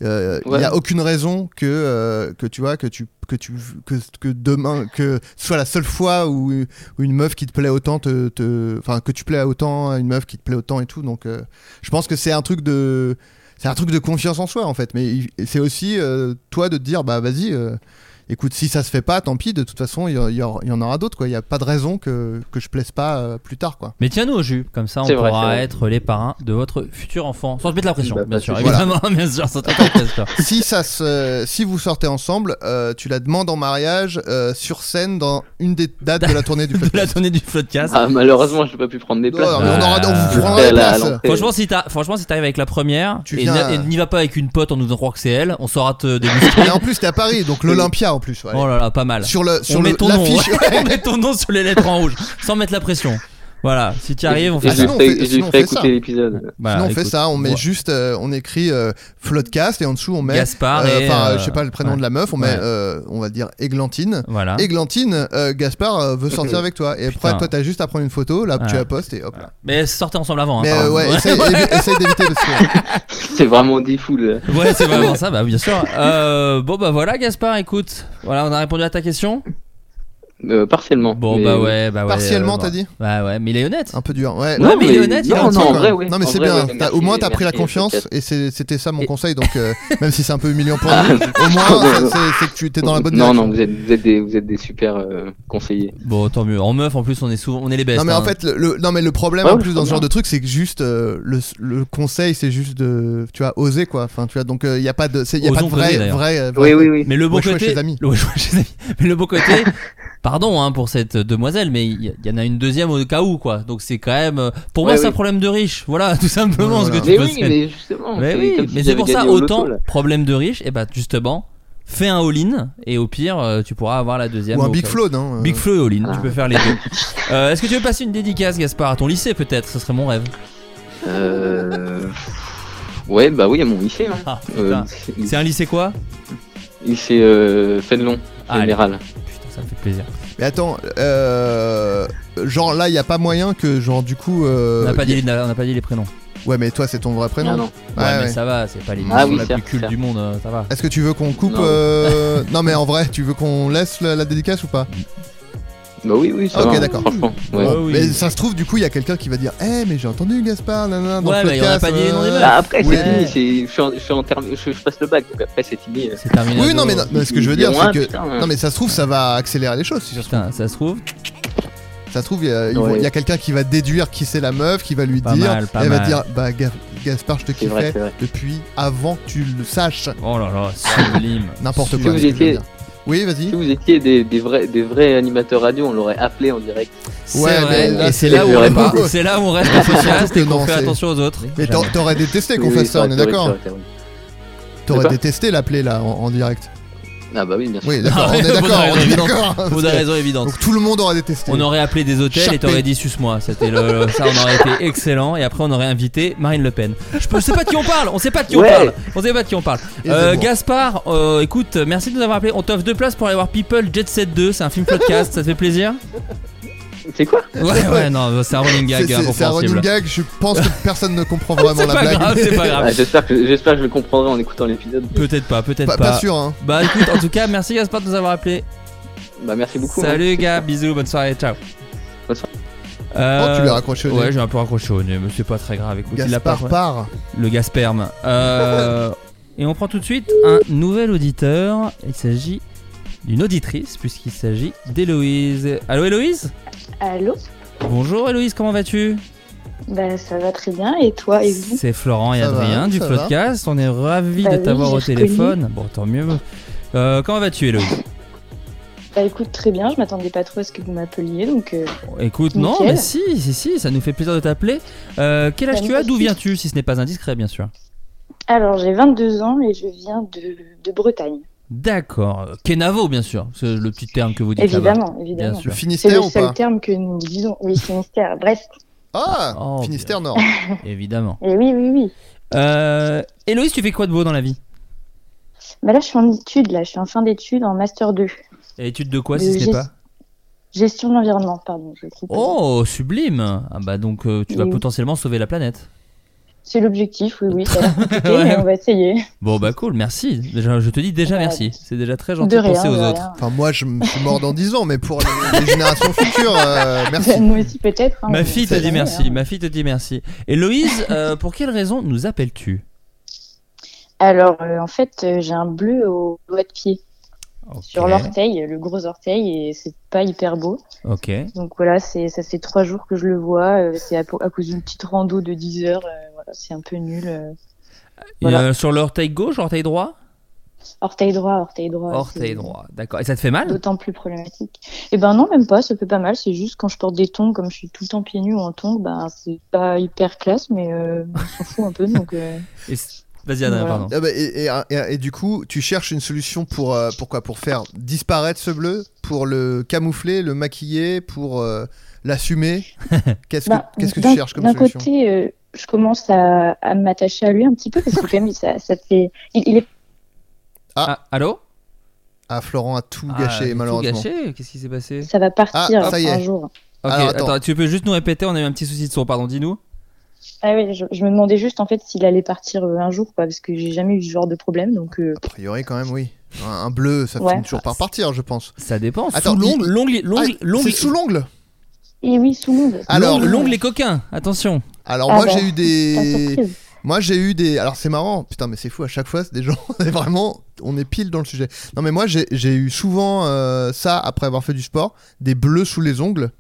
Speaker 5: euh, il y
Speaker 9: Ouais.
Speaker 5: a aucune raison que euh, que tu vois que tu que tu que, que demain que ce soit la seule fois où, où une meuf qui te plaît autant te te- enfin que tu plais autant à une meuf qui te plaît autant et tout donc euh, je pense que c'est un truc de c'est un truc de confiance en soi en fait mais il- c'est aussi euh, toi de te dire bah vas-y euh, écoute si ça se fait pas tant pis de toute façon il y, a- il y a- il y en aura d'autres quoi il y a pas de raison que que je plaise pas euh, plus tard quoi
Speaker 4: Mais tiens-nous au jus, comme ça on
Speaker 5: C'est vrai,
Speaker 4: pourra
Speaker 5: c'est vrai.
Speaker 4: être les parrains de votre futur enfant. Sans te mettre la pression,
Speaker 5: Bah,
Speaker 4: bien
Speaker 5: bah,
Speaker 4: sûr,
Speaker 5: c'est-
Speaker 4: évidemment, <laughs> bien sûr, sans te mettre la pression.
Speaker 5: si ça se, si vous sortez ensemble, euh, tu la demandes en mariage euh, sur scène dans une des dates de la tournée du
Speaker 4: <laughs>
Speaker 5: podcast.
Speaker 4: de la tournée du podcast.
Speaker 9: Ah, malheureusement, j'ai pas pu prendre des
Speaker 5: Non,
Speaker 9: places.
Speaker 5: non, mais on aura- on vous
Speaker 9: Je
Speaker 5: prendra
Speaker 9: serai
Speaker 5: des
Speaker 9: à la- à
Speaker 5: places.
Speaker 9: l'entrée.
Speaker 4: Franchement, si t'as- franchement, si t'arrives avec la première et
Speaker 5: viens-
Speaker 4: n'a- et n'y va pas avec une pote en nous disant croire que c'est elle, on saura te déguster.
Speaker 5: Et en plus, t'es à Paris, donc l'Olympia en plus. ouais.
Speaker 4: Oh là là, pas mal.
Speaker 5: Sur le- sur
Speaker 4: on
Speaker 5: le-
Speaker 4: met ton nom,
Speaker 5: l'affiche.
Speaker 4: <laughs> on met ton nom sur les lettres en rouge, sans mettre la pression. Voilà, si tu arrives, on
Speaker 9: Et
Speaker 4: fait
Speaker 9: je
Speaker 4: ça.
Speaker 9: lui ferai- je lui ferai écouter l'épisode.
Speaker 4: Voilà,
Speaker 5: Sinon, on fait
Speaker 4: Bah, écoute,
Speaker 5: ça, on met
Speaker 4: voilà.
Speaker 5: juste, euh, on écrit euh, Floodcast et en dessous on met
Speaker 4: Gaspard
Speaker 5: euh,
Speaker 4: et,
Speaker 5: enfin,
Speaker 4: euh,
Speaker 5: je sais pas le prénom
Speaker 4: ouais.
Speaker 5: de la meuf, on met,
Speaker 4: Ouais.
Speaker 5: euh, on va dire Églantine.
Speaker 4: Voilà.
Speaker 5: Églantine, euh, Gaspard euh, veut sortir avec toi et après
Speaker 4: Putain.
Speaker 5: toi t'as juste à prendre une photo, là tu
Speaker 4: Voilà.
Speaker 5: la postes et hop là.
Speaker 4: Mais sortez ensemble avant. hein,
Speaker 5: Mais
Speaker 4: par
Speaker 5: euh,
Speaker 4: contre. <laughs>
Speaker 5: ouais, essaye, évi- essaye d'éviter parce que
Speaker 9: <laughs> C'est vraiment des foules.
Speaker 4: Ouais, c'est vraiment ça, bah bien sûr. Euh, bon, bah voilà, Gaspard, écoute, voilà, on a répondu à ta question.
Speaker 9: Euh, partiellement.
Speaker 4: Bon, bah ouais, bah ouais.
Speaker 5: Partiellement,
Speaker 4: euh,
Speaker 5: t'as
Speaker 4: bon.
Speaker 5: dit
Speaker 4: Bah ouais, mais il est honnête.
Speaker 5: Un peu dur, ouais.
Speaker 4: Non, mais il est honnête, il est
Speaker 5: gentil,
Speaker 4: gentil,
Speaker 5: quoi.
Speaker 4: quoi.
Speaker 5: Non, mais c'est bien. T'as- au moins, t'as pris la confiance et c'est- c'était ça mon conseil. Donc,
Speaker 4: <laughs>
Speaker 5: euh, même si c'est un peu humiliant pour
Speaker 9: Ah,
Speaker 5: nous, au moins,
Speaker 9: ouais, <laughs>
Speaker 5: ça,
Speaker 9: ouais.
Speaker 5: c'est c'est que tu t'es dans la bonne
Speaker 9: Non,
Speaker 5: direction.
Speaker 9: non, vous êtes, vous êtes des, vous êtes des super euh, conseillers.
Speaker 4: Bon, tant mieux. En meuf, en plus, on est souvent, on est les best.
Speaker 5: Non, mais en
Speaker 4: hein.
Speaker 5: fait, le, le- non, mais le problème
Speaker 4: Ouais,
Speaker 5: en
Speaker 4: ouais,
Speaker 5: plus
Speaker 4: je
Speaker 5: dans ce
Speaker 4: comprends
Speaker 5: genre de truc, c'est que juste euh, le, le conseil, c'est juste de, tu vois, oser quoi. Enfin, tu vois, donc il n'y a pas de, c'est- y a pas de
Speaker 4: Osons oser,
Speaker 5: vrai,
Speaker 4: d'ailleurs.
Speaker 5: vrai, euh, vrai-
Speaker 4: Mais le bon
Speaker 5: Ouais, je vois
Speaker 4: côté,
Speaker 5: chez les amis.
Speaker 4: le- <laughs> ouais, je vois chez les amis. Mais le bon côté, pardon hein, pour cette demoiselle, mais il y, il y en a une deuxième au cas où quoi. Donc c'est quand même, euh, pour moi,
Speaker 9: Ouais,
Speaker 4: c'est un
Speaker 9: oui.
Speaker 4: problème de riche. Voilà, <laughs> tout simplement ce que tu
Speaker 9: Mais
Speaker 4: peux
Speaker 9: oui,
Speaker 4: faire.
Speaker 9: mais justement,
Speaker 4: Mais
Speaker 9: c'est
Speaker 4: oui,
Speaker 9: comme si
Speaker 4: mais
Speaker 9: ils
Speaker 4: c'est
Speaker 9: avaient
Speaker 4: pour ça
Speaker 9: gagné au loto,
Speaker 4: autant
Speaker 9: là.
Speaker 4: problème de riche. Et bah justement, fais un all-in et au pire, euh, tu pourras avoir la deuxième.
Speaker 5: Ou un
Speaker 4: au
Speaker 5: Big
Speaker 4: cas où.
Speaker 5: Flow, non, euh.
Speaker 4: Big Flow et all-in,
Speaker 5: Ah.
Speaker 4: tu peux faire les deux.
Speaker 9: <laughs>
Speaker 4: Euh, Est-ce que tu veux passer une dédicace, Gaspard, à ton lycée peut-être Ce serait mon rêve.
Speaker 9: Euh... Ouais, bah oui, à mon lycée. hein.
Speaker 4: Ah,
Speaker 9: Euh,
Speaker 4: putain. C'est un lycée quoi
Speaker 9: lycée euh, Fénelon,
Speaker 4: Ah,
Speaker 9: général.
Speaker 4: Putain, ça me fait plaisir.
Speaker 5: Mais attends, euh, genre là, il n'y a pas moyen que, genre, du coup, euh,
Speaker 4: On n'a pas,
Speaker 5: y a-
Speaker 4: dit- on n'a pas dit les prénoms.
Speaker 5: Ouais, mais toi, c'est ton vrai prénom.
Speaker 4: Non, non. Ouais, mais ça va, c'est pas
Speaker 9: Ah
Speaker 4: l'émission la plus culte du monde, euh, ça va.
Speaker 5: Est-ce que tu veux qu'on coupe
Speaker 4: Non.
Speaker 5: euh,
Speaker 9: <laughs>
Speaker 5: Non. mais en vrai, tu veux qu'on laisse la, la dédicace ou pas
Speaker 9: Bah oui, oui, ça
Speaker 5: Ok,
Speaker 9: va,
Speaker 5: d'accord.
Speaker 9: franchement,
Speaker 4: Ah,
Speaker 9: ouais.
Speaker 5: Bon,
Speaker 9: Ouais,
Speaker 5: Mais
Speaker 9: oui.
Speaker 5: ça se trouve, du coup, il y a quelqu'un qui va dire Eh, mais j'ai entendu Gaspard, nanana, dans
Speaker 4: Ouais,
Speaker 5: le
Speaker 4: mais il y en a
Speaker 5: podcast.
Speaker 4: pas dit les noms des
Speaker 5: euh,
Speaker 4: meufs.
Speaker 9: Bah, après, c'est
Speaker 5: ouais.
Speaker 9: fini, c'est- je, suis en- je, suis en termi- je, je passe le bac, donc après c'est fini. euh.
Speaker 4: C'est terminé.
Speaker 5: Oui, non, mais, non, mais ce que je veux dire, c'est que.
Speaker 9: Putain, hein.
Speaker 5: non, mais ça se trouve, ça va accélérer les choses, si ça se trouve.
Speaker 4: Putain, ça se trouve.
Speaker 5: Ça se trouve, il y a, ils
Speaker 9: Ouais.
Speaker 5: vont- il y a quelqu'un qui va déduire qui c'est la meuf, qui va lui
Speaker 4: Pas
Speaker 5: dire.
Speaker 4: mal, pas
Speaker 5: et elle va
Speaker 4: mal.
Speaker 5: dire Bah, Ga- Gaspard, je te
Speaker 9: C'est vrai,
Speaker 5: kiffais
Speaker 9: c'est vrai.
Speaker 5: depuis avant que tu le saches.
Speaker 4: Oh là là, sublime.
Speaker 5: <laughs> N'importe
Speaker 9: Si
Speaker 5: quoi.
Speaker 9: vous
Speaker 5: c'est ce que je veux
Speaker 9: étiez-
Speaker 5: dire. Oui, vas-y.
Speaker 9: Si vous étiez des, des, vrais, des vrais animateurs radio, on l'aurait appelé en direct.
Speaker 4: C'est vrai, et c'est là, où
Speaker 9: Je
Speaker 4: on
Speaker 9: l'aurais
Speaker 4: reste-
Speaker 9: pas.
Speaker 4: c'est là où on reste
Speaker 5: Ah, <laughs> surtout
Speaker 4: enthousiaste
Speaker 5: que
Speaker 4: et qu'on
Speaker 5: non,
Speaker 4: fait
Speaker 5: c'est-
Speaker 4: attention aux autres.
Speaker 5: Mais
Speaker 4: Jamais.
Speaker 5: t'aurais- t'aurais détesté qu'on
Speaker 9: Oui,
Speaker 5: fasse
Speaker 9: oui,
Speaker 5: ça, on est
Speaker 9: t'aurais-
Speaker 5: d'accord
Speaker 9: t'aurais- t'aurais-
Speaker 5: T'aurais
Speaker 9: D'accord.
Speaker 5: détesté l'appeler là en, en direct.
Speaker 9: Ah bah oui, bien sûr.
Speaker 5: Oui, d'accord,
Speaker 4: <laughs> Ah
Speaker 5: on
Speaker 4: ouais,
Speaker 5: est
Speaker 4: pour des
Speaker 5: d'accord, on
Speaker 4: raisons
Speaker 5: est
Speaker 4: évidentes.
Speaker 5: d'accord.
Speaker 4: Pour
Speaker 5: Parce
Speaker 4: des
Speaker 5: que-
Speaker 4: raisons évidentes.
Speaker 5: Donc tout le monde aurait détesté.
Speaker 4: On aurait appelé des hôtels et
Speaker 5: Chapé.
Speaker 4: t'aurais dit suce-moi. C'était le, le- ça, on aurait été excellent. Et après, on aurait invité Marine Le Pen. Je, peux- je sais pas de qui on parle. On sait pas de qui
Speaker 9: Ouais.
Speaker 4: on parle. On sait pas de qui on parle.
Speaker 5: Et
Speaker 4: Euh,
Speaker 5: c'est bon.
Speaker 4: Gaspard, euh, écoute, merci de nous avoir appelé. On t'offre deux places pour aller voir People Jet Set 2. C'est un film podcast. ça te fait plaisir
Speaker 9: C'est quoi
Speaker 4: Ouais, ouais, non, c'est un running
Speaker 5: C'est-
Speaker 4: gag.
Speaker 5: C'est c'est un running gag, je pense que personne ne comprend
Speaker 4: <laughs>
Speaker 5: vraiment
Speaker 4: C'est
Speaker 5: la
Speaker 4: pas
Speaker 5: blague.
Speaker 4: grave, c'est pas
Speaker 9: Ah,
Speaker 4: grave.
Speaker 9: J'espère que, j'espère que je le comprendrai en écoutant l'épisode.
Speaker 4: Peut-être pas, peut-être pas.
Speaker 5: Pas, pas sûr, hein.
Speaker 4: Bah écoute, en tout cas, merci Gaspard de nous avoir appelé.
Speaker 9: Bah merci beaucoup.
Speaker 4: Salut
Speaker 9: hein.
Speaker 4: gars, bisous, bonne soirée, ciao.
Speaker 9: Bonne soirée.
Speaker 4: Euh,
Speaker 5: Oh, tu l'as raccroché au nez.
Speaker 4: Ouais, j'ai un peu raccroché au nez, mais c'est pas très grave. Écoute, il a pas.
Speaker 5: Gaspard part.
Speaker 4: Le Gasperme.
Speaker 5: <laughs>
Speaker 4: Euh, et on prend tout de suite un nouvel auditeur. Il s'agit d'une auditrice, puisqu'il s'agit d'Héloïse. Allô Héloïse
Speaker 10: Allô
Speaker 4: Bonjour Héloïse, comment vas-tu
Speaker 10: Ben ça va très bien et toi et vous
Speaker 4: C'est Florent et
Speaker 5: Ça va,
Speaker 4: Adrien du
Speaker 5: ça
Speaker 4: podcast. On est ravis
Speaker 10: Bah
Speaker 4: de
Speaker 10: oui,
Speaker 4: t'avoir
Speaker 10: j'ai
Speaker 4: au
Speaker 10: reconnu.
Speaker 4: téléphone. Bon, tant mieux. Euh, comment vas-tu Héloïse
Speaker 10: Bah écoute très bien, je m'attendais pas trop à ce que vous m'appeliez donc euh,
Speaker 4: Écoute, non,
Speaker 10: Nickel.
Speaker 4: mais si, si, si, ça nous fait plaisir de t'appeler. Euh, quel âge
Speaker 10: Bah,
Speaker 4: tu as
Speaker 10: merci.
Speaker 4: D'où viens-tu Si ce n'est pas indiscret, bien sûr.
Speaker 10: alors j'ai 22 ans et je viens de, de Bretagne.
Speaker 4: D'accord. Kenavo, bien sûr. C'est le petit terme que vous dites là-bas.
Speaker 10: évidemment, évidemment.
Speaker 4: Bien sûr.
Speaker 10: C'est le
Speaker 5: Finistère ou
Speaker 10: seul
Speaker 5: pas
Speaker 10: terme que nous disons. Oui, Finistère, Brest.
Speaker 5: Ah
Speaker 4: Oh,
Speaker 5: Finistère Nord.
Speaker 4: bien, <laughs> Évidemment.
Speaker 10: <laughs> Et oui, oui, oui.
Speaker 4: Euh, Héloïse, tu fais quoi de beau dans la vie
Speaker 10: Bah là je suis en études là, je suis en fin d'études en master 2.
Speaker 4: Et Étude de quoi,
Speaker 10: De
Speaker 4: si ce n'est
Speaker 10: gest-
Speaker 4: pas
Speaker 10: Gestion de l'environnement, pardon. je suis pas-
Speaker 4: Oh, sublime Ah bah donc euh, tu vas
Speaker 10: Oui.
Speaker 4: potentiellement sauver la planète.
Speaker 10: C'est
Speaker 4: <laughs>
Speaker 10: l'objectif, <laughs> oui, oui, ça a l'air compliqué,
Speaker 4: Ouais.
Speaker 10: mais on va essayer.
Speaker 4: Bon bah cool, merci. Déjà, je te dis déjà merci. C'est déjà très gentil
Speaker 10: De
Speaker 4: de penser
Speaker 10: rien,
Speaker 4: aux
Speaker 10: de
Speaker 4: autres.
Speaker 10: rien.
Speaker 5: Enfin, moi, je me suis mort dans 10 ans, mais pour les, les générations futures,
Speaker 10: <laughs>
Speaker 5: euh, merci.
Speaker 10: Bah, Nous aussi peut-être. hein,
Speaker 4: Ma
Speaker 10: on
Speaker 4: fille
Speaker 10: sait
Speaker 4: te dit
Speaker 10: jamais,
Speaker 4: merci, ma fille te dit merci. Héloïse,
Speaker 10: <laughs>
Speaker 4: euh, pour quelle raison nous appelles-tu
Speaker 10: Alors, euh, en fait, euh, j'ai un bleu au doigt de pied,
Speaker 4: Ok.
Speaker 10: sur l'orteil, le gros orteil, et c'est pas hyper beau.
Speaker 4: Ok.
Speaker 10: Donc voilà, c'est ça fait trois jours que je le vois. euh, c'est à, po- à cause d'une petite rando de 10 heures. euh, voilà, c'est un peu nul. euh.
Speaker 4: Et,
Speaker 10: Voilà.
Speaker 4: euh, sur l'orteil gauche, orteil droit
Speaker 10: Orteil droit, orteil droit.
Speaker 4: Orteil
Speaker 10: c'est
Speaker 4: droit, d'accord. Et ça te fait mal
Speaker 10: D'autant plus problématique. Et ben non, même pas. Ça fait pas mal. C'est juste quand je porte des tongs, comme je suis tout le temps pieds nus ou en tongs, ben c'est pas hyper classe, mais euh, on s'en fout un peu. Donc euh,
Speaker 4: Et c- Vas-y, Adrien,
Speaker 10: Voilà.
Speaker 4: pardon.
Speaker 5: Ah bah, et, et- et- et du coup, tu cherches une solution pour, euh, pour quoi Pour faire disparaître ce bleu Pour le camoufler, le maquiller Pour euh,
Speaker 4: <laughs>
Speaker 5: l'assumer Qu'est-ce que,
Speaker 10: Bah,
Speaker 5: qu'est-ce que
Speaker 10: d'un-
Speaker 5: tu cherches comme
Speaker 10: D'un
Speaker 5: solution
Speaker 10: côté, euh, je commence à, à m'attacher à lui un petit peu parce que quand même, ça, ça fait. Il, il est
Speaker 4: Ah, allô
Speaker 5: Ah, Florent a tout
Speaker 4: Ah,
Speaker 5: gâché,
Speaker 4: tout
Speaker 5: malheureusement.
Speaker 4: gâché Qu'est-ce qui s'est passé
Speaker 10: Ça va partir
Speaker 5: Ah, ça y est.
Speaker 10: un jour.
Speaker 4: Ok,
Speaker 5: Alors,
Speaker 4: attends.
Speaker 5: attends.
Speaker 4: tu peux juste nous répéter, on a eu un petit souci de son, pardon, dis-nous.
Speaker 10: Ah oui, je, je me demandais juste en fait s'il allait partir euh, un jour, quoi, parce que j'ai jamais eu ce genre de problème, donc euh,
Speaker 5: A priori, quand même, oui. Un, un bleu, ça
Speaker 10: Ouais.
Speaker 5: finit toujours par partir, je pense.
Speaker 4: Ça dépend.
Speaker 5: Attends,
Speaker 4: sous l'ongle,
Speaker 5: il-
Speaker 4: l'ongle, l'ongle,
Speaker 5: Ah,
Speaker 4: l'ongle.
Speaker 5: c'est sous l'ongle.
Speaker 10: Et Eh oui, sous l'ongle.
Speaker 5: Alors-
Speaker 4: l'ongle, l'ongle est coquin. Attention.
Speaker 5: Alors
Speaker 4: Ah
Speaker 5: moi
Speaker 4: bah,
Speaker 5: j'ai eu
Speaker 4: <laughs> la
Speaker 5: des
Speaker 4: surprise.
Speaker 5: moi j'ai eu des alors c'est marrant putain mais c'est fou à chaque fois c'est des gens <laughs> on est vraiment on est pile dans le sujet. Non mais moi j'ai j'ai eu souvent euh, ça après avoir fait du sport des bleus sous les ongles.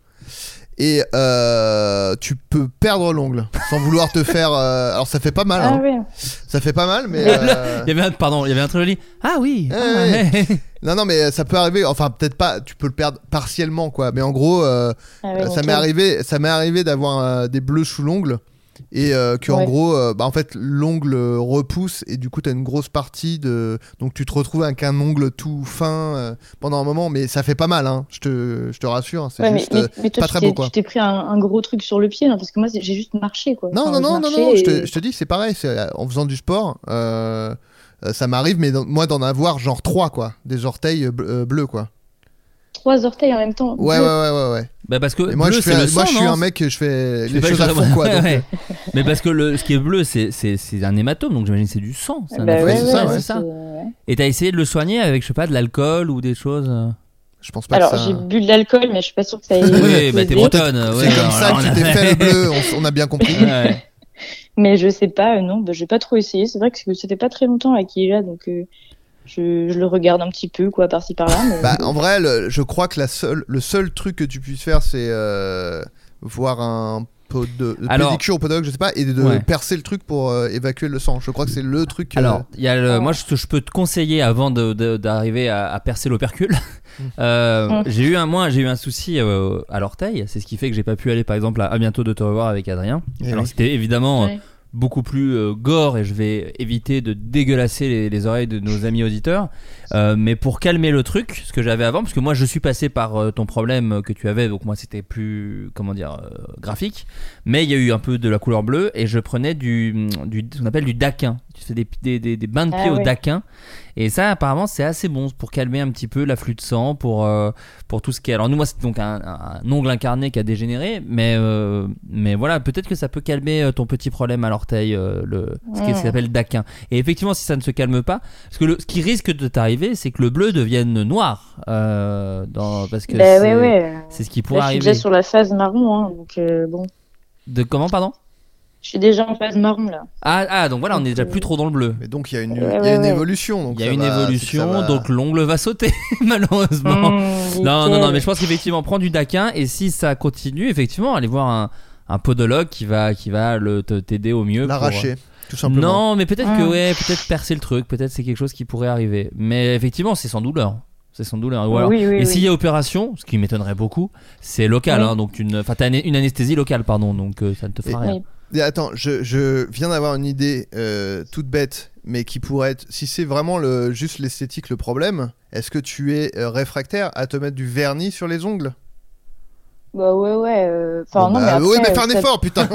Speaker 5: Et euh, tu peux perdre l'ongle sans vouloir te faire. euh, Alors ça fait pas mal.
Speaker 10: Ah
Speaker 5: hein.
Speaker 10: ouais.
Speaker 5: Ça fait pas mal, mais.
Speaker 4: Et <laughs> là,
Speaker 5: euh, Eh,
Speaker 4: Il y avait un, pardon, il y avait un truc joli. Ah oui.
Speaker 5: Ouais, ouais. Non, non, mais ça peut arriver. Enfin, peut-être pas. Tu peux le perdre partiellement, quoi. Mais en gros, euh,
Speaker 4: Ah ouais,
Speaker 5: ça
Speaker 4: ok.
Speaker 5: m'est arrivé. Ça m'est arrivé d'avoir euh, des bleus sous l'ongle et euh, que en
Speaker 4: Ouais.
Speaker 5: gros, euh, bah, en fait, l'ongle repousse et du coup, t'as une grosse partie de. Donc, tu te retrouves avec un ongle tout fin euh, pendant un moment, mais ça fait pas mal. Hein. Je te, je te rassure. hein. C'est
Speaker 10: Ouais, mais,
Speaker 5: juste
Speaker 10: mais-
Speaker 5: euh,
Speaker 10: mais toi,
Speaker 5: pas
Speaker 10: tu
Speaker 5: très
Speaker 10: t'es-
Speaker 5: beau, quoi.
Speaker 10: tu t'es pris un, un gros truc sur le pied, là, parce que moi, c'est- j'ai juste marché, quoi.
Speaker 5: Non,
Speaker 10: Enfin,
Speaker 5: non,
Speaker 10: j'ai
Speaker 5: non, non,
Speaker 10: marché
Speaker 5: non, je
Speaker 10: et-
Speaker 5: te, je te dis, c'est pareil. c'est, euh, En faisant du sport, euh, euh, ça m'arrive, mais dans- moi, d'en avoir genre 3, quoi. Des orteils euh, bleu- euh, bleus, quoi.
Speaker 10: Trois orteils en même temps.
Speaker 5: Ouais, ouais,
Speaker 10: Deux.
Speaker 5: ouais, ouais. ouais.
Speaker 4: Bah parce que
Speaker 5: Et moi,
Speaker 4: bleu,
Speaker 5: je,
Speaker 4: c'est
Speaker 5: fais-
Speaker 4: le
Speaker 5: moi,
Speaker 4: sang,
Speaker 5: je suis
Speaker 4: non
Speaker 5: un mec, je fais
Speaker 4: Je sais
Speaker 5: les
Speaker 4: pas
Speaker 5: choses
Speaker 4: que
Speaker 5: à
Speaker 4: ça-
Speaker 5: fond, quoi.
Speaker 4: Ouais, <laughs>
Speaker 5: donc,
Speaker 4: ouais.
Speaker 5: euh,
Speaker 4: Mais parce que le, ce qui est bleu, c'est, c'est, c'est un hématome, donc j'imagine que c'est du sang. C'est un
Speaker 10: Bah
Speaker 4: affreux,
Speaker 10: ouais,
Speaker 4: c'est
Speaker 10: ouais,
Speaker 4: ça,
Speaker 10: ouais,
Speaker 4: c'est ça. Et t'as essayé de le soigner avec, je sais pas, de l'alcool ou des choses euh
Speaker 5: Je pense
Speaker 10: Alors, j'ai bu de l'alcool, mais je suis pas sûre que ça ait.
Speaker 4: Oui, bah t'es
Speaker 10: aidé.
Speaker 4: bretonne.
Speaker 5: C'est
Speaker 4: ouais,
Speaker 5: comme
Speaker 4: alors
Speaker 5: ça que
Speaker 4: là,
Speaker 5: tu t'es
Speaker 4: on a-
Speaker 5: fait
Speaker 4: <laughs>
Speaker 5: le bleu, on, s- on a bien compris.
Speaker 4: Ouais.
Speaker 10: <laughs> Mais je sais pas, euh, non, bah, j'ai pas trop essayé. C'est vrai que c'était pas très longtemps là qu'il est là, donc euh, je, je le regarde un petit peu, quoi, par-ci par-là.
Speaker 4: <laughs>
Speaker 10: mais-
Speaker 5: Bah, en vrai, le- je crois que la seule, le seul truc que tu puisses faire, c'est euh, voir un pot de, de
Speaker 4: Alors-
Speaker 5: pédicure ou podologue, je sais pas, et de
Speaker 4: Ouais.
Speaker 5: percer le truc pour euh, évacuer le sang. Je crois que c'est le truc. euh,
Speaker 4: Alors, il y a le- moi, je, te- je peux te conseiller avant de- de- d'arriver à, à percer l'opercule. Euh,
Speaker 5: Mm.
Speaker 4: J'ai eu un moi, j'ai eu un souci euh, à l'orteil. C'est ce qui fait que j'ai pas pu aller, par exemple, à, à bientôt de te revoir avec Adrien.
Speaker 5: Eh
Speaker 4: Alors
Speaker 5: oui.
Speaker 4: c'était évidemment euh,
Speaker 5: Ouais.
Speaker 4: beaucoup plus euh, gore et je vais éviter de dégueulasser les, les oreilles de nos amis auditeurs. Euh, mais pour calmer le truc, ce que j'avais avant, parce que moi je suis passé par euh, ton problème que tu avais, donc moi c'était plus comment dire euh, graphique. Mais il y a eu un peu de la couleur bleue et je prenais du, du ce qu'on appelle du daquin. Tu fais des, des, des, des bains de
Speaker 10: Ah
Speaker 4: pied au
Speaker 10: ouais.
Speaker 4: daquin. Et ça, apparemment, c'est assez bon pour calmer un petit peu l'afflux de sang, pour, euh, pour tout ce qui est. Alors, nous, moi, c'est donc un, un- un ongle incarné qui a dégénéré, mais, euh, mais voilà, peut-être que ça peut calmer euh, ton petit problème à l'orteil, euh, le, ce qui
Speaker 10: Mm.
Speaker 4: ce qui s'appelle daquin. Et effectivement, si ça ne se calme pas, parce que le- ce qui risque de t'arriver, c'est que le bleu devienne noir. euh, dans, parce que
Speaker 10: Bah ouais,
Speaker 4: c'est
Speaker 10: ouais. euh,
Speaker 4: c'est ce qui pourrait
Speaker 10: Là, je suis
Speaker 4: arriver.
Speaker 10: déjà sur la phase marron, hein, donc euh, bon.
Speaker 4: De comment, pardon
Speaker 10: Je suis déjà en phase marron, là.
Speaker 4: Ah, ah, donc voilà, on n'est déjà plus trop dans le bleu.
Speaker 5: Mais donc il y a une,
Speaker 10: Ouais, il y a une ouais, ouais.
Speaker 5: évolution.
Speaker 4: Il y a
Speaker 5: ça
Speaker 4: une
Speaker 5: va,
Speaker 4: évolution,
Speaker 5: c'est que ça va-
Speaker 4: donc l'ongle va sauter, <laughs> malheureusement.
Speaker 10: Mmh,
Speaker 4: non, non,
Speaker 10: nickel.
Speaker 4: non, mais je pense qu'effectivement, prends du daquin et si ça continue, effectivement, allez voir un, un podologue qui va, qui va le, te- t'aider au mieux. pour-
Speaker 5: L'arracher, tout simplement.
Speaker 4: Non, mais peut-être que,
Speaker 5: Ah.
Speaker 4: ouais, peut-être percer le truc, peut-être c'est quelque chose qui pourrait arriver. Mais effectivement, c'est sans douleur. C'est sans douleur. Ou alors-
Speaker 10: Oui, oui,
Speaker 4: et
Speaker 10: oui.
Speaker 4: s'il y a opération, ce qui m'étonnerait beaucoup, c'est local,
Speaker 10: Oui.
Speaker 4: hein, donc tu ne- enfin, t'as une, une anesthésie locale, pardon, donc euh, ça ne te fera rien.
Speaker 5: Et attends, je, je viens d'avoir une idée euh, toute bête, mais qui pourrait être. Si c'est vraiment le, juste l'esthétique le problème, est-ce que tu es euh, réfractaire à te mettre du vernis sur les ongles
Speaker 10: Bah ouais, ouais. euh, Enfin, non,
Speaker 5: Bah,
Speaker 10: mais après,
Speaker 5: Oui, mais faire un
Speaker 10: ça-
Speaker 5: effort,
Speaker 10: <laughs>
Speaker 5: putain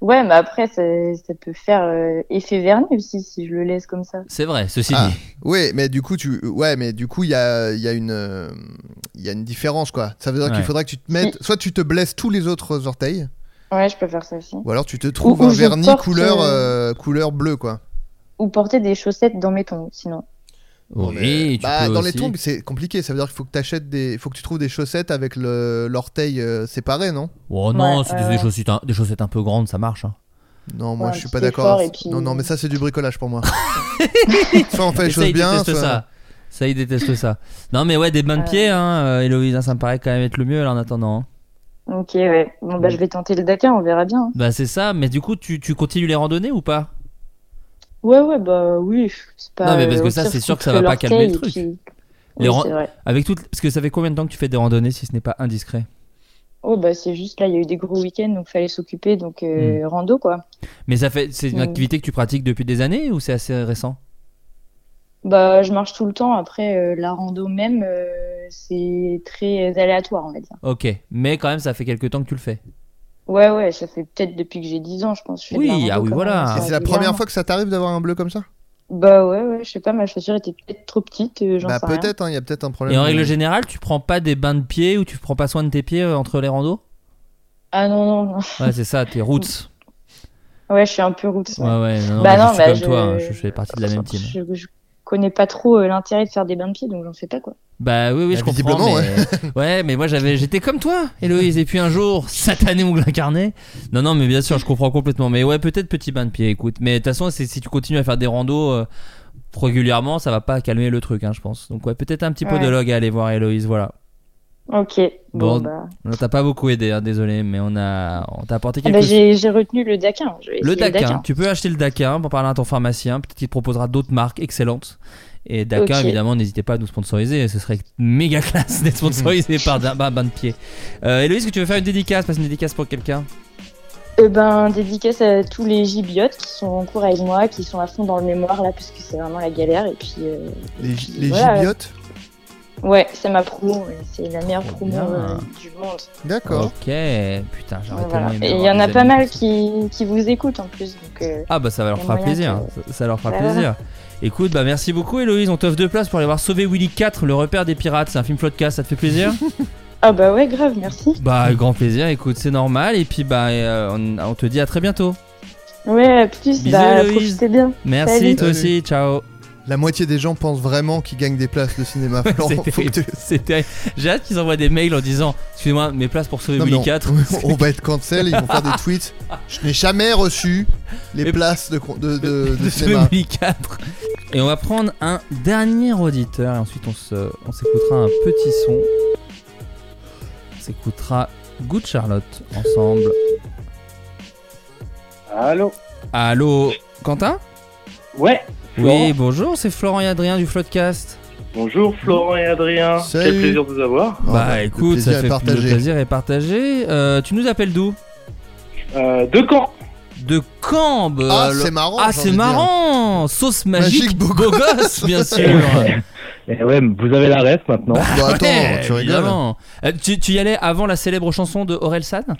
Speaker 10: Ouais, mais après, ça, ça peut faire euh, effet vernis aussi si je le laisse comme ça.
Speaker 4: C'est vrai, ceci
Speaker 5: Ah,
Speaker 4: dit.
Speaker 5: Oui, mais du coup, tu. Ouais, mais du coup, il y a, il y, a une, euh, il y a une différence, quoi. Ça veut dire qu'il
Speaker 4: Ouais.
Speaker 5: faudrait que tu te mettes. Soit tu te blesses tous les autres orteils,
Speaker 10: Ouais, je peux faire ça aussi.
Speaker 5: ou alors tu te trouves
Speaker 10: Ou- ou
Speaker 5: un
Speaker 10: je
Speaker 5: vernis
Speaker 10: porte,
Speaker 5: couleur,
Speaker 10: euh,
Speaker 5: euh, couleur bleue, quoi.
Speaker 10: Ou porter des chaussettes dans mes tongs, sinon.
Speaker 4: Oui, tu
Speaker 5: Bah,
Speaker 4: peux
Speaker 5: dans les
Speaker 4: aussi.
Speaker 5: tongs, c'est compliqué. Ça veut dire qu'il faut que t'achètes des, faut que tu trouves des chaussettes avec le- l'orteil euh, séparé, non
Speaker 4: Oh non,
Speaker 5: Ouais,
Speaker 4: c'est
Speaker 5: ouais,
Speaker 4: des,
Speaker 5: ouais.
Speaker 4: chaussettes, un- des chaussettes un peu grandes, ça marche. hein.
Speaker 5: Non, moi
Speaker 4: Ouais, un
Speaker 5: je suis
Speaker 4: petit
Speaker 5: pas d'accord.
Speaker 4: effort et puis-
Speaker 5: Non, non, mais ça c'est du bricolage pour moi. soit on fait les
Speaker 4: Et ça,
Speaker 5: choses
Speaker 4: il
Speaker 5: bien,
Speaker 4: déteste
Speaker 5: soit.
Speaker 4: ça. Ça, il déteste ça. Non, mais ouais, des bains de pied, hein, euh, Héloïse, hein, ça me paraît quand même être le mieux là en attendant. hein.
Speaker 10: Ok, ouais. Bon, bah, je vais tenter le Dakar, on verra bien. hein.
Speaker 4: Bah, c'est ça, mais du coup, tu, tu continues les randonnées ou pas
Speaker 10: Ouais, ouais, bah oui. C'est pas,
Speaker 4: Non, mais parce
Speaker 10: euh,
Speaker 4: que
Speaker 10: au
Speaker 4: ça,
Speaker 10: pire,
Speaker 4: c'est sûr
Speaker 10: je
Speaker 4: que ça va pas
Speaker 10: l'orteil,
Speaker 4: calmer le
Speaker 10: et
Speaker 4: truc.
Speaker 10: puis-
Speaker 4: Les
Speaker 10: Oui,
Speaker 4: ran-
Speaker 10: c'est vrai.
Speaker 4: Avec toutes... Parce que ça fait combien de temps que tu fais des randonnées si ce n'est pas indiscret
Speaker 10: Oh, bah c'est juste là, il y a eu des gros week-ends, donc fallait s'occuper, donc euh,
Speaker 4: Hmm.
Speaker 10: rando, quoi.
Speaker 4: Mais ça fait... c'est une
Speaker 10: Mm.
Speaker 4: activité que tu pratiques depuis des années ou c'est assez récent
Speaker 10: Bah, je marche tout le temps. Après, euh, la rando même, euh, c'est très aléatoire, on va dire.
Speaker 4: Ok, mais quand même, ça fait quelques temps que tu le fais.
Speaker 10: Ouais, ouais, ça fait peut-être depuis que j'ai 10 ans, je pense. que je fais de la
Speaker 4: Oui,
Speaker 10: rando
Speaker 4: ah oui,
Speaker 10: quand même
Speaker 4: voilà.
Speaker 10: assez régulièrement.
Speaker 5: que ça t'arrive d'avoir un bleu comme ça
Speaker 10: Bah ouais, ouais, je sais pas, ma chaussure était peut-être trop petite, euh, j'en
Speaker 5: Bah
Speaker 10: sais rien.
Speaker 5: peut-être, hein, il y a peut-être un problème.
Speaker 4: Et en règle générale, tu prends pas des bains de pied ou tu prends pas soin de tes pieds euh, entre les randos
Speaker 10: Ah non, non, non.
Speaker 4: Ouais, c'est ça, tes roots.
Speaker 10: <laughs> Ouais, je suis un peu route.
Speaker 4: Ouais, ouais, non, non,
Speaker 10: bah
Speaker 4: mais je
Speaker 10: non,
Speaker 4: suis
Speaker 10: bah
Speaker 4: comme
Speaker 10: je... Bah,
Speaker 4: toi, hein, je je fais partie de la même team.
Speaker 10: je- je connais pas trop euh, l'intérêt de faire des bains de pied, donc j'en fais pas quoi.
Speaker 4: Bah oui, oui, je comprends.
Speaker 5: visiblement,
Speaker 4: Mais... <laughs> ouais, mais moi j'avais, j'étais comme toi, Héloïse. Et puis un jour, <laughs> satané ongle incarné. Non, non, mais bien sûr, je comprends complètement. Mais ouais, peut-être petit bain de pied, écoute. Mais de toute façon, c'est- si tu continues à faire des randos euh, régulièrement, ça va pas calmer le truc, hein, je pense. Donc ouais, peut-être un petit
Speaker 10: Ouais.
Speaker 4: podologue à aller voir, Héloïse. Voilà.
Speaker 10: Ok. Bon,
Speaker 4: Bon,
Speaker 10: bah.
Speaker 4: on t'a pas beaucoup aidé, hein, désolé, mais on a, on t'a apporté
Speaker 10: Ah
Speaker 4: quelques.
Speaker 10: bah, j'ai j'ai retenu le Dakin. Je vais
Speaker 4: le
Speaker 10: essayer
Speaker 4: Dakin. Tu peux acheter le Dakin pour parler à ton pharmacien. Peut-être qu'il te proposera d'autres marques excellentes. Et Dakin,
Speaker 10: Ok.
Speaker 4: évidemment, n'hésitez pas à nous sponsoriser. Ce serait méga classe d'être sponsorisé
Speaker 10: <laughs>
Speaker 4: par un bain bain de pied. Euh, Héloïse, est-ce que tu veux faire une dédicace Passe une dédicace pour quelqu'un
Speaker 10: Eh ben, dédicace à tous les gibiotes qui sont en cours avec moi, qui sont à fond dans le mémoire là, parce que c'est vraiment la galère. Et puis. euh,
Speaker 5: Les,
Speaker 10: puis,
Speaker 5: les
Speaker 10: voilà.
Speaker 5: gibiotes
Speaker 10: Ouais, c'est ma promo. ouais. C'est la meilleure promo
Speaker 4: bien.
Speaker 10: euh, du monde.
Speaker 5: D'accord.
Speaker 4: Ok, putain, j'aurais
Speaker 10: Voilà.
Speaker 4: tellement aimé
Speaker 10: Et il y
Speaker 4: avoir
Speaker 10: en a
Speaker 4: des
Speaker 10: pas
Speaker 4: amis.
Speaker 10: mal qui, qui vous écoutent en plus. Donc, euh,
Speaker 4: Ah bah ça va leur
Speaker 10: y a
Speaker 4: faire
Speaker 10: moyen
Speaker 4: plaisir.
Speaker 10: que-
Speaker 4: Ça, ça leur fera
Speaker 10: Bah,
Speaker 4: plaisir.
Speaker 10: voilà.
Speaker 4: Écoute, bah merci beaucoup Héloïse. On t'offre deux places pour aller voir Sauver Willy 4, le repère des pirates. C'est un film floodcast, ça te fait
Speaker 10: <laughs>
Speaker 4: plaisir
Speaker 10: Ah bah ouais, grave, merci.
Speaker 4: Bah grand plaisir, écoute, c'est normal. Et puis bah euh, on- on te dit à très bientôt.
Speaker 10: Ouais, à plus,
Speaker 4: Bisous,
Speaker 10: bah,
Speaker 4: Héloïse.
Speaker 10: profitez bien.
Speaker 4: Merci,
Speaker 10: Salut.
Speaker 4: toi aussi, ciao.
Speaker 5: La moitié des gens pensent vraiment qu'ils gagnent des places
Speaker 4: <laughs>
Speaker 5: de cinéma. Florent.
Speaker 4: C'est
Speaker 5: Faut que
Speaker 4: terrible,
Speaker 5: tu-
Speaker 4: c'est terrible. J'ai hâte qu'ils envoient des mails en disant Excusez-moi, mes places pour sauver
Speaker 5: Non, mais
Speaker 4: Willy <laughs>
Speaker 5: on-
Speaker 4: 4.
Speaker 5: on <laughs> va être cancel, ils vont
Speaker 4: <laughs>
Speaker 5: faire des tweets. Je n'ai jamais reçu les places de, con-
Speaker 4: <laughs>
Speaker 5: de, de- euh, de
Speaker 4: de
Speaker 5: cinéma.
Speaker 4: Willy 4. Et on va prendre un dernier auditeur et ensuite on se- on s'écoutera un petit son. On s'écoutera Good Charlotte ensemble.
Speaker 11: Allô
Speaker 4: Allô, Quentin
Speaker 11: Ouais
Speaker 4: Oui, bonjour, c'est Florent et Adrien du Floodcast.
Speaker 11: Bonjour Florent et Adrien,
Speaker 4: Salut.
Speaker 11: quel plaisir de vous
Speaker 5: Ah
Speaker 11: avoir.
Speaker 4: bah, écoute, ça fait le plaisir est partagé. Euh, tu nous appelles d'où
Speaker 11: Euh, de Caen.
Speaker 4: De Caen bah,
Speaker 5: Ah,
Speaker 4: alors-
Speaker 5: c'est marrant,
Speaker 4: Ah,
Speaker 5: j'ai
Speaker 4: c'est
Speaker 5: envie de
Speaker 4: marrant Sauce magique,
Speaker 5: Magique
Speaker 4: beau,
Speaker 5: beau
Speaker 4: gosse,
Speaker 5: gosse. <laughs>
Speaker 4: bien sûr
Speaker 11: Eh ouais, vous avez la ref maintenant.
Speaker 5: Bah, attends,
Speaker 4: Ouais,
Speaker 5: tu rigoles.
Speaker 4: évidemment. Euh, tu, tu y allais avant la célèbre chanson de Aurel San
Speaker 5: Ah,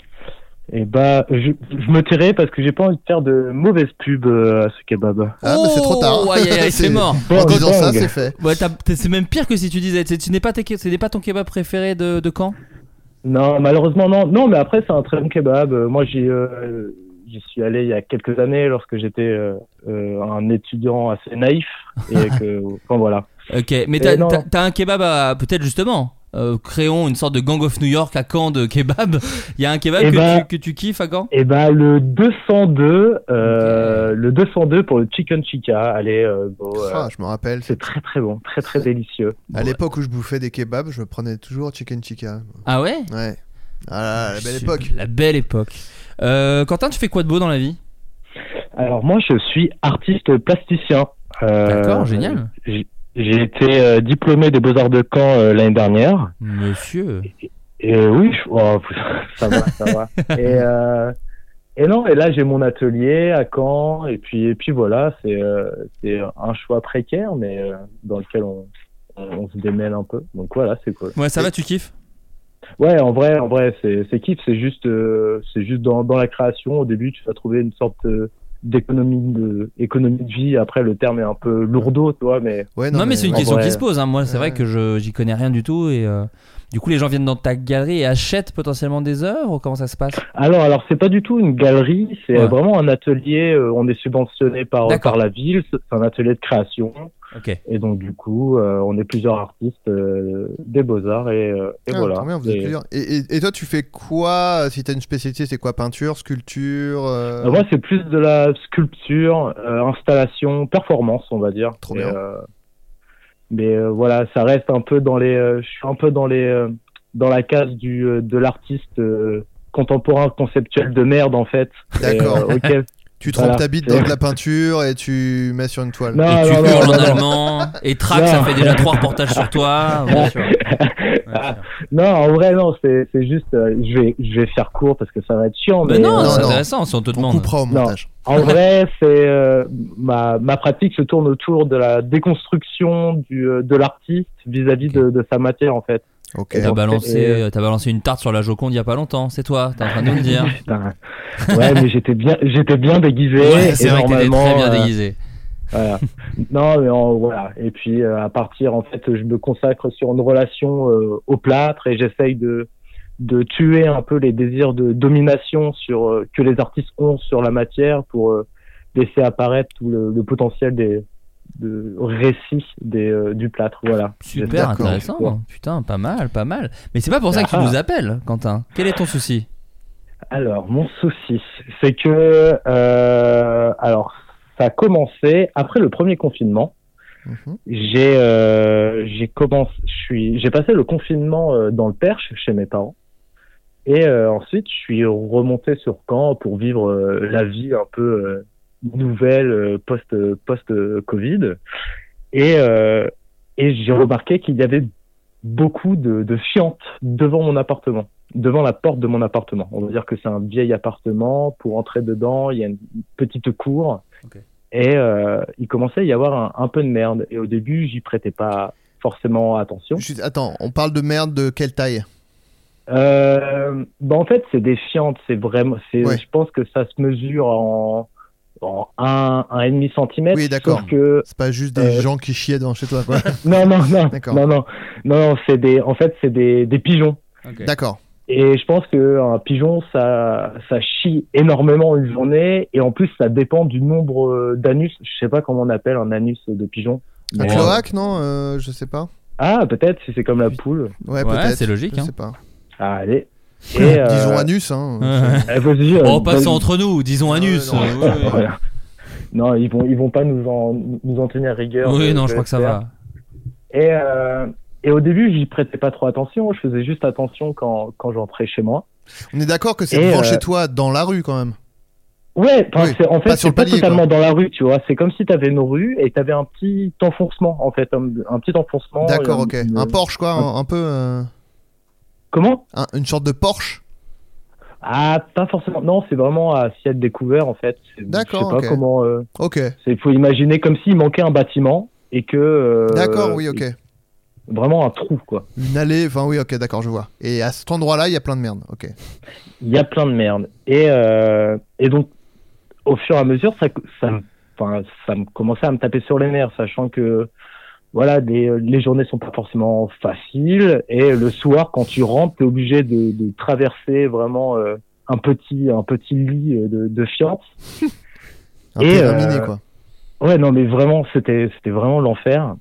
Speaker 11: Et bah, je, je me tairai parce que j'ai pas envie de faire de mauvaise pub euh, à ce kebab.
Speaker 5: Ah, bah, <laughs> c'est trop tard.
Speaker 4: Oh, aïe, aïe, aïe, c'est mort.
Speaker 5: En
Speaker 11: Bon,
Speaker 5: disant
Speaker 11: dingue.
Speaker 5: ça, c'est fait.
Speaker 4: Ouais, t'as- t'es- c'est même pire que si tu disais. c'est- Tu n'es pas, tes ke- ce n'est pas ton kebab préféré de, de Caen
Speaker 11: Non, malheureusement, non. Non, mais après, c'est un très bon kebab. Euh, Moi, j'y, euh, j'y suis allé il y a quelques années lorsque j'étais euh, euh, un étudiant assez naïf.
Speaker 4: <laughs>
Speaker 11: Et que, enfin, voilà.
Speaker 4: Ok, mais
Speaker 11: Et
Speaker 4: t'as
Speaker 11: non.
Speaker 4: t'as- t'as un kebab à peut-être justement. euh, créons une sorte de Gang of New York à Caen de kebab. <laughs> Il y a un kebab
Speaker 11: Eh
Speaker 4: que,
Speaker 11: ben-
Speaker 4: tu, que tu kiffes à Caen
Speaker 11: Et ben le 202, euh, le 202 pour le chicken chica. Allez, euh, bon, euh,
Speaker 5: Ah, je me rappelle.
Speaker 11: c'est très très bon, très très délicieux.
Speaker 5: À l'époque où je bouffais des kebabs, je me prenais toujours chicken chica.
Speaker 4: Ah ouais
Speaker 5: Ouais. Ah là là, la belle
Speaker 4: C'est
Speaker 5: époque.
Speaker 4: La belle époque. Euh, Quentin, tu fais quoi de beau dans la vie
Speaker 11: Alors moi, je suis artiste plasticien. Euh,
Speaker 4: D'accord, génial.
Speaker 11: J'ai j'ai été euh, diplômé des Beaux-Arts de Caen euh, l'année dernière.
Speaker 4: Monsieur.
Speaker 11: Et oui, je- oh, <laughs> ça va, ça
Speaker 4: <laughs>
Speaker 11: va. Et, euh, et non, et là j'ai mon atelier à Caen, et puis et puis voilà, c'est euh, c'est un choix précaire, mais euh, dans lequel on, on, on se démêle un peu. Donc voilà, c'est cool.
Speaker 4: Ouais, ça va, tu kiffes
Speaker 11: Ouais, en vrai, en vrai, c'est c'est kiff, c'est juste euh, c'est juste dans dans la création. Au début, tu vas trouver une sorte euh, d'économie de économie de vie. Après, le terme est un peu lourdeau, tu vois, mais
Speaker 5: Ouais,
Speaker 4: Non, mais, c'est une
Speaker 11: en
Speaker 4: question
Speaker 11: vrai-
Speaker 4: qui se pose. hein. Moi, c'est vrai
Speaker 5: Ouais.
Speaker 4: que je j'y connais rien du tout. Et euh, du coup, les gens viennent dans ta galerie et achètent potentiellement des œuvres. Comment ça se passe
Speaker 11: Alors, alors c'est pas du tout une galerie, c'est
Speaker 4: Ouais.
Speaker 11: vraiment un atelier. euh, on est subventionné par,
Speaker 4: D'accord.
Speaker 11: par la ville, c'est un atelier de création.
Speaker 4: Ok.
Speaker 11: Et donc, du coup, euh, on est plusieurs artistes euh, des beaux-arts et, euh, et
Speaker 5: Ah,
Speaker 11: voilà.
Speaker 5: trop bien, vous êtes
Speaker 11: Et-
Speaker 5: plusieurs. Et, et- et toi, tu fais quoi euh, Si t'as une spécialité, c'est quoi Peinture, sculpture euh,
Speaker 11: Euh, Moi, c'est plus de la sculpture, euh, installation, performance, on va dire.
Speaker 5: Trop
Speaker 11: Mais,
Speaker 5: bien.
Speaker 11: euh, mais euh, voilà, ça reste un peu dans les. euh, je suis un peu dans les euh, dans la case du euh, de l'artiste euh, contemporain conceptuel de merde en fait. Et,
Speaker 5: D'accord.
Speaker 11: euh, ok.
Speaker 5: <laughs> Tu trempes
Speaker 11: Voilà,
Speaker 5: ta bite
Speaker 11: c'est-
Speaker 5: dans de la peinture et tu mets sur une toile.
Speaker 11: Non,
Speaker 4: Et tu
Speaker 11: non, non,
Speaker 4: hurles en
Speaker 11: non, non.
Speaker 4: allemand. Et trac, ça
Speaker 11: Non. Ah.
Speaker 4: fait déjà trois reportages sur
Speaker 11: <laughs>
Speaker 4: toi. Bien sûr.
Speaker 11: Non, en vrai, non, c'est c'est juste, euh, je, vais, je vais faire court parce que ça va être chiant.
Speaker 4: Bah
Speaker 11: mais,
Speaker 4: non,
Speaker 11: euh,
Speaker 4: c'est
Speaker 5: non.
Speaker 4: intéressant si on te
Speaker 5: On
Speaker 4: demande.
Speaker 5: coupera au
Speaker 11: Non.
Speaker 5: montage.
Speaker 4: <laughs>
Speaker 11: En vrai, c'est euh, ma, ma pratique se tourne autour de la déconstruction du, euh, de l'artiste vis-à-vis de, de sa matière,
Speaker 4: <laughs>
Speaker 11: en fait.
Speaker 5: Ok.
Speaker 4: T'as balancé,
Speaker 11: Et-
Speaker 4: t'as balancé une tarte sur la Joconde il y a pas longtemps. C'est toi, t'es en train de nous le dire.
Speaker 11: <laughs> Putain. Ouais, mais j'étais bien, j'étais bien déguisé.
Speaker 4: Ouais, c'est
Speaker 11: et
Speaker 4: vrai que t'étais
Speaker 11: normalement,
Speaker 4: très bien
Speaker 11: euh,
Speaker 4: déguisé.
Speaker 11: voilà. <laughs> Non, mais en- voilà. Et puis euh, à partir, en fait, je me consacre sur une relation euh, au plâtre et j'essaye de de tuer un peu les désirs de domination sur euh, que les artistes ont sur la matière pour euh, laisser apparaître tout le, le potentiel des de récit des, euh, du plâtre. Voilà.
Speaker 4: Super
Speaker 11: J'espère que-
Speaker 4: intéressant.
Speaker 11: Ouais.
Speaker 4: Putain, pas mal, pas mal. Mais c'est pas pour ça que tu
Speaker 11: Ah.
Speaker 4: nous appelles, Quentin. Quel est ton souci
Speaker 11: Alors, mon souci, c'est que. euh, alors, ça a commencé après le premier confinement. J'ai euh, j'ai commencé, je suis, j'ai passé le confinement euh, dans le Perche chez mes parents, et euh, ensuite je suis remonté sur Caen pour vivre euh, la vie un peu euh, nouvelle euh, post post euh, Covid, et euh, et j'ai remarqué qu'il y avait beaucoup de, de fientes devant mon appartement, devant la porte de mon appartement. On va dire que c'est un vieil appartement. Pour entrer dedans, il y a une petite cour. Et euh, il commençait à y avoir un, un peu de merde. Et au début, j'y prêtais pas forcément attention.
Speaker 5: Attends, on parle de merde de quelle taille
Speaker 11: Euh, bah en fait, c'est des fientes. C'est vraiment. c'est-
Speaker 5: Ouais.
Speaker 11: Je pense que ça se mesure en en un un et demi centimètre.
Speaker 5: Oui, d'accord.
Speaker 11: Sauf que euh,
Speaker 5: C'est pas juste des gens qui chiaient dans chez toi, quoi.
Speaker 11: <laughs> non, non, non,
Speaker 5: D'accord.
Speaker 11: non, non, non, non, c'est des, en fait, c'est des, des pigeons.
Speaker 5: D'accord.
Speaker 11: Et je pense que un pigeon, ça, ça chie énormément une journée, et en plus, ça dépend du nombre euh, d'anus. Je sais pas comment on appelle un anus de pigeon.
Speaker 5: Un
Speaker 11: Mais-
Speaker 5: cloaque, non Euh, Je sais pas.
Speaker 11: Ah, peut-être si c'est comme la poule.
Speaker 5: Ouais, peut-être. Je
Speaker 11: hein.
Speaker 5: sais pas.
Speaker 11: Ah, allez. euh,
Speaker 5: Disons
Speaker 4: <laughs>
Speaker 5: anus, hein. Ah,
Speaker 11: Eh, vas-y, euh,
Speaker 4: Oh, passons
Speaker 11: vas-y.
Speaker 4: entre nous, disons anus. euh, ouais, ouais.
Speaker 11: Voilà. Non, ils vont, ils vont pas nous en, nous en tenir rigueur.
Speaker 4: Oui,
Speaker 11: euh,
Speaker 4: non, je crois que ça
Speaker 11: l'espère.
Speaker 4: va.
Speaker 11: Et, euh, et au début, j'y prêtais pas trop attention. Je faisais juste attention quand, quand j'entrais chez moi.
Speaker 5: On est d'accord que c'est
Speaker 11: Et,
Speaker 5: devant
Speaker 11: euh,
Speaker 5: chez toi, dans la rue, quand même.
Speaker 11: Ouais, enfin,
Speaker 5: Oui,
Speaker 11: c'est- en
Speaker 5: pas
Speaker 11: fait,
Speaker 5: sur
Speaker 11: c'est
Speaker 5: le
Speaker 11: pas
Speaker 5: palier,
Speaker 11: totalement dans la rue, tu vois. C'est comme si t'avais une rue et t'avais un petit enfoncement, en fait. Un, un petit enfoncement. et
Speaker 5: D'accord, ok.
Speaker 11: une-
Speaker 5: Un Porsche, quoi, un, un peu. euh,
Speaker 11: Comment
Speaker 5: un- Une sorte de Porsche.
Speaker 11: Ah, pas forcément. Non, c'est vraiment à ciel découvert, en fait. C'est-
Speaker 5: D'accord,
Speaker 11: Je sais pas
Speaker 5: ok.
Speaker 11: comment. euh,
Speaker 5: Ok.
Speaker 11: Il faut imaginer comme s'il manquait un bâtiment et que. euh,
Speaker 5: D'accord, oui, ok.
Speaker 11: et- Vraiment un trou, quoi.
Speaker 5: Une allée, enfin oui, ok, d'accord, je vois. Et à cet endroit-là, il y a plein de merde, ok.
Speaker 11: Il y a plein de merde. Et, euh, et donc, au fur et à mesure, ça, ça, me- enfin, ça me commençait à me taper sur les nerfs, sachant que voilà, des, les journées sont pas forcément faciles. Et le soir, quand tu rentres, tu es obligé de, de traverser vraiment euh, un, petit, un petit lit euh, de, de fiance.
Speaker 5: <laughs>
Speaker 11: euh,
Speaker 5: Un périmini, quoi.
Speaker 11: Ouais, non, mais vraiment, c'était c'était vraiment l'enfer.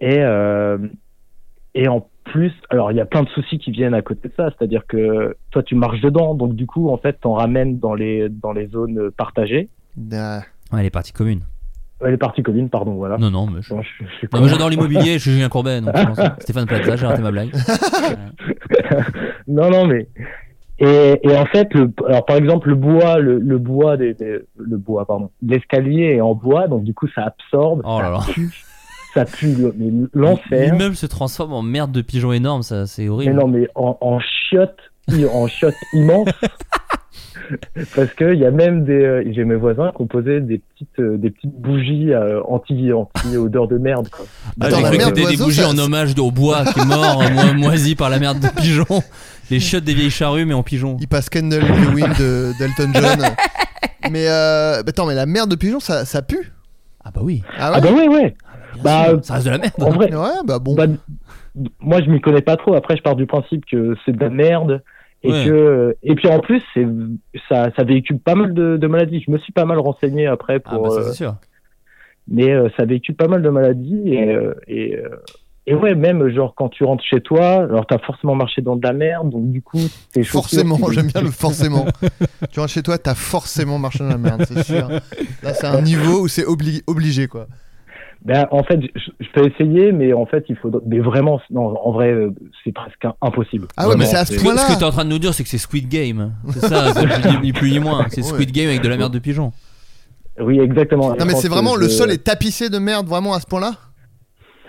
Speaker 11: Et, euh, et en plus, alors il y a plein de soucis qui viennent à côté de ça, c'est-à-dire que toi tu marches dedans, donc du coup en fait t'en ramènes dans les dans les zones partagées,
Speaker 4: Ouais, les parties communes.
Speaker 11: Ouais, les parties communes, pardon, voilà.
Speaker 4: Non, non, mais je-
Speaker 11: Bon, je- je suis
Speaker 4: Non,
Speaker 11: con.
Speaker 4: mais j'adore l'immobilier, je suis Julien Courbet, donc je pense
Speaker 11: <laughs>
Speaker 4: que Stéphane Plaza, j'ai raté ma blague.
Speaker 11: non, non, mais. Et, et en fait, le, alors par exemple, le bois, le, le bois, des, des- le bois, pardon, l'escalier est en bois, donc du coup, ça absorbe,
Speaker 4: Oh là là.
Speaker 11: ça pue, ça pue le- mais l'enfer.
Speaker 4: L'immeuble se transforme en merde de pigeons énormes, ça, c'est horrible.
Speaker 11: Mais non, mais en, en chiottes, i- en chiottes immenses. Parce que il y a même des, euh, j'ai mes voisins qui ont posé des petites, euh, des petites bougies euh, anti, anti odeur de merde. Quoi.
Speaker 4: Ah, j'ai cru que c'était des bougies en hommage au bois qui est mort, <laughs> mo- moisi par la merde de pigeons. Les chiottes des vieilles charrues, mais en pigeons.
Speaker 5: Il passe Candle in the Wind de- d'Elton John.
Speaker 11: <laughs>
Speaker 5: mais euh, bah, attends, mais la merde de pigeon, ça, ça pue
Speaker 4: Ah bah oui.
Speaker 5: Ah,
Speaker 11: Ah bah oui, ouais. Bah,
Speaker 5: sûr,
Speaker 4: ça reste de la merde.
Speaker 11: En vrai,
Speaker 5: <laughs> ouais, bah bon.
Speaker 11: moi, je m'y connais pas trop. Après, je pars du principe que c'est de la merde. Et,
Speaker 4: Ouais.
Speaker 11: que, et puis en plus, c'est, ça, ça véhicule pas mal de, de maladies. Je me suis pas mal renseigné après
Speaker 4: Ah
Speaker 11: pour.
Speaker 4: bah ça
Speaker 11: euh,
Speaker 4: c'est sûr.
Speaker 11: mais euh, ça véhicule pas mal de maladies et, euh, et, euh, et ouais même genre quand tu rentres chez toi alors t'as forcément marché dans de la merde donc du coup t'es chaussures,
Speaker 5: Forcément,
Speaker 11: <laughs> tu-
Speaker 5: j'aime bien le forcément. tu rentres chez toi, t'as forcément marché dans la merde, c'est sûr. Là, c'est un niveau où c'est obli- obligé, quoi.
Speaker 11: ben, en fait je, je peux essayer mais en fait il faut mais vraiment non en vrai euh, c'est presque impossible
Speaker 5: Ah
Speaker 11: Vraiment,
Speaker 4: Ce que- Ce que t'es en train de nous dire, c'est que c'est Squid Game. C'est ça, c'est ni- ni plus ni moins. C'est Squid Game avec de la merde de pigeons.
Speaker 11: oui exactement
Speaker 5: Non,
Speaker 11: Je
Speaker 5: mais
Speaker 11: pense
Speaker 5: c'est
Speaker 11: que
Speaker 5: vraiment le
Speaker 11: je-
Speaker 5: sol est tapissé de merde, vraiment à ce point-là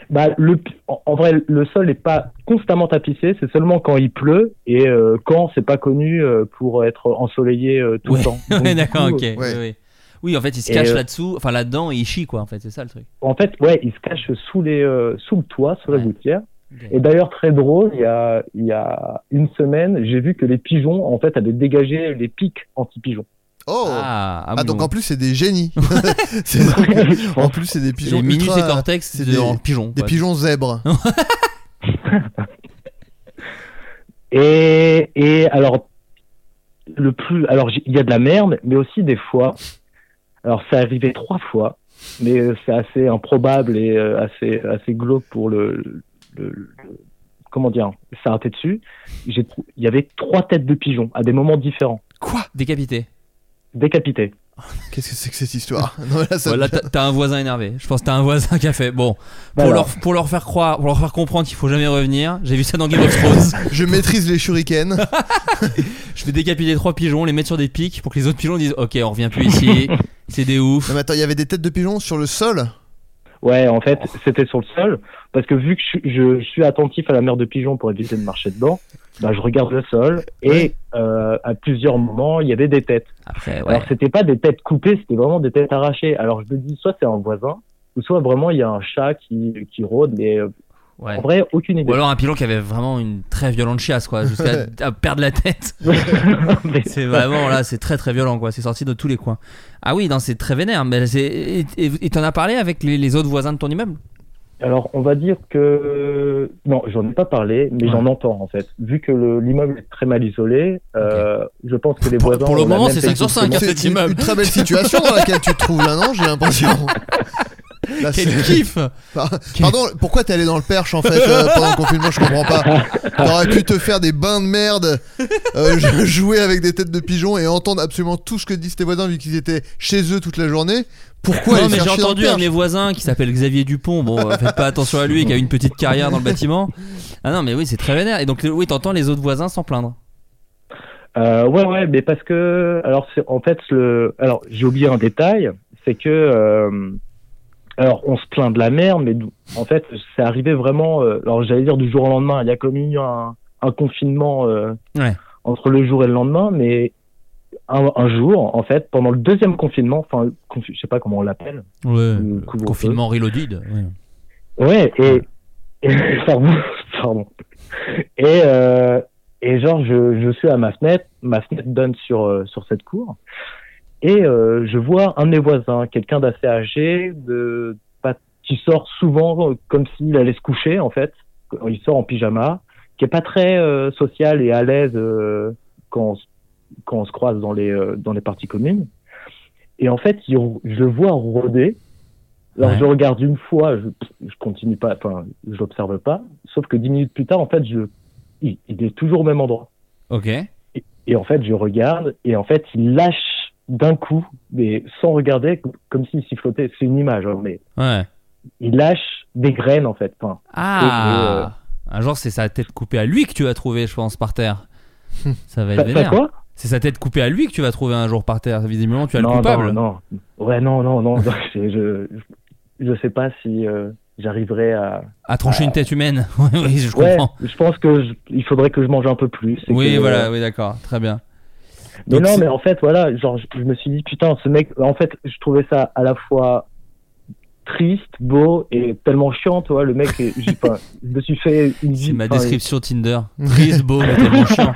Speaker 11: Bah, le, en, en vrai, le sol n'est pas constamment tapissé, c'est seulement quand il pleut et euh, quand c'est pas connu euh, pour être ensoleillé euh,
Speaker 4: <laughs>
Speaker 11: tout le temps. Donc,
Speaker 4: Ouais,
Speaker 11: du
Speaker 4: d'accord,
Speaker 11: coup,
Speaker 4: ok.
Speaker 11: euh,
Speaker 4: oui, oui. Oui, en fait, il se
Speaker 11: Et,
Speaker 4: cache
Speaker 11: euh,
Speaker 4: là-dessous, enfin là-dedans, et il chie quoi, en fait, c'est ça le truc.
Speaker 11: En fait, ouais, il se cache sous les, euh, sous le toit, sous la gouttière.
Speaker 4: Ok.
Speaker 11: Et d'ailleurs, très drôle, il y a, il y a une semaine, j'ai vu que les pigeons, en fait, avaient dégagé les pics anti-pigeons.
Speaker 5: Oh
Speaker 4: Ah,
Speaker 5: Ah, donc en plus, c'est des
Speaker 4: <laughs>
Speaker 5: génies. C'est- en plus, c'est des pigeons.
Speaker 4: Les Minus
Speaker 5: ultra-
Speaker 4: et Cortex
Speaker 5: c'est
Speaker 4: de-
Speaker 5: des,
Speaker 4: en pigeon,
Speaker 5: Des
Speaker 4: quoi. <laughs>
Speaker 5: pigeons zèbres.
Speaker 11: <laughs> Et, et alors, le plus, alors, j'ai- il y a de la merde, mais aussi des fois, alors, ça arrivait trois fois, mais euh, c'est assez improbable et euh, assez, assez glauque pour le, le- le- comment dire, s'arrêter dessus. J'ai trou- Il y avait trois têtes de pigeons à des moments différents,
Speaker 4: Quoi Décapité.
Speaker 11: décapitées.
Speaker 5: Qu'est-ce que c'est que cette histoire <laughs> Non, mais là, ça-
Speaker 4: Ouais, là, t'as- t'as un voisin énervé. Je pense que t'as un voisin qui a fait. Bon, pour,
Speaker 5: Voilà.
Speaker 4: leur, pour leur faire croire, pour leur faire comprendre qu'il faut jamais revenir. J'ai vu ça dans Game of Thrones.
Speaker 5: <laughs> Je maîtrise les shurikens.
Speaker 4: <laughs> Je vais décapiter trois pigeons, les mettre sur des pics pour que les autres pigeons disent Ok, on revient plus
Speaker 5: <laughs>
Speaker 4: ici. C'est des ouf.
Speaker 5: Non, mais attends, il y avait des têtes de pigeons sur le sol
Speaker 11: Ouais, en fait, c'était sur le sol, parce que vu que je, je- je suis attentif à la mer de pigeons pour éviter de marcher dedans, bah, je regarde le sol, et euh, à plusieurs moments, il y avait des têtes.
Speaker 4: Après,
Speaker 11: Alors, c'était pas des têtes coupées, c'était vraiment des têtes arrachées. Alors, je me dis, soit c'est un voisin, ou soit vraiment il y a un chat qui, qui rôde, mais euh,
Speaker 4: Ouais.
Speaker 11: en vrai, aucune idée.
Speaker 4: Ou
Speaker 5: <laughs>
Speaker 4: alors un pilon qui avait vraiment une très violente chiasse, quoi, jusqu'à
Speaker 11: Ouais.
Speaker 4: à perdre la
Speaker 5: <laughs>
Speaker 4: tête. c'est vraiment là, c'est très très violent, quoi. C'est sorti de tous les coins. Ah oui, non, c'est très vénère. Mais c'est- et- et et t'en as parlé avec les, les autres voisins de ton immeuble
Speaker 11: Alors, on va dire que. Non, j'en ai pas parlé, mais j'en entends, en fait. Vu que le- l'immeuble est très mal isolé, euh, je pense que les voisins. ont Oh, la même technique que moi.
Speaker 5: C'est une, une très belle situation dans <laughs> laquelle tu te trouves là, non
Speaker 4: <laughs>
Speaker 5: J'ai l'impression. Là,
Speaker 4: Quel
Speaker 5: c'est-
Speaker 4: kiff
Speaker 5: <laughs> Par- Pardon, pourquoi t'es allé dans le perche en fait euh, pendant le confinement Je comprends pas. T'aurais pu te faire des bains de merde, euh, je- <laughs> jouer avec des têtes de pigeons et entendre absolument tout ce que disent tes voisins vu qu'ils étaient chez eux toute la journée. Pourquoi
Speaker 4: Non,
Speaker 5: aller
Speaker 4: mais
Speaker 5: faire
Speaker 4: j'ai
Speaker 5: chier dans le
Speaker 4: entendu un
Speaker 5: perche
Speaker 4: de mes voisins qui s'appelle Xavier Dupont. Bon, euh, faites pas attention à lui, qui a une petite carrière dans le bâtiment. Ah non, mais oui, c'est très vénère. Et donc, le- oui, t'entends les autres voisins s'en plaindre.
Speaker 11: Euh, ouais, ouais, mais parce que. Alors, c'est- en fait, le... alors j'ai oublié un détail, c'est que. euh, Alors, on se plaint de la merde, mais d- en fait, c'est arrivé vraiment. euh, Alors, j'allais dire du jour au lendemain. Il y a comme eu un, un confinement euh,
Speaker 4: Ouais.
Speaker 11: entre le jour et le lendemain, mais un, un jour, en fait, pendant le deuxième confinement, enfin, confi- je sais pas comment on l'appelle. <laughs>
Speaker 4: Ouais.
Speaker 11: le couvre-feu.
Speaker 4: Confinement reloaded. ouais.
Speaker 11: Ouais, et. et- pardon. pardon. Et, euh, et genre, je, je suis à ma fenêtre, ma fenêtre donne sur, euh, sur cette cour, et euh, je vois un de mes voisins, quelqu'un d'assez âgé, de, pas, qui sort souvent euh, comme s'il allait se coucher, en fait. Il sort en pyjama, qui est pas très euh, social et à l'aise euh, quand, on, se- quand on se croise dans les, euh, dans les parties communes. Et en fait, il rô- je le vois rôder. Alors
Speaker 4: Ouais.
Speaker 11: je regarde une fois, je, je continue pas, enfin je l'observe pas. Sauf que dix minutes plus tard, en fait, je, il, il est toujours au même endroit.
Speaker 4: Ok.
Speaker 11: Et, et en fait, je regarde et en fait, il lâche d'un coup, mais sans regarder, com- comme s'il sifflotait. C'est une image, hein, mais
Speaker 4: Ouais.
Speaker 11: il lâche des graines en fait. Enfin, et, euh,
Speaker 4: Ah Un Genre, c'est sa tête coupée à lui que tu vas trouver, je pense, par terre. Ça va être
Speaker 11: Ça- ça
Speaker 4: vénère.
Speaker 11: Bah, quoi
Speaker 4: C'est sa tête coupée à lui que tu vas trouver un jour par terre. Visiblement, tu as
Speaker 11: non,
Speaker 4: le coupable.
Speaker 11: Non, non. Ouais, non, non, non. non, je, je, je sais pas si euh, j'arriverai à.
Speaker 4: À trancher une tête humaine. <laughs> oui, je
Speaker 11: Euh, Ouais,
Speaker 4: comprends.
Speaker 11: je pense que je- il faudrait que je mange un peu plus. et
Speaker 4: Oui,
Speaker 11: que- euh,
Speaker 4: voilà, oui, d'accord. Très bien.
Speaker 11: Mais
Speaker 4: Donc,
Speaker 11: non,
Speaker 4: c'est-
Speaker 11: mais en fait, voilà, genre, je, je me suis dit, putain, ce mec, en fait, je trouvais ça à la fois triste, beau et tellement chiant, tu vois, le mec, est- j'ai- enfin, je me suis fait une vie.
Speaker 4: C'est ma
Speaker 11: enfin,
Speaker 4: description Tinder. Triste, beau, mais
Speaker 11: <laughs>
Speaker 4: tellement chiant.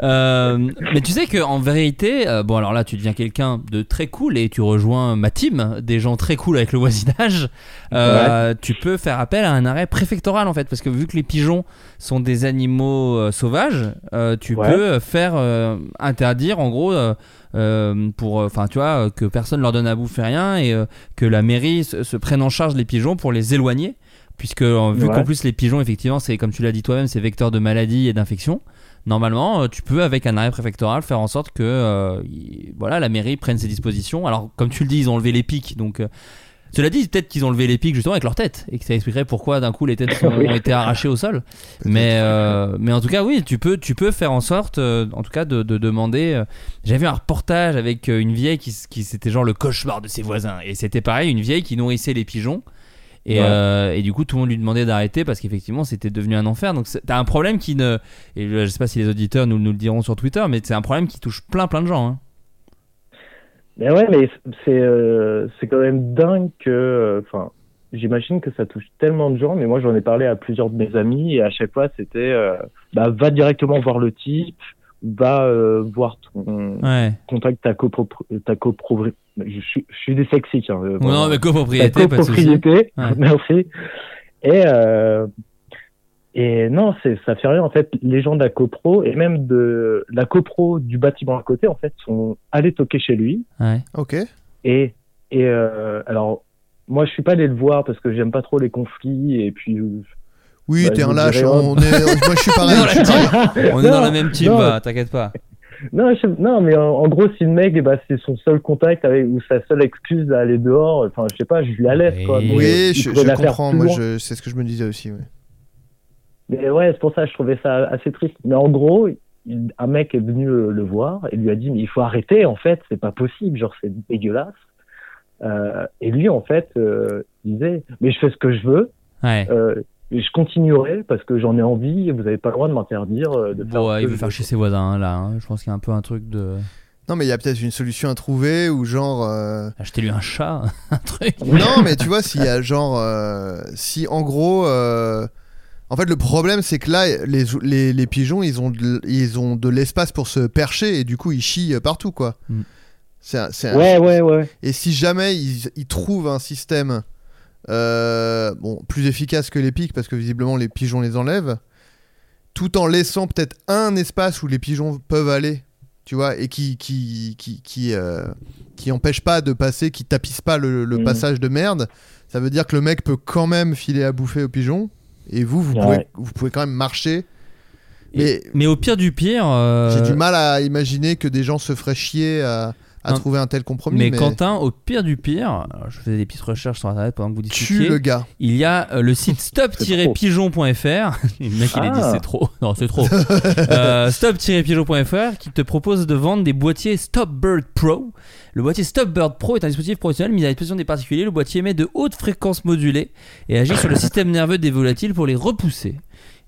Speaker 4: Euh, mais tu sais que en vérité, euh, bon alors là tu deviens quelqu'un de très cool et tu rejoins ma team, des gens très cool avec le voisinage. Euh, Tu peux faire appel à un arrêt préfectoral en fait, parce que vu que les pigeons sont des animaux euh, sauvages, euh, tu
Speaker 11: Ouais.
Speaker 4: peux faire euh, interdire en gros. euh, euh, pour enfin tu vois euh, que personne leur donne à bouffer rien et euh, que la mairie se, se prenne en charge les pigeons pour les éloigner puisque euh, vu
Speaker 11: Ouais.
Speaker 4: qu'en plus les pigeons effectivement c'est comme tu l'as dit toi-même c'est vecteur de maladies et d'infections normalement euh, tu peux avec un arrêt préfectoral faire en sorte que euh, y- voilà la mairie prenne ses dispositions alors comme tu le dis ils ont levé les pics donc euh, cela dit, peut-être qu'ils ont levé les pics justement avec leur tête et que ça expliquerait pourquoi d'un coup les têtes sont-
Speaker 11: <laughs> Oui.
Speaker 4: ont été arrachées au sol. Mais, euh, mais en tout cas, oui, tu peux, tu peux faire en sorte, euh, en tout cas, de, de demander. euh, J'avais vu un reportage avec euh, une vieille qui, s- qui c'était genre le cauchemar de ses voisins. Et c'était pareil, une vieille qui nourrissait les pigeons. Et,
Speaker 11: Ouais.
Speaker 4: euh, et du coup, tout le monde lui demandait d'arrêter parce qu'effectivement, c'était devenu un enfer. Donc, c'est- t'as un problème qui ne. Et je sais pas si les auditeurs nous, nous le diront sur Twitter, mais c'est un problème qui touche plein, plein de gens. hein.
Speaker 11: Mais ouais, mais c'est euh, c'est quand même dingue que. euh, Enfin, j'imagine que ça touche tellement de gens, mais moi j'en ai parlé à plusieurs de mes amis et à chaque fois c'était euh, bah, va directement voir le type, va euh, voir ton.
Speaker 4: Ouais.
Speaker 11: Contacte ta copropriété. Ta copropri- je, suis- je suis dyslexique. Hein, euh,
Speaker 4: Non,
Speaker 11: voilà.
Speaker 4: mais copropriété,
Speaker 11: Ta
Speaker 4: pas de souci.
Speaker 11: copropriété,
Speaker 4: Ouais.
Speaker 11: <laughs> merci. Et. euh, et non, c'est ça fait rien en fait. Les gens de la copro et même de la copro du bâtiment à côté en fait sont allés toquer chez lui
Speaker 4: Ouais.
Speaker 5: Ok.
Speaker 11: et, Et euh, alors, moi, je suis pas allé le voir parce que j'aime pas trop les conflits et puis. euh,
Speaker 5: Oui,
Speaker 11: bah,
Speaker 5: t'es
Speaker 11: je
Speaker 5: un
Speaker 11: me
Speaker 5: lâche.
Speaker 11: dirais,
Speaker 5: on-
Speaker 11: hop.
Speaker 5: on est- moi, je suis
Speaker 4: <laughs>
Speaker 5: pareil.
Speaker 11: Non,
Speaker 5: je suis pareil.
Speaker 4: On est dans la même team,
Speaker 11: non.
Speaker 4: bah, t'inquiète pas.
Speaker 11: Non, je- non, mais en, en gros, si le mec, eh ben, c'est son seul contact avec ou sa seule excuse d'aller dehors, enfin, je sais pas, je lui la laisse, quoi. Mais, euh,
Speaker 5: Oui,
Speaker 11: il
Speaker 5: je,
Speaker 11: pourrait
Speaker 5: je
Speaker 11: la faire
Speaker 5: comprends.
Speaker 11: plus
Speaker 5: Moi,
Speaker 11: loin.
Speaker 5: je- c'est ce que je me disais aussi. ouais.
Speaker 11: Mais ouais, c'est pour ça que je trouvais ça assez triste. Mais en gros, il- un mec est venu le, le voir et lui a dit mais il faut arrêter en fait, c'est pas possible, genre c'est dégueulasse. Euh, et lui en fait euh, disait mais je fais ce que je veux,
Speaker 4: Ouais.
Speaker 11: euh, et je continuerai parce que j'en ai envie. et Vous avez pas le droit de m'interdire euh, de faire.
Speaker 4: Bon,
Speaker 11: ce
Speaker 4: ouais,
Speaker 11: que
Speaker 4: il
Speaker 11: je
Speaker 4: veut faire chez ses voisins, hein, là. hein. Je pense qu'il y a un peu un truc de.
Speaker 5: Non, mais il y a peut-être une solution à trouver ou genre. euh,
Speaker 4: Achetez-lui un chat, <laughs> un truc.
Speaker 5: Non, mais tu vois, s'il y a genre. euh, si en gros. euh, en fait, le problème, c'est que là, les, les, les pigeons, ils ont de, ils ont de l'espace pour se percher et du coup, ils chient partout, quoi.
Speaker 4: Mm.
Speaker 5: C'est un- c'est un-
Speaker 11: Ouais, ouais, ouais.
Speaker 5: Et si jamais ils, ils trouvent un système euh, bon, plus efficace que les pics, parce que visiblement les pigeons les enlèvent, tout en laissant peut-être un espace où les pigeons peuvent aller, tu vois, et qui qui qui qui, euh, qui empêche pas de passer, qui tapisse pas le, le
Speaker 4: Mm.
Speaker 11: Mhm.
Speaker 5: passage de merde, ça veut dire que le mec peut quand même filer à bouffer aux pigeons, et vous vous pouvez
Speaker 4: Ouais.
Speaker 5: vous pouvez quand même marcher. Mais
Speaker 4: Mais au pire du pire. euh,
Speaker 5: j'ai du mal à imaginer que des gens se feraient chier à, à
Speaker 4: Non.
Speaker 5: trouver un tel compromis.
Speaker 4: Mais,
Speaker 5: mais-
Speaker 4: Quentin, au pire du pire, alors, je faisais des petites recherches sur internet pendant que vous discutiez.
Speaker 5: le gars.
Speaker 4: Il y a euh, le
Speaker 11: <laughs>
Speaker 4: site stop-pigeon.fr. <laughs> le mec, il a dit
Speaker 5: Ah.
Speaker 4: c'est trop. Non, c'est
Speaker 5: <laughs>
Speaker 4: trop. Euh, stop-pigeon.fr qui te propose de vendre des boîtiers Stop Bird Pro. Le boîtier Stop Bird Pro est un dispositif professionnel mis à disposition des particuliers. Le boîtier émet de hautes fréquences modulées et agit sur le système nerveux des volatiles pour les repousser.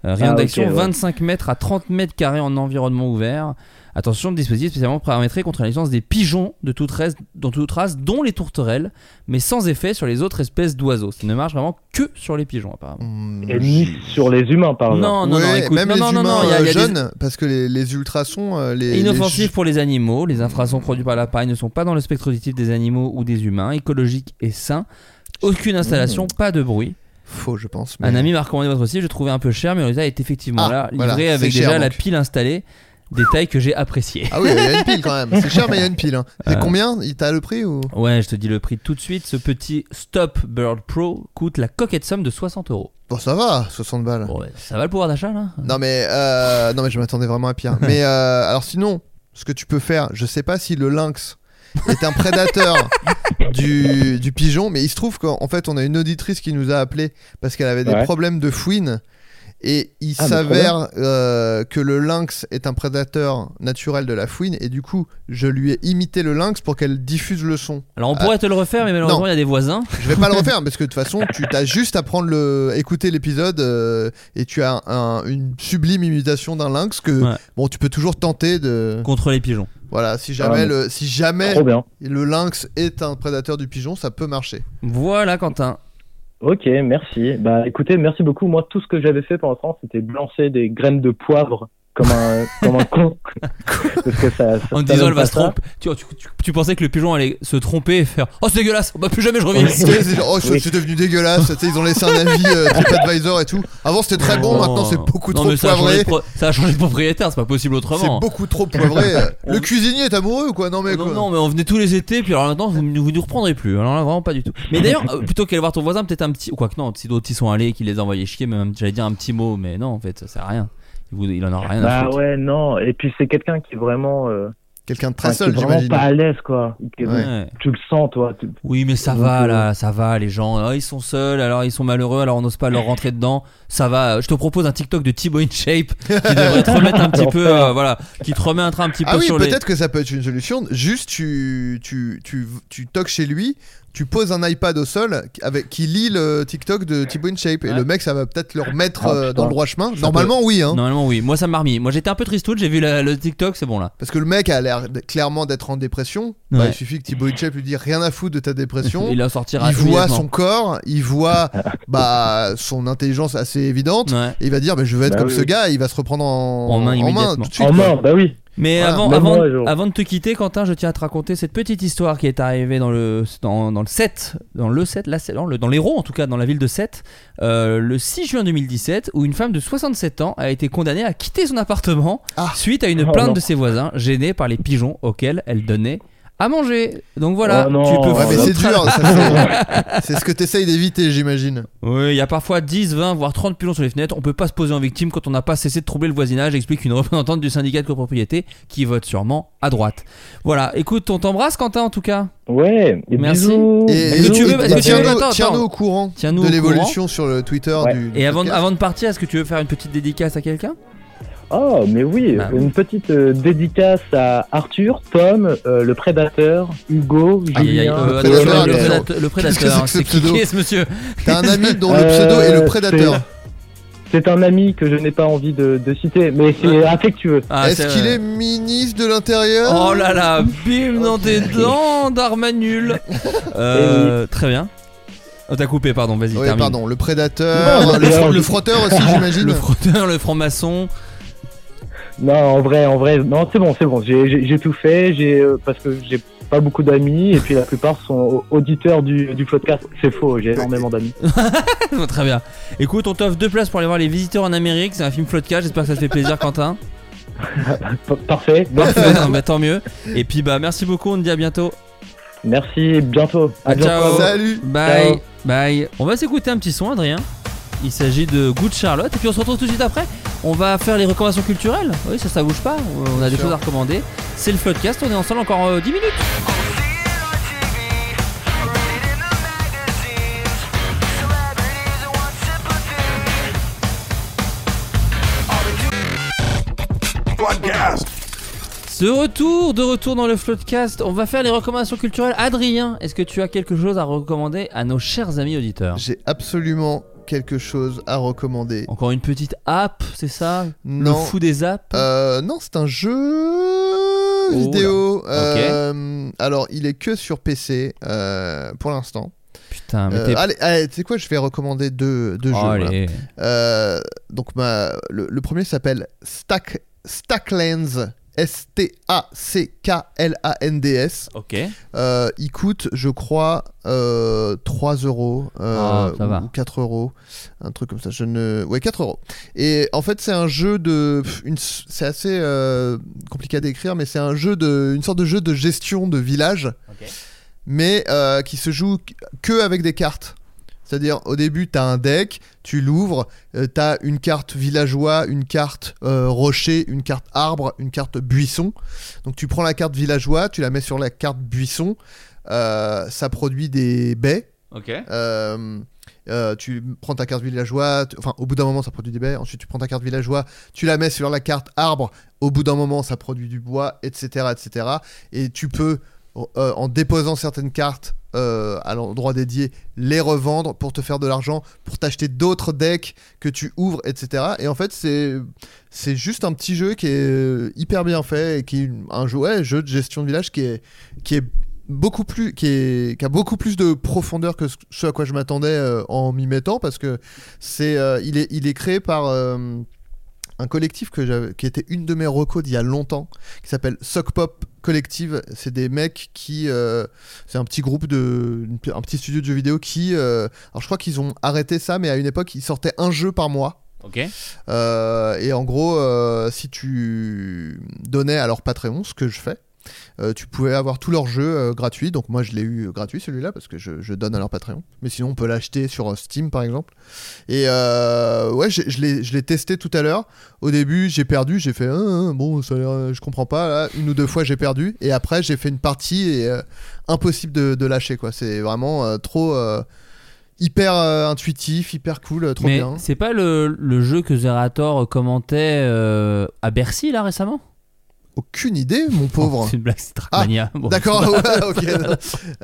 Speaker 4: Euh, rayon
Speaker 11: Ah, ok,
Speaker 4: d'action
Speaker 11: ouais.
Speaker 4: 25 mètres à 30 mètres carrés en environnement ouvert. Attention, le dispositif spécialement paramétré contre la licence des pigeons de toute, race, dans toute race, dont les tourterelles, mais sans effet sur les autres espèces d'oiseaux. Ça ne marche vraiment que sur les pigeons, apparemment.
Speaker 11: Et ni sur les humains par exemple.
Speaker 4: Non, non, non,
Speaker 5: Ouais,
Speaker 4: écoute,
Speaker 5: même
Speaker 4: non,
Speaker 5: les
Speaker 4: non, non,
Speaker 5: humains
Speaker 4: non, il y a-
Speaker 5: euh,
Speaker 4: il y a des-
Speaker 5: jeunes, parce que les, les ultrasons, euh, les,
Speaker 4: Inoffensifs pour les animaux, les infrasons produits par la paille ne sont pas dans le spectre auditif des animaux ou des humains, écologiques et sains. Aucune installation, pas de bruit.
Speaker 5: Faux, je pense.
Speaker 4: Un ami m'a recommandé votre site, je trouvais un peu cher, mais le résultat est effectivement
Speaker 5: Ah,
Speaker 4: là, livré
Speaker 5: voilà, c'est
Speaker 4: avec
Speaker 5: cher,
Speaker 4: déjà la
Speaker 5: donc.
Speaker 4: pile installée. Détail que j'ai apprécié.
Speaker 5: Ah oui, il y a une pile quand même. C'est cher, mais il y a une
Speaker 4: <laughs>
Speaker 5: pile. hein. C'est
Speaker 4: Euh.
Speaker 5: combien Il t'a le prix ou
Speaker 4: Ouais, je te dis le prix tout de suite. Ce petit Stop Bird Pro coûte la coquette somme de 60 euros.
Speaker 5: Bon, ça va, 60 balles.
Speaker 4: Ça va le pouvoir d'achat là
Speaker 5: Non mais euh, non mais je m'attendais vraiment
Speaker 4: <laughs>
Speaker 5: à pire. mais euh, alors sinon, ce que tu peux faire, je sais pas si le lynx est un prédateur
Speaker 11: <laughs>
Speaker 5: du, du pigeon, mais il se trouve qu'en en fait on a une auditrice qui nous a appelé parce qu'elle avait des
Speaker 11: Ouais.
Speaker 5: problèmes de fouine et il
Speaker 11: Ah, mais
Speaker 5: s'avère euh, que le lynx est un prédateur naturel de la fouine et du coup je lui ai imité le lynx pour qu'elle diffuse le son.
Speaker 4: Alors on pourrait te le refaire, mais malheureusement
Speaker 5: Ah. non.
Speaker 4: il y a des voisins.
Speaker 5: Je vais pas le refaire parce que de toute façon, tu as juste à prendre le, écouter l'épisode euh, et tu as un- une sublime imitation d'un lynx que
Speaker 4: Ouais.
Speaker 5: bon, tu peux toujours tenter de.
Speaker 4: <laughs> Contre les pigeons.
Speaker 5: Voilà, si jamais
Speaker 4: Ah, mais-
Speaker 5: le, si jamais
Speaker 11: Trop bien.
Speaker 5: le lynx est un prédateur du pigeon, ça peut marcher.
Speaker 4: Voilà Ah, Quentin.
Speaker 11: Ok, merci. Bah écoutez, merci beaucoup. Moi, tout ce que j'avais fait pendant ce temps, c'était de lancer des graines de poivre
Speaker 4: <laughs>
Speaker 11: comme un, comme un con. Parce que ça, ça-
Speaker 4: En te
Speaker 11: ça
Speaker 4: disant
Speaker 11: donne
Speaker 4: elle va
Speaker 11: pas
Speaker 4: se
Speaker 11: ça.
Speaker 4: tromper. Tu, tu- tu- tu pensais que le pigeon allait se tromper et faire Oh c'est dégueulasse, bah plus jamais je
Speaker 5: <laughs>
Speaker 4: reviens.
Speaker 5: Tu sais, c'est genre, oh, c'est
Speaker 4: Oui.
Speaker 5: c'est devenu dégueulasse. tu sais, ils ont laissé un avis euh, TripAdvisor et tout. Avant, c'était très bon.
Speaker 4: Non.
Speaker 5: Maintenant, c'est beaucoup
Speaker 4: euh, Non,
Speaker 5: trop
Speaker 4: mais ça a, changé
Speaker 5: poivré.
Speaker 4: de pro- ça a changé de propriétaire, c'est pas possible
Speaker 5: C'est
Speaker 4: autrement.
Speaker 5: beaucoup trop poivré. euh. le cuisinier est amoureux ou quoi Non mais
Speaker 4: Non,
Speaker 5: quoi.
Speaker 4: non, mais on venait tous les étés, puis alors maintenant vous, ne vous nous reprendrez plus. Alors là, vraiment pas du tout. Mais
Speaker 5: <laughs>
Speaker 4: d'ailleurs, euh, plutôt qu'aller voir ton voisin, peut-être un petit. Quoi que non, si d'autres y sont allés, qu'il les a envoyés chier, même j'allais dire un petit mot, mais non, en fait, ça sert à rien. Il, vous- il en a rien à
Speaker 11: Bah
Speaker 4: foutre.
Speaker 11: ouais, non. Et puis c'est quelqu'un qui est vraiment. euh,
Speaker 5: Quelqu'un de
Speaker 4: très
Speaker 11: enfin, qui
Speaker 4: seul,
Speaker 11: est vraiment
Speaker 4: j'imagine.
Speaker 11: pas à l'aise, quoi. Qui est-
Speaker 4: Ouais.
Speaker 11: Tu le sens, toi. tu-
Speaker 4: Oui, mais ça
Speaker 11: Donc,
Speaker 4: va
Speaker 11: euh,
Speaker 4: là, ça va, les gens. Ah, ils sont seuls, alors ils sont malheureux, alors on n'ose pas leur rentrer dedans. Ça va. euh, Je te propose un TikTok de Thibaut in shape qui devrait te remettre
Speaker 5: <laughs>
Speaker 4: un petit
Speaker 5: Alors,
Speaker 4: peu,
Speaker 5: ça.
Speaker 4: euh, voilà, qui te remet un train un petit
Speaker 5: Ah
Speaker 4: peu
Speaker 5: oui,
Speaker 4: sur les.
Speaker 5: peut-être que ça peut être une solution. Juste, tu, tu, tu, tu toques chez lui, tu poses un iPad au sol avec, qui lit le TikTok de Thibaut InShape. Et le mec, ça va peut-être le remettre
Speaker 4: Ah,
Speaker 5: euh,
Speaker 4: putain.
Speaker 5: dans le droit chemin.
Speaker 4: Ça
Speaker 5: Normalement,
Speaker 4: peut-
Speaker 5: oui. Hein.
Speaker 4: Normalement, oui. Moi, ça m'a remis. Moi, j'étais un peu tristoute, j'ai vu la- le TikTok, c'est bon là.
Speaker 5: Parce que le mec a l'air d- clairement d'être en dépression. Bah,
Speaker 4: Ouais.
Speaker 5: il suffit que Thibaut InShape lui dise rien à foutre de ta dépression.
Speaker 4: <laughs> Il en sortira
Speaker 5: Il voit
Speaker 4: immédiatement.
Speaker 5: son corps, il voit bah, son intelligence assez évidente. Et il va dire bah, Je veux être
Speaker 4: Bah
Speaker 5: comme
Speaker 4: oui.
Speaker 5: ce gars. Il va se reprendre en,
Speaker 4: En main immédiatement.
Speaker 5: tout de suite,
Speaker 4: En
Speaker 5: quoi.
Speaker 4: main, bah
Speaker 11: oui.
Speaker 4: Mais
Speaker 5: Voilà.
Speaker 4: avant,
Speaker 5: Ah, Même
Speaker 4: avant,
Speaker 5: moi, genre.
Speaker 4: avant de te quitter, Quentin, je tiens à te raconter cette petite histoire qui est arrivée dans le, dans, dans le 7, dans le 7, là, c'est- dans le- dans l'Hérault en tout cas, dans la ville de 7, euh, le 6 juin 2017, où une femme de 67 ans a été condamnée à
Speaker 5: Ah.
Speaker 4: quitter son appartement suite à une
Speaker 11: Oh
Speaker 4: plainte
Speaker 11: non.
Speaker 4: de ses voisins, gênée par les pigeons auxquels elle donnait à manger. Donc voilà,
Speaker 5: Oh non.
Speaker 4: tu peux
Speaker 5: Ouais, mais c'est dur,
Speaker 4: <laughs>
Speaker 5: ça fait-
Speaker 4: c'est ce que tu essayes d'éviter, j'imagine. Oui, il y a parfois 10, 20, voire 30 pilons sur les fenêtres. On peut pas se poser en victime quand on n'a pas cessé de troubler le voisinage, explique une représentante du syndicat de copropriété qui vote sûrement à droite. Voilà, écoute, on t'embrasse, Quentin, en tout cas.
Speaker 11: Ouais, et
Speaker 4: Merci.
Speaker 11: bisous.
Speaker 4: Est-ce que tu veux- est-ce que tu veux- attends, attends.
Speaker 5: tiens-nous au courant
Speaker 4: Tiens-nous
Speaker 5: de
Speaker 4: au
Speaker 5: l'évolution
Speaker 4: courant.
Speaker 5: sur le Twitter du.
Speaker 4: Et avant, avant de partir, est-ce que tu veux faire une petite dédicace à quelqu'un
Speaker 11: Oh, mais oui,
Speaker 4: Bah oui.
Speaker 11: une petite euh, dédicace à Arthur, Tom, euh, le prédateur, Hugo,
Speaker 4: Aïe, aïe, aïe,
Speaker 11: Julien.
Speaker 4: euh, attends, le prédateur- le prédateur, c'est qui- qui est ce
Speaker 5: <laughs>
Speaker 4: monsieur T'as un ami dont le pseudo est le prédateur.
Speaker 11: c'est- Euh, C'est un ami que je n'ai pas envie de, de citer, mais c'est affectueux.
Speaker 5: Est-ce qu'il est ministre de l'Intérieur
Speaker 4: Ah, Oh là là, bim dans tes dents,
Speaker 5: <laughs>
Speaker 4: Darmanul Euh, Très bien. Oh, t'as coupé, pardon, vas-y,
Speaker 5: Oui,
Speaker 4: termine.
Speaker 5: pardon, le prédateur, le, fr- le frotteur aussi, j'imagine.
Speaker 4: Le frotteur, le franc-maçon.
Speaker 11: Non, en vrai, en vrai, non, c'est bon, c'est bon. J'ai- J'ai j'ai tout fait, j'ai euh, parce que j'ai pas beaucoup d'amis et puis la plupart sont au- auditeurs du, du podcast. C'est faux, j'ai énormément
Speaker 4: <laughs>
Speaker 11: d'amis.
Speaker 4: Bon, très bien. Écoute, on t'offre deux places pour aller voir Les Visiteurs en Amérique. C'est un film Floodcast, j'espère que ça te fait plaisir,
Speaker 11: <laughs>
Speaker 4: Quentin.
Speaker 11: Parfait.
Speaker 4: <laughs> Parfait, non, bah, tant mieux. Et puis, bah, merci beaucoup, on te dit à bientôt.
Speaker 11: Merci, bientôt. À bientôt.
Speaker 4: Ciao. Bye.
Speaker 11: Ciao.
Speaker 4: Bye. On va s'écouter un petit son, Adrien. Il s'agit de Good Charlotte. Et puis on se retrouve tout de suite après. On va faire les recommandations culturelles. Oui, ça, ça bouge pas. On a des choses à recommander. C'est le Floodcast. On est ensemble encore euh, 10 minutes.
Speaker 1: Podcast.
Speaker 4: De retour, de retour dans le Floodcast. On va faire les recommandations culturelles. Adrien, est-ce que tu as quelque chose à recommander à nos chers amis auditeurs
Speaker 5: J'ai absolument quelque chose à recommander.
Speaker 4: Encore une petite app, c'est ça Le
Speaker 5: Non.
Speaker 4: fou des apps Oh
Speaker 5: Euh, non, c'est un jeu
Speaker 4: là.
Speaker 5: vidéo.
Speaker 4: Ok.
Speaker 5: Euh, Alors, il est que sur PC euh, pour l'instant.
Speaker 4: Putain, mais
Speaker 5: Euh,
Speaker 4: t'es-
Speaker 5: allez, allez, tu sais quoi, je vais recommander deux, deux
Speaker 4: Oh,
Speaker 5: jeux. voilà.
Speaker 4: allez.
Speaker 5: Euh, donc, ma, le, le premier s'appelle Stack, Stacklands. S-T-A-C-K-L-A-N-D-S.
Speaker 4: Ok.
Speaker 5: Euh, il coûte, je crois, euh, 3 euros euh,
Speaker 4: Ah, ça va.
Speaker 5: ou 4 euros, un truc comme ça. Je ne, ouais, 4 euros. Et en fait, c'est un jeu de, pff, une- c'est assez euh, compliqué à décrire, mais c'est un jeu de, une sorte de jeu de gestion de village, mais euh, qui se joue que avec des cartes. C'est-à-dire, au début, tu as un deck, tu l'ouvres, tu as une carte villageois, une carte euh, rocher, une carte arbre, une carte buisson. Donc tu prends la carte villageois, tu la mets sur la carte buisson, euh, ça produit des baies.
Speaker 4: Ok.
Speaker 5: Euh, euh, tu prends ta carte villageois, tu- enfin au bout d'un moment ça produit des baies, ensuite tu prends ta carte villageois, tu la mets sur la carte arbre, au bout d'un moment ça produit du bois, etc. etc. Et tu peux, euh, en déposant certaines cartes euh, à l'endroit dédié, les revendre pour te faire de l'argent, pour t'acheter d'autres decks que tu ouvres, etc. Et en fait c'est, c'est juste un petit jeu qui est euh, hyper bien fait et qui est un jeu, ouais, jeu de gestion de village qui est... Qui est beaucoup plus qui, est- qui a beaucoup plus de profondeur que ce- ce à quoi je m'attendais euh, en m'y mettant parce que c'est euh, il est il est créé par euh, un collectif que j'avais- qui était une de mes recos d'il y a longtemps, qui s'appelle Sock Pop Collective. C'est des mecs qui. euh, c'est un petit groupe de. une- un petit studio de jeux vidéo qui. euh, alors je crois qu'ils ont arrêté ça, mais à une époque, ils sortaient un jeu par mois.
Speaker 4: Ok.
Speaker 5: Euh, et en gros, euh, si tu donnais à leur Patreon, ce que je fais, euh, tu pouvais avoir tous leurs jeux euh, gratuits. Donc moi, je l'ai eu euh, gratuit celui-là parce que je, je donne à leur Patreon. Mais sinon, on peut l'acheter sur euh, Steam par exemple. Et euh, ouais, j'ai- je l'ai je l'ai testé tout à l'heure. Au début, j'ai perdu. J'ai fait Ah, ah, bon, ça a l'air, euh, je comprends pas. Là. Une ou deux fois, j'ai perdu. Et après, j'ai fait une partie et euh, impossible de, de lâcher quoi. C'est vraiment euh, trop. euh, Hyper euh, intuitif, hyper cool, euh, trop
Speaker 4: mais
Speaker 5: bien.
Speaker 4: c'est pas le, le jeu que Zerator commentait euh, à Bercy là récemment
Speaker 5: Aucune idée, mon
Speaker 4: <laughs>
Speaker 5: pauvre. Ah,
Speaker 4: C'est une blague, c'est Trackmania. <laughs> Bon.
Speaker 5: D'accord, ouais, ok. non.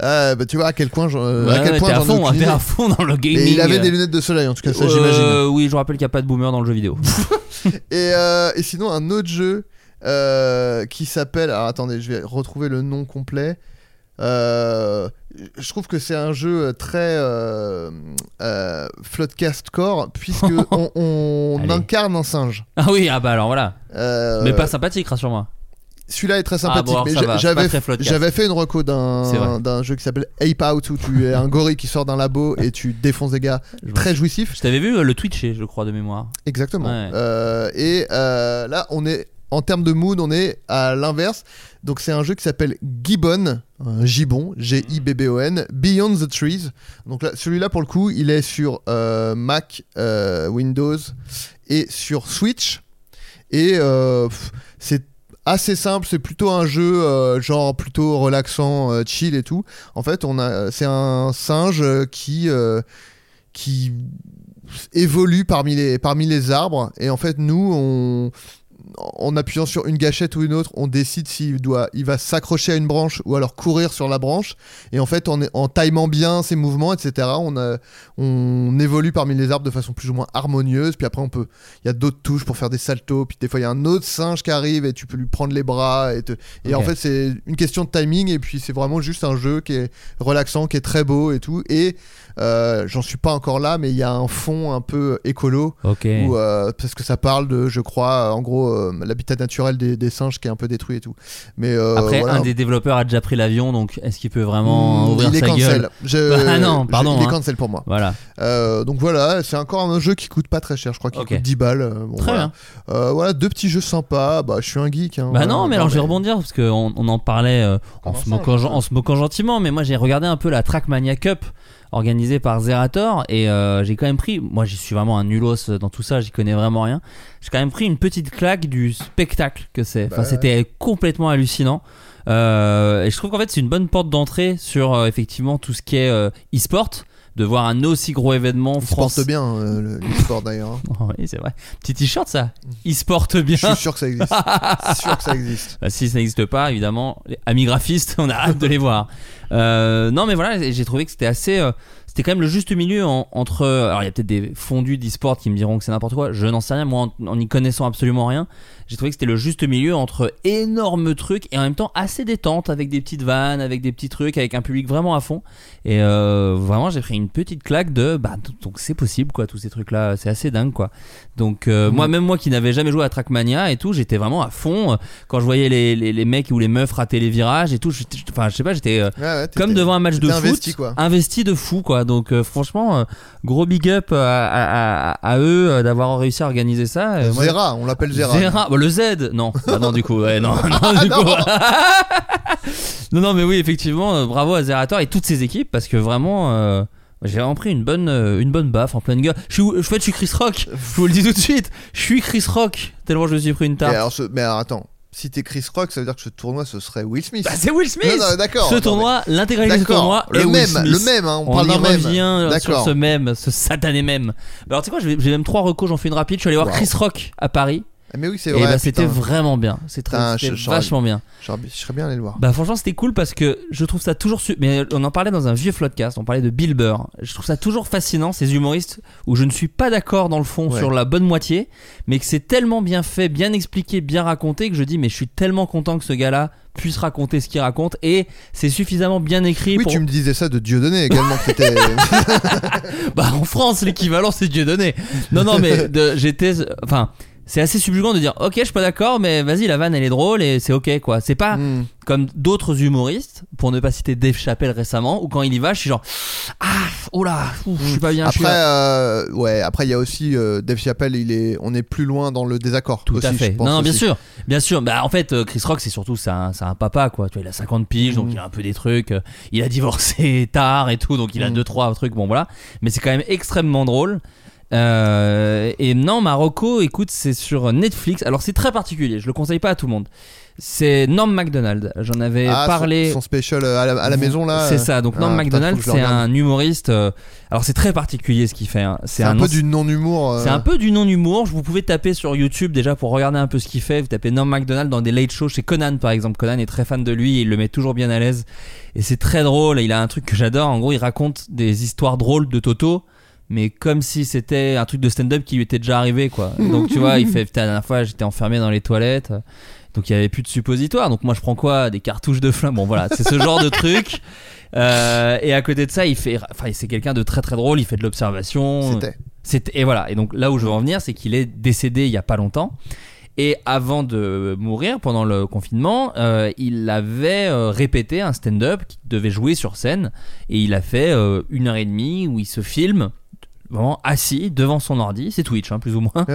Speaker 5: Euh, bah, tu vois à quel point j'en
Speaker 4: Ouais,
Speaker 5: à quel
Speaker 4: ouais,
Speaker 5: point
Speaker 4: t'es à
Speaker 5: j'en ai
Speaker 4: fond,
Speaker 5: aucune
Speaker 4: t'es à
Speaker 5: idée.
Speaker 4: fond dans le
Speaker 5: Mais
Speaker 4: gaming.
Speaker 5: il avait des lunettes de soleil, en tout cas, ça,
Speaker 4: Euh,
Speaker 5: j'imagine.
Speaker 4: Oui, je rappelle qu'il n'y a pas de boomer dans le jeu vidéo.
Speaker 5: Et, euh, et sinon, un autre jeu euh, qui s'appelle. Alors attendez, je vais retrouver le nom complet. Euh, je trouve que c'est un jeu très euh, euh, Floodcast Core,
Speaker 4: <laughs>
Speaker 5: puisque on, on
Speaker 4: Allez.
Speaker 5: incarne un singe.
Speaker 4: ah oui, ah bah alors voilà.
Speaker 5: Euh,
Speaker 4: Mais pas sympathique, rassure-moi.
Speaker 5: Celui-là est très
Speaker 4: Ah,
Speaker 5: sympathique,
Speaker 4: bon,
Speaker 5: mais
Speaker 4: ça
Speaker 5: j'a-
Speaker 4: va, c'est pas
Speaker 5: j'avais,
Speaker 4: très Floodcast.
Speaker 5: j'avais fait une reco
Speaker 4: C'est vrai.
Speaker 5: d'un, d'un jeu qui s'appelle Ape Out où tu es un gorille qui sort d'un labo et tu défonces des gars très jouissif.
Speaker 4: Je t'avais vu euh, le Twitcher, je crois, de mémoire.
Speaker 5: Exactement.
Speaker 4: Ouais.
Speaker 5: Euh, et euh, là, on est en termes de mood, on est à l'inverse. Donc c'est un jeu qui s'appelle Gibbon, un Gibbon, G-I-B-B-O-N, Beyond the Trees. Donc là, celui-là pour le coup, il est sur euh, Mac, euh, Windows et sur Switch. Et euh, pff, c'est assez simple, c'est plutôt un jeu euh, genre plutôt relaxant, euh, chill et tout. En fait, on a, c'est un singe euh, qui euh, qui évolue parmi les parmi les arbres. Et en fait, nous, on en appuyant sur une gâchette ou une autre, on décide s'il doit, il va s'accrocher à une branche ou alors courir sur la branche. Et en fait, en, en timant bien ses mouvements, etc., on, a- on évolue parmi les arbres de façon plus ou moins harmonieuse. Puis après, on peut, il y a d'autres touches pour faire des saltos. Puis des fois, il y a un autre singe qui arrive et tu peux lui prendre les bras. Et, te- et
Speaker 4: Ok.
Speaker 5: en fait, c'est une question de timing. Et puis, c'est vraiment juste un jeu qui est relaxant, qui est très beau et tout. Et euh, j'en suis pas encore là, mais il y a un fond un peu écolo.
Speaker 4: Ok.
Speaker 5: Où, euh, parce que ça parle de, je crois, euh, en gros, euh, l'habitat naturel des, des singes qui est un peu détruit et tout. Mais euh,
Speaker 4: Après,
Speaker 5: voilà.
Speaker 4: un des développeurs a déjà pris l'avion, donc est-ce qu'il peut vraiment
Speaker 5: Mmh,
Speaker 4: ouvrir
Speaker 5: il est
Speaker 4: sa
Speaker 5: cancel.
Speaker 4: gueule
Speaker 5: Je-
Speaker 4: <laughs> Ah non,
Speaker 5: je-
Speaker 4: pardon.
Speaker 5: il est
Speaker 4: hein.
Speaker 5: cancel pour moi.
Speaker 4: Voilà.
Speaker 5: Euh, donc voilà, c'est encore un jeu qui coûte pas très cher, je crois qu'il
Speaker 4: Ok.
Speaker 5: coûte 10 balles. euh, bon,
Speaker 4: Très
Speaker 5: voilà. Euh, voilà, deux petits jeux sympas. Bah, je suis un geek. hein,
Speaker 4: Bah
Speaker 5: voilà.
Speaker 4: non, mais alors je vais rebondir parce qu'on on en parlait euh, en,
Speaker 5: Comment
Speaker 4: se
Speaker 5: ça,
Speaker 4: moquant, gen- en se moquant gentiment, mais moi j'ai regardé un peu la Trackmania Cup organisée par Zerator et euh, j'ai quand même pris, moi je suis vraiment un nulos dans tout ça, j'y connais vraiment rien, j'ai quand même pris une petite claque du spectacle que c'est. Enfin,
Speaker 9: Bah ouais.
Speaker 4: c'était complètement hallucinant. Euh, et je trouve qu'en fait c'est une bonne porte d'entrée sur euh, effectivement tout ce qui est euh, e-sport, de voir un aussi gros événement
Speaker 5: Il se porte
Speaker 4: français.
Speaker 5: bien, euh, le, le sport d'ailleurs. hein.
Speaker 4: <laughs> Oui, c'est vrai. Petit t-shirt ça. Il se porte bien.
Speaker 5: Je suis sûr que
Speaker 4: <laughs>
Speaker 5: ça existe. Je suis sûr que ça existe.
Speaker 4: Bah, si ça n'existe pas, évidemment, les amis graphistes, <laughs> on a hâte de les voir. Euh, non, mais voilà, j'ai trouvé que c'était assez. euh, c'était quand même le juste milieu en- entre. euh, Alors, il y a peut-être des fondus d'e-sport qui me diront que c'est n'importe quoi. Je n'en sais rien. Moi, en, en y connaissant absolument rien, j'ai trouvé que c'était le juste milieu entre énormes trucs et en même temps assez détente avec des petites vannes, avec des petits trucs, avec un public vraiment à fond. Et euh, vraiment, j'ai pris une petite claque de. Bah, donc c'est possible, quoi, tous ces trucs-là. C'est assez dingue, quoi. Donc, euh, moi, même moi qui n'avais jamais joué à Trackmania et tout, j'étais vraiment à fond. euh, Quand je voyais les, les, les mecs ou les meufs rater les virages et tout, j'étais- j'étais- enfin, je sais pas, j'étais euh,
Speaker 5: Ouais, ouais,
Speaker 4: comme devant un match de
Speaker 5: t'étais
Speaker 4: foot,
Speaker 5: investi, quoi.
Speaker 4: investi de fou, quoi. Donc, euh, franchement, euh, gros big up à, à- à- à eux euh, d'avoir réussi à organiser ça. Euh, moi,
Speaker 5: Zera, on l'appelle Zera. Ah,
Speaker 4: bah, le Z,
Speaker 5: <laughs>
Speaker 4: non, Bah, non, du coup, ouais, non, non, du coup. <laughs> non, non, mais oui, effectivement, euh, bravo à Zerator et toutes ses équipes parce que vraiment. euh, j'ai vraiment pris une bonne, euh, une bonne baffe en pleine gueule. Je suis, je, fait, je suis Chris Rock. Je vous le dis tout de suite. Je suis Chris Rock. Tellement je me suis pris une
Speaker 5: Mais
Speaker 4: tarte.
Speaker 5: alors, ce- mais alors, attends, si t'es Chris Rock, ça veut dire que ce tournoi ce serait Will Smith.
Speaker 4: Bah, c'est Will Smith.
Speaker 5: Non, non, d'accord.
Speaker 4: Ce
Speaker 5: Non,
Speaker 4: tournoi,
Speaker 5: mais-
Speaker 4: l'intégralité du
Speaker 5: D'accord.
Speaker 4: tournoi
Speaker 5: le
Speaker 4: est
Speaker 5: même,
Speaker 4: Will Smith.
Speaker 5: le même. hein, on, parle
Speaker 4: y
Speaker 5: d'un même.
Speaker 4: revient euh, sur
Speaker 5: D'accord.
Speaker 4: ce même, ce satané même. Bah, alors tu sais quoi, j'ai j'ai même trois recos, j'en fais une rapide. Je suis allé voir
Speaker 5: Wow. Ah,
Speaker 4: Chris Rock à Paris.
Speaker 5: Mais oui, c'est
Speaker 4: Et
Speaker 5: vrai.
Speaker 4: bah, c'était
Speaker 5: Eh putain.
Speaker 4: vraiment bien. C'est très-
Speaker 5: Putain,
Speaker 4: c'était
Speaker 5: je- j'aurais-
Speaker 4: vachement bien.
Speaker 5: j'aurais- Je serais bien allé le voir.
Speaker 4: Bah franchement c'était cool parce que je trouve ça toujours su- mais on en parlait dans un vieux floodcast, on parlait de Bill Burr. Je trouve ça toujours fascinant ces humoristes où je ne suis pas d'accord dans le fond
Speaker 5: Ouais.
Speaker 4: sur la bonne moitié, mais que c'est tellement bien fait, bien expliqué, bien raconté que je dis mais je suis tellement content que ce gars-là puisse raconter ce qu'il raconte et c'est suffisamment bien écrit
Speaker 5: Oui,
Speaker 4: pour
Speaker 5: tu me disais ça de Dieudonné également.
Speaker 4: <laughs>
Speaker 5: que t'étais-
Speaker 4: bah en France l'équivalent c'est Dieu donné. Non non mais de- j'étais enfin c'est assez subjugant de dire ok je suis pas d'accord mais vas-y la vanne elle est drôle et c'est ok quoi. C'est pas comme d'autres humoristes pour ne pas citer Dave Chappelle récemment où quand il y va je suis genre ah oula ouf, je suis pas bien. je suis
Speaker 5: Après,
Speaker 4: là.
Speaker 5: euh, ouais, après il y a aussi euh, Dave Chappelle. Il est, on est plus loin dans le désaccord.
Speaker 4: Tout à fait. Non, non, bien sûr, bien sûr. Bah, en fait, euh, Chris Rock, c'est surtout c'est un, c'est un papa quoi. Tu vois, il a 50 piges,
Speaker 5: Mm.
Speaker 4: donc il a un peu des trucs. euh, Il a divorcé <laughs> tard et tout, donc il a
Speaker 5: Mm.
Speaker 4: deux trois trucs. Bon voilà, mais c'est quand même extrêmement drôle. Euh, et non, Marocco, écoute, c'est sur Netflix. Alors c'est très particulier. Je le conseille pas à tout le monde. C'est Norm Macdonald. J'en avais
Speaker 5: Ah, son-
Speaker 4: parlé.
Speaker 5: son special euh, à la, à la maison là.
Speaker 4: C'est
Speaker 5: euh,
Speaker 4: ça. Donc Norm
Speaker 5: ah, putain,
Speaker 4: Macdonald,
Speaker 5: faut que je le
Speaker 4: c'est
Speaker 5: regarde.
Speaker 4: un humoriste. euh, alors c'est très particulier ce qu'il fait. hein.
Speaker 5: C'est un peu
Speaker 4: anci-
Speaker 5: du non-humour. euh,
Speaker 4: c'est un peu du non-humour. Vous pouvez taper sur YouTube déjà pour regarder un peu ce qu'il fait. Vous tapez Norm MacDonald dans des late shows chez Conan par exemple. Conan est très fan de lui et il le met toujours bien à l'aise. Et c'est très drôle. Et il a un truc que j'adore. En gros, il raconte des histoires drôles de Toto. Mais comme si c'était un truc de stand-up qui lui était déjà arrivé, quoi. Donc, tu vois, il fait, putain, la dernière fois, j'étais enfermé dans les toilettes. euh, Donc, il n'y avait plus de suppositoire. Donc, moi, je prends quoi? Des cartouches de flingue. Bon, voilà. C'est ce genre de truc. Euh, et à côté de ça, il fait, enfin, c'est quelqu'un de très, très drôle. Il fait de l'observation.
Speaker 5: C'était.
Speaker 4: C'était- et voilà. Et donc là où je veux en venir, c'est qu'il est décédé il y a pas longtemps. Et avant de mourir, pendant le confinement, euh, il avait euh, répété un stand-up qu'il devait jouer sur scène. Et il a fait euh, une heure et demie où il se filme vraiment assis devant son ordi, c'est Twitch hein, plus ou moins,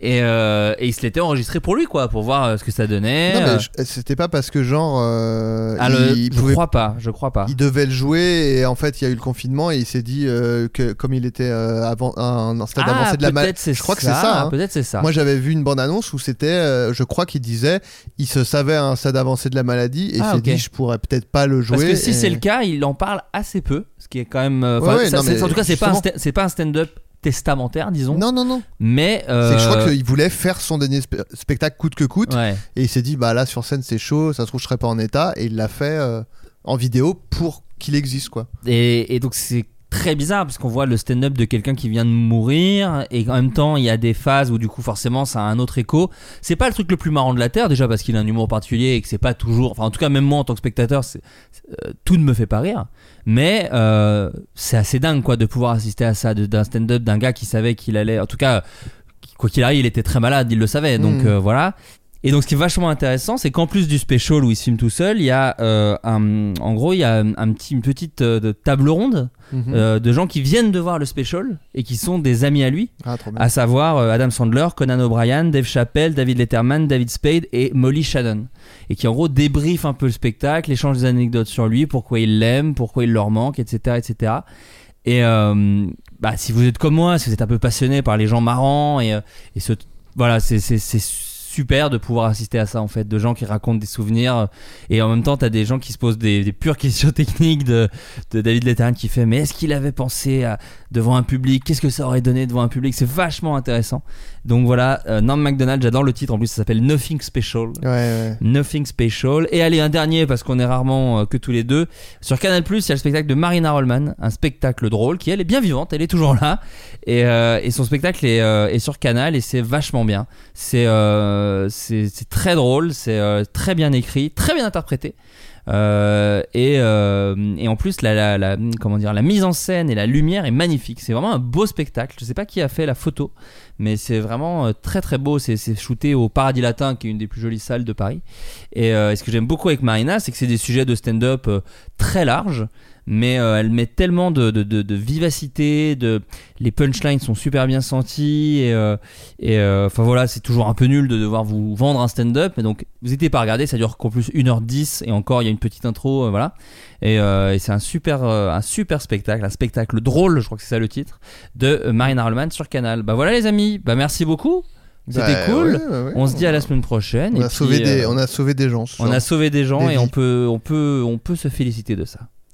Speaker 4: et, euh, et il se l'était enregistré pour lui quoi, pour voir euh, ce que ça donnait.
Speaker 5: Non,
Speaker 4: euh,
Speaker 5: mais je- c'était pas parce que genre. euh,
Speaker 4: Ah, le-
Speaker 5: il
Speaker 4: je crois pas, je crois pas.
Speaker 5: Il devait le jouer et en fait il y a eu le confinement et il s'est dit euh, que comme il était euh, avant, un, un stade
Speaker 4: Ah,
Speaker 5: avancé de la maladie.
Speaker 4: peut-être c'est
Speaker 5: Je crois que c'est
Speaker 4: ça,
Speaker 5: ça. hein.
Speaker 4: peut-être c'est ça.
Speaker 5: Moi j'avais vu une bande annonce où c'était, euh, je crois qu'il disait, il se savait à un stade avancé de la maladie et il
Speaker 4: Ah,
Speaker 5: s'est
Speaker 4: ok.
Speaker 5: dit je pourrais peut-être pas le jouer.
Speaker 4: Parce que si
Speaker 5: et-
Speaker 4: c'est le cas, il en parle assez peu, ce qui est quand même. euh, enfin,
Speaker 5: Ouais, ouais,
Speaker 4: ça,
Speaker 5: non,
Speaker 4: c'est-
Speaker 5: mais
Speaker 4: en tout cas, c'est pas, un
Speaker 5: justement.
Speaker 4: sta- c'est pas un stand-up testamentaire, disons.
Speaker 5: Non, non, non.
Speaker 4: Mais.
Speaker 5: C'est que je crois
Speaker 4: euh,
Speaker 5: qu'il voulait faire son dernier spe- spectacle coûte que coûte
Speaker 4: Ouais.
Speaker 5: et il s'est dit bah là sur scène c'est chaud, ça se trouve je serais pas en état et il l'a fait euh, en vidéo pour qu'il existe quoi.
Speaker 4: Et, et donc c'est très bizarre parce qu'on voit le stand-up de quelqu'un qui vient de mourir et en même temps il y a des phases où du coup forcément ça a un autre écho. C'est pas le truc le plus marrant de la terre déjà parce qu'il a un humour particulier et que c'est pas toujours. Enfin en tout cas même moi en tant que spectateur c'est- c'est- euh, tout ne me fait pas rire. Mais euh, c'est assez dingue quoi de pouvoir assister à ça de- d'un stand-up d'un gars qui savait qu'il allait en tout cas quoi qu'il arrive, il était très malade, il le savait. Donc
Speaker 12: Mm.
Speaker 4: euh, voilà. Et donc ce qui est vachement intéressant, c'est qu'en plus du special où il se filme tout seul, il y a euh, un, en gros il y a un petit, une petite euh, de table ronde
Speaker 12: Mhm.
Speaker 4: euh, de gens qui viennent de voir le special et qui sont des amis à lui,
Speaker 5: Ah, trop bien.
Speaker 4: à savoir euh, Adam Sandler, Conan O'Brien, Dave Chappelle, David Letterman, David Spade et Molly Shannon, et qui en gros débriefent un peu le spectacle, échangent des anecdotes sur lui, pourquoi il l'aime, pourquoi il leur manque, etc., etc. Et euh, bah, si vous êtes comme moi, si vous êtes un peu passionné par les gens marrants et, euh, et ce, voilà, c'est c'est- c'est super de pouvoir assister à ça en fait, de gens qui racontent des souvenirs euh, et en même temps t'as des gens qui se posent des, des pures questions <laughs> techniques de, de David Letterman qui fait mais est-ce qu'il avait pensé à- devant un public, qu'est-ce que ça aurait donné devant un public, c'est vachement intéressant. Donc voilà, euh, Norm Macdonald, j'adore le titre en plus, ça s'appelle Nothing Special. Nothing Special. Et allez, un dernier, parce qu'on est rarement euh, que tous les deux. Sur Canal, il y a le spectacle de Marina Rollman, un spectacle drôle qui, elle, est bien vivante, elle est toujours là. Et, euh, et son spectacle est, euh, est sur Canal et c'est vachement bien. C'est euh, c'est c'est très drôle, c'est euh, très bien écrit, très bien interprété. Euh, et, euh, et en plus, la, la, la- comment dire, la mise en scène et la lumière est magnifique. C'est vraiment un beau spectacle. Je sais pas qui a fait la photo, mais c'est vraiment euh, très très beau. C'est c'est shooté au Paradis Latin, qui est une des plus jolies salles de Paris. Et, euh, et ce que j'aime beaucoup avec Marina, c'est que c'est des sujets de stand-up euh, très larges. Mais euh, elle met tellement de, de, de- de vivacité, de les punchlines sont super bien senties et, euh, et, euh, enfin voilà c'est toujours un peu nul de devoir vous vendre un stand-up mais donc vous n'hésitez pas à regarder ça dure qu'en plus 1h10 et encore il y a une petite intro euh, voilà et, euh, et c'est un super euh, un super spectacle un spectacle drôle je crois que c'est ça le titre de euh, Marina Rollman sur Canal bah voilà les amis bah merci beaucoup c'était
Speaker 5: Bah,
Speaker 4: cool
Speaker 5: ouais, bah ouais.
Speaker 4: on se dit à la semaine prochaine
Speaker 5: On
Speaker 4: et
Speaker 5: a,
Speaker 4: puis,
Speaker 5: sauvé des,
Speaker 4: euh,
Speaker 5: on a sauvé des gens. ce
Speaker 4: on a
Speaker 5: soir.
Speaker 4: sauvé des gens
Speaker 5: Des
Speaker 4: et on
Speaker 5: vies.
Speaker 4: peut on peut on peut se féliciter de ça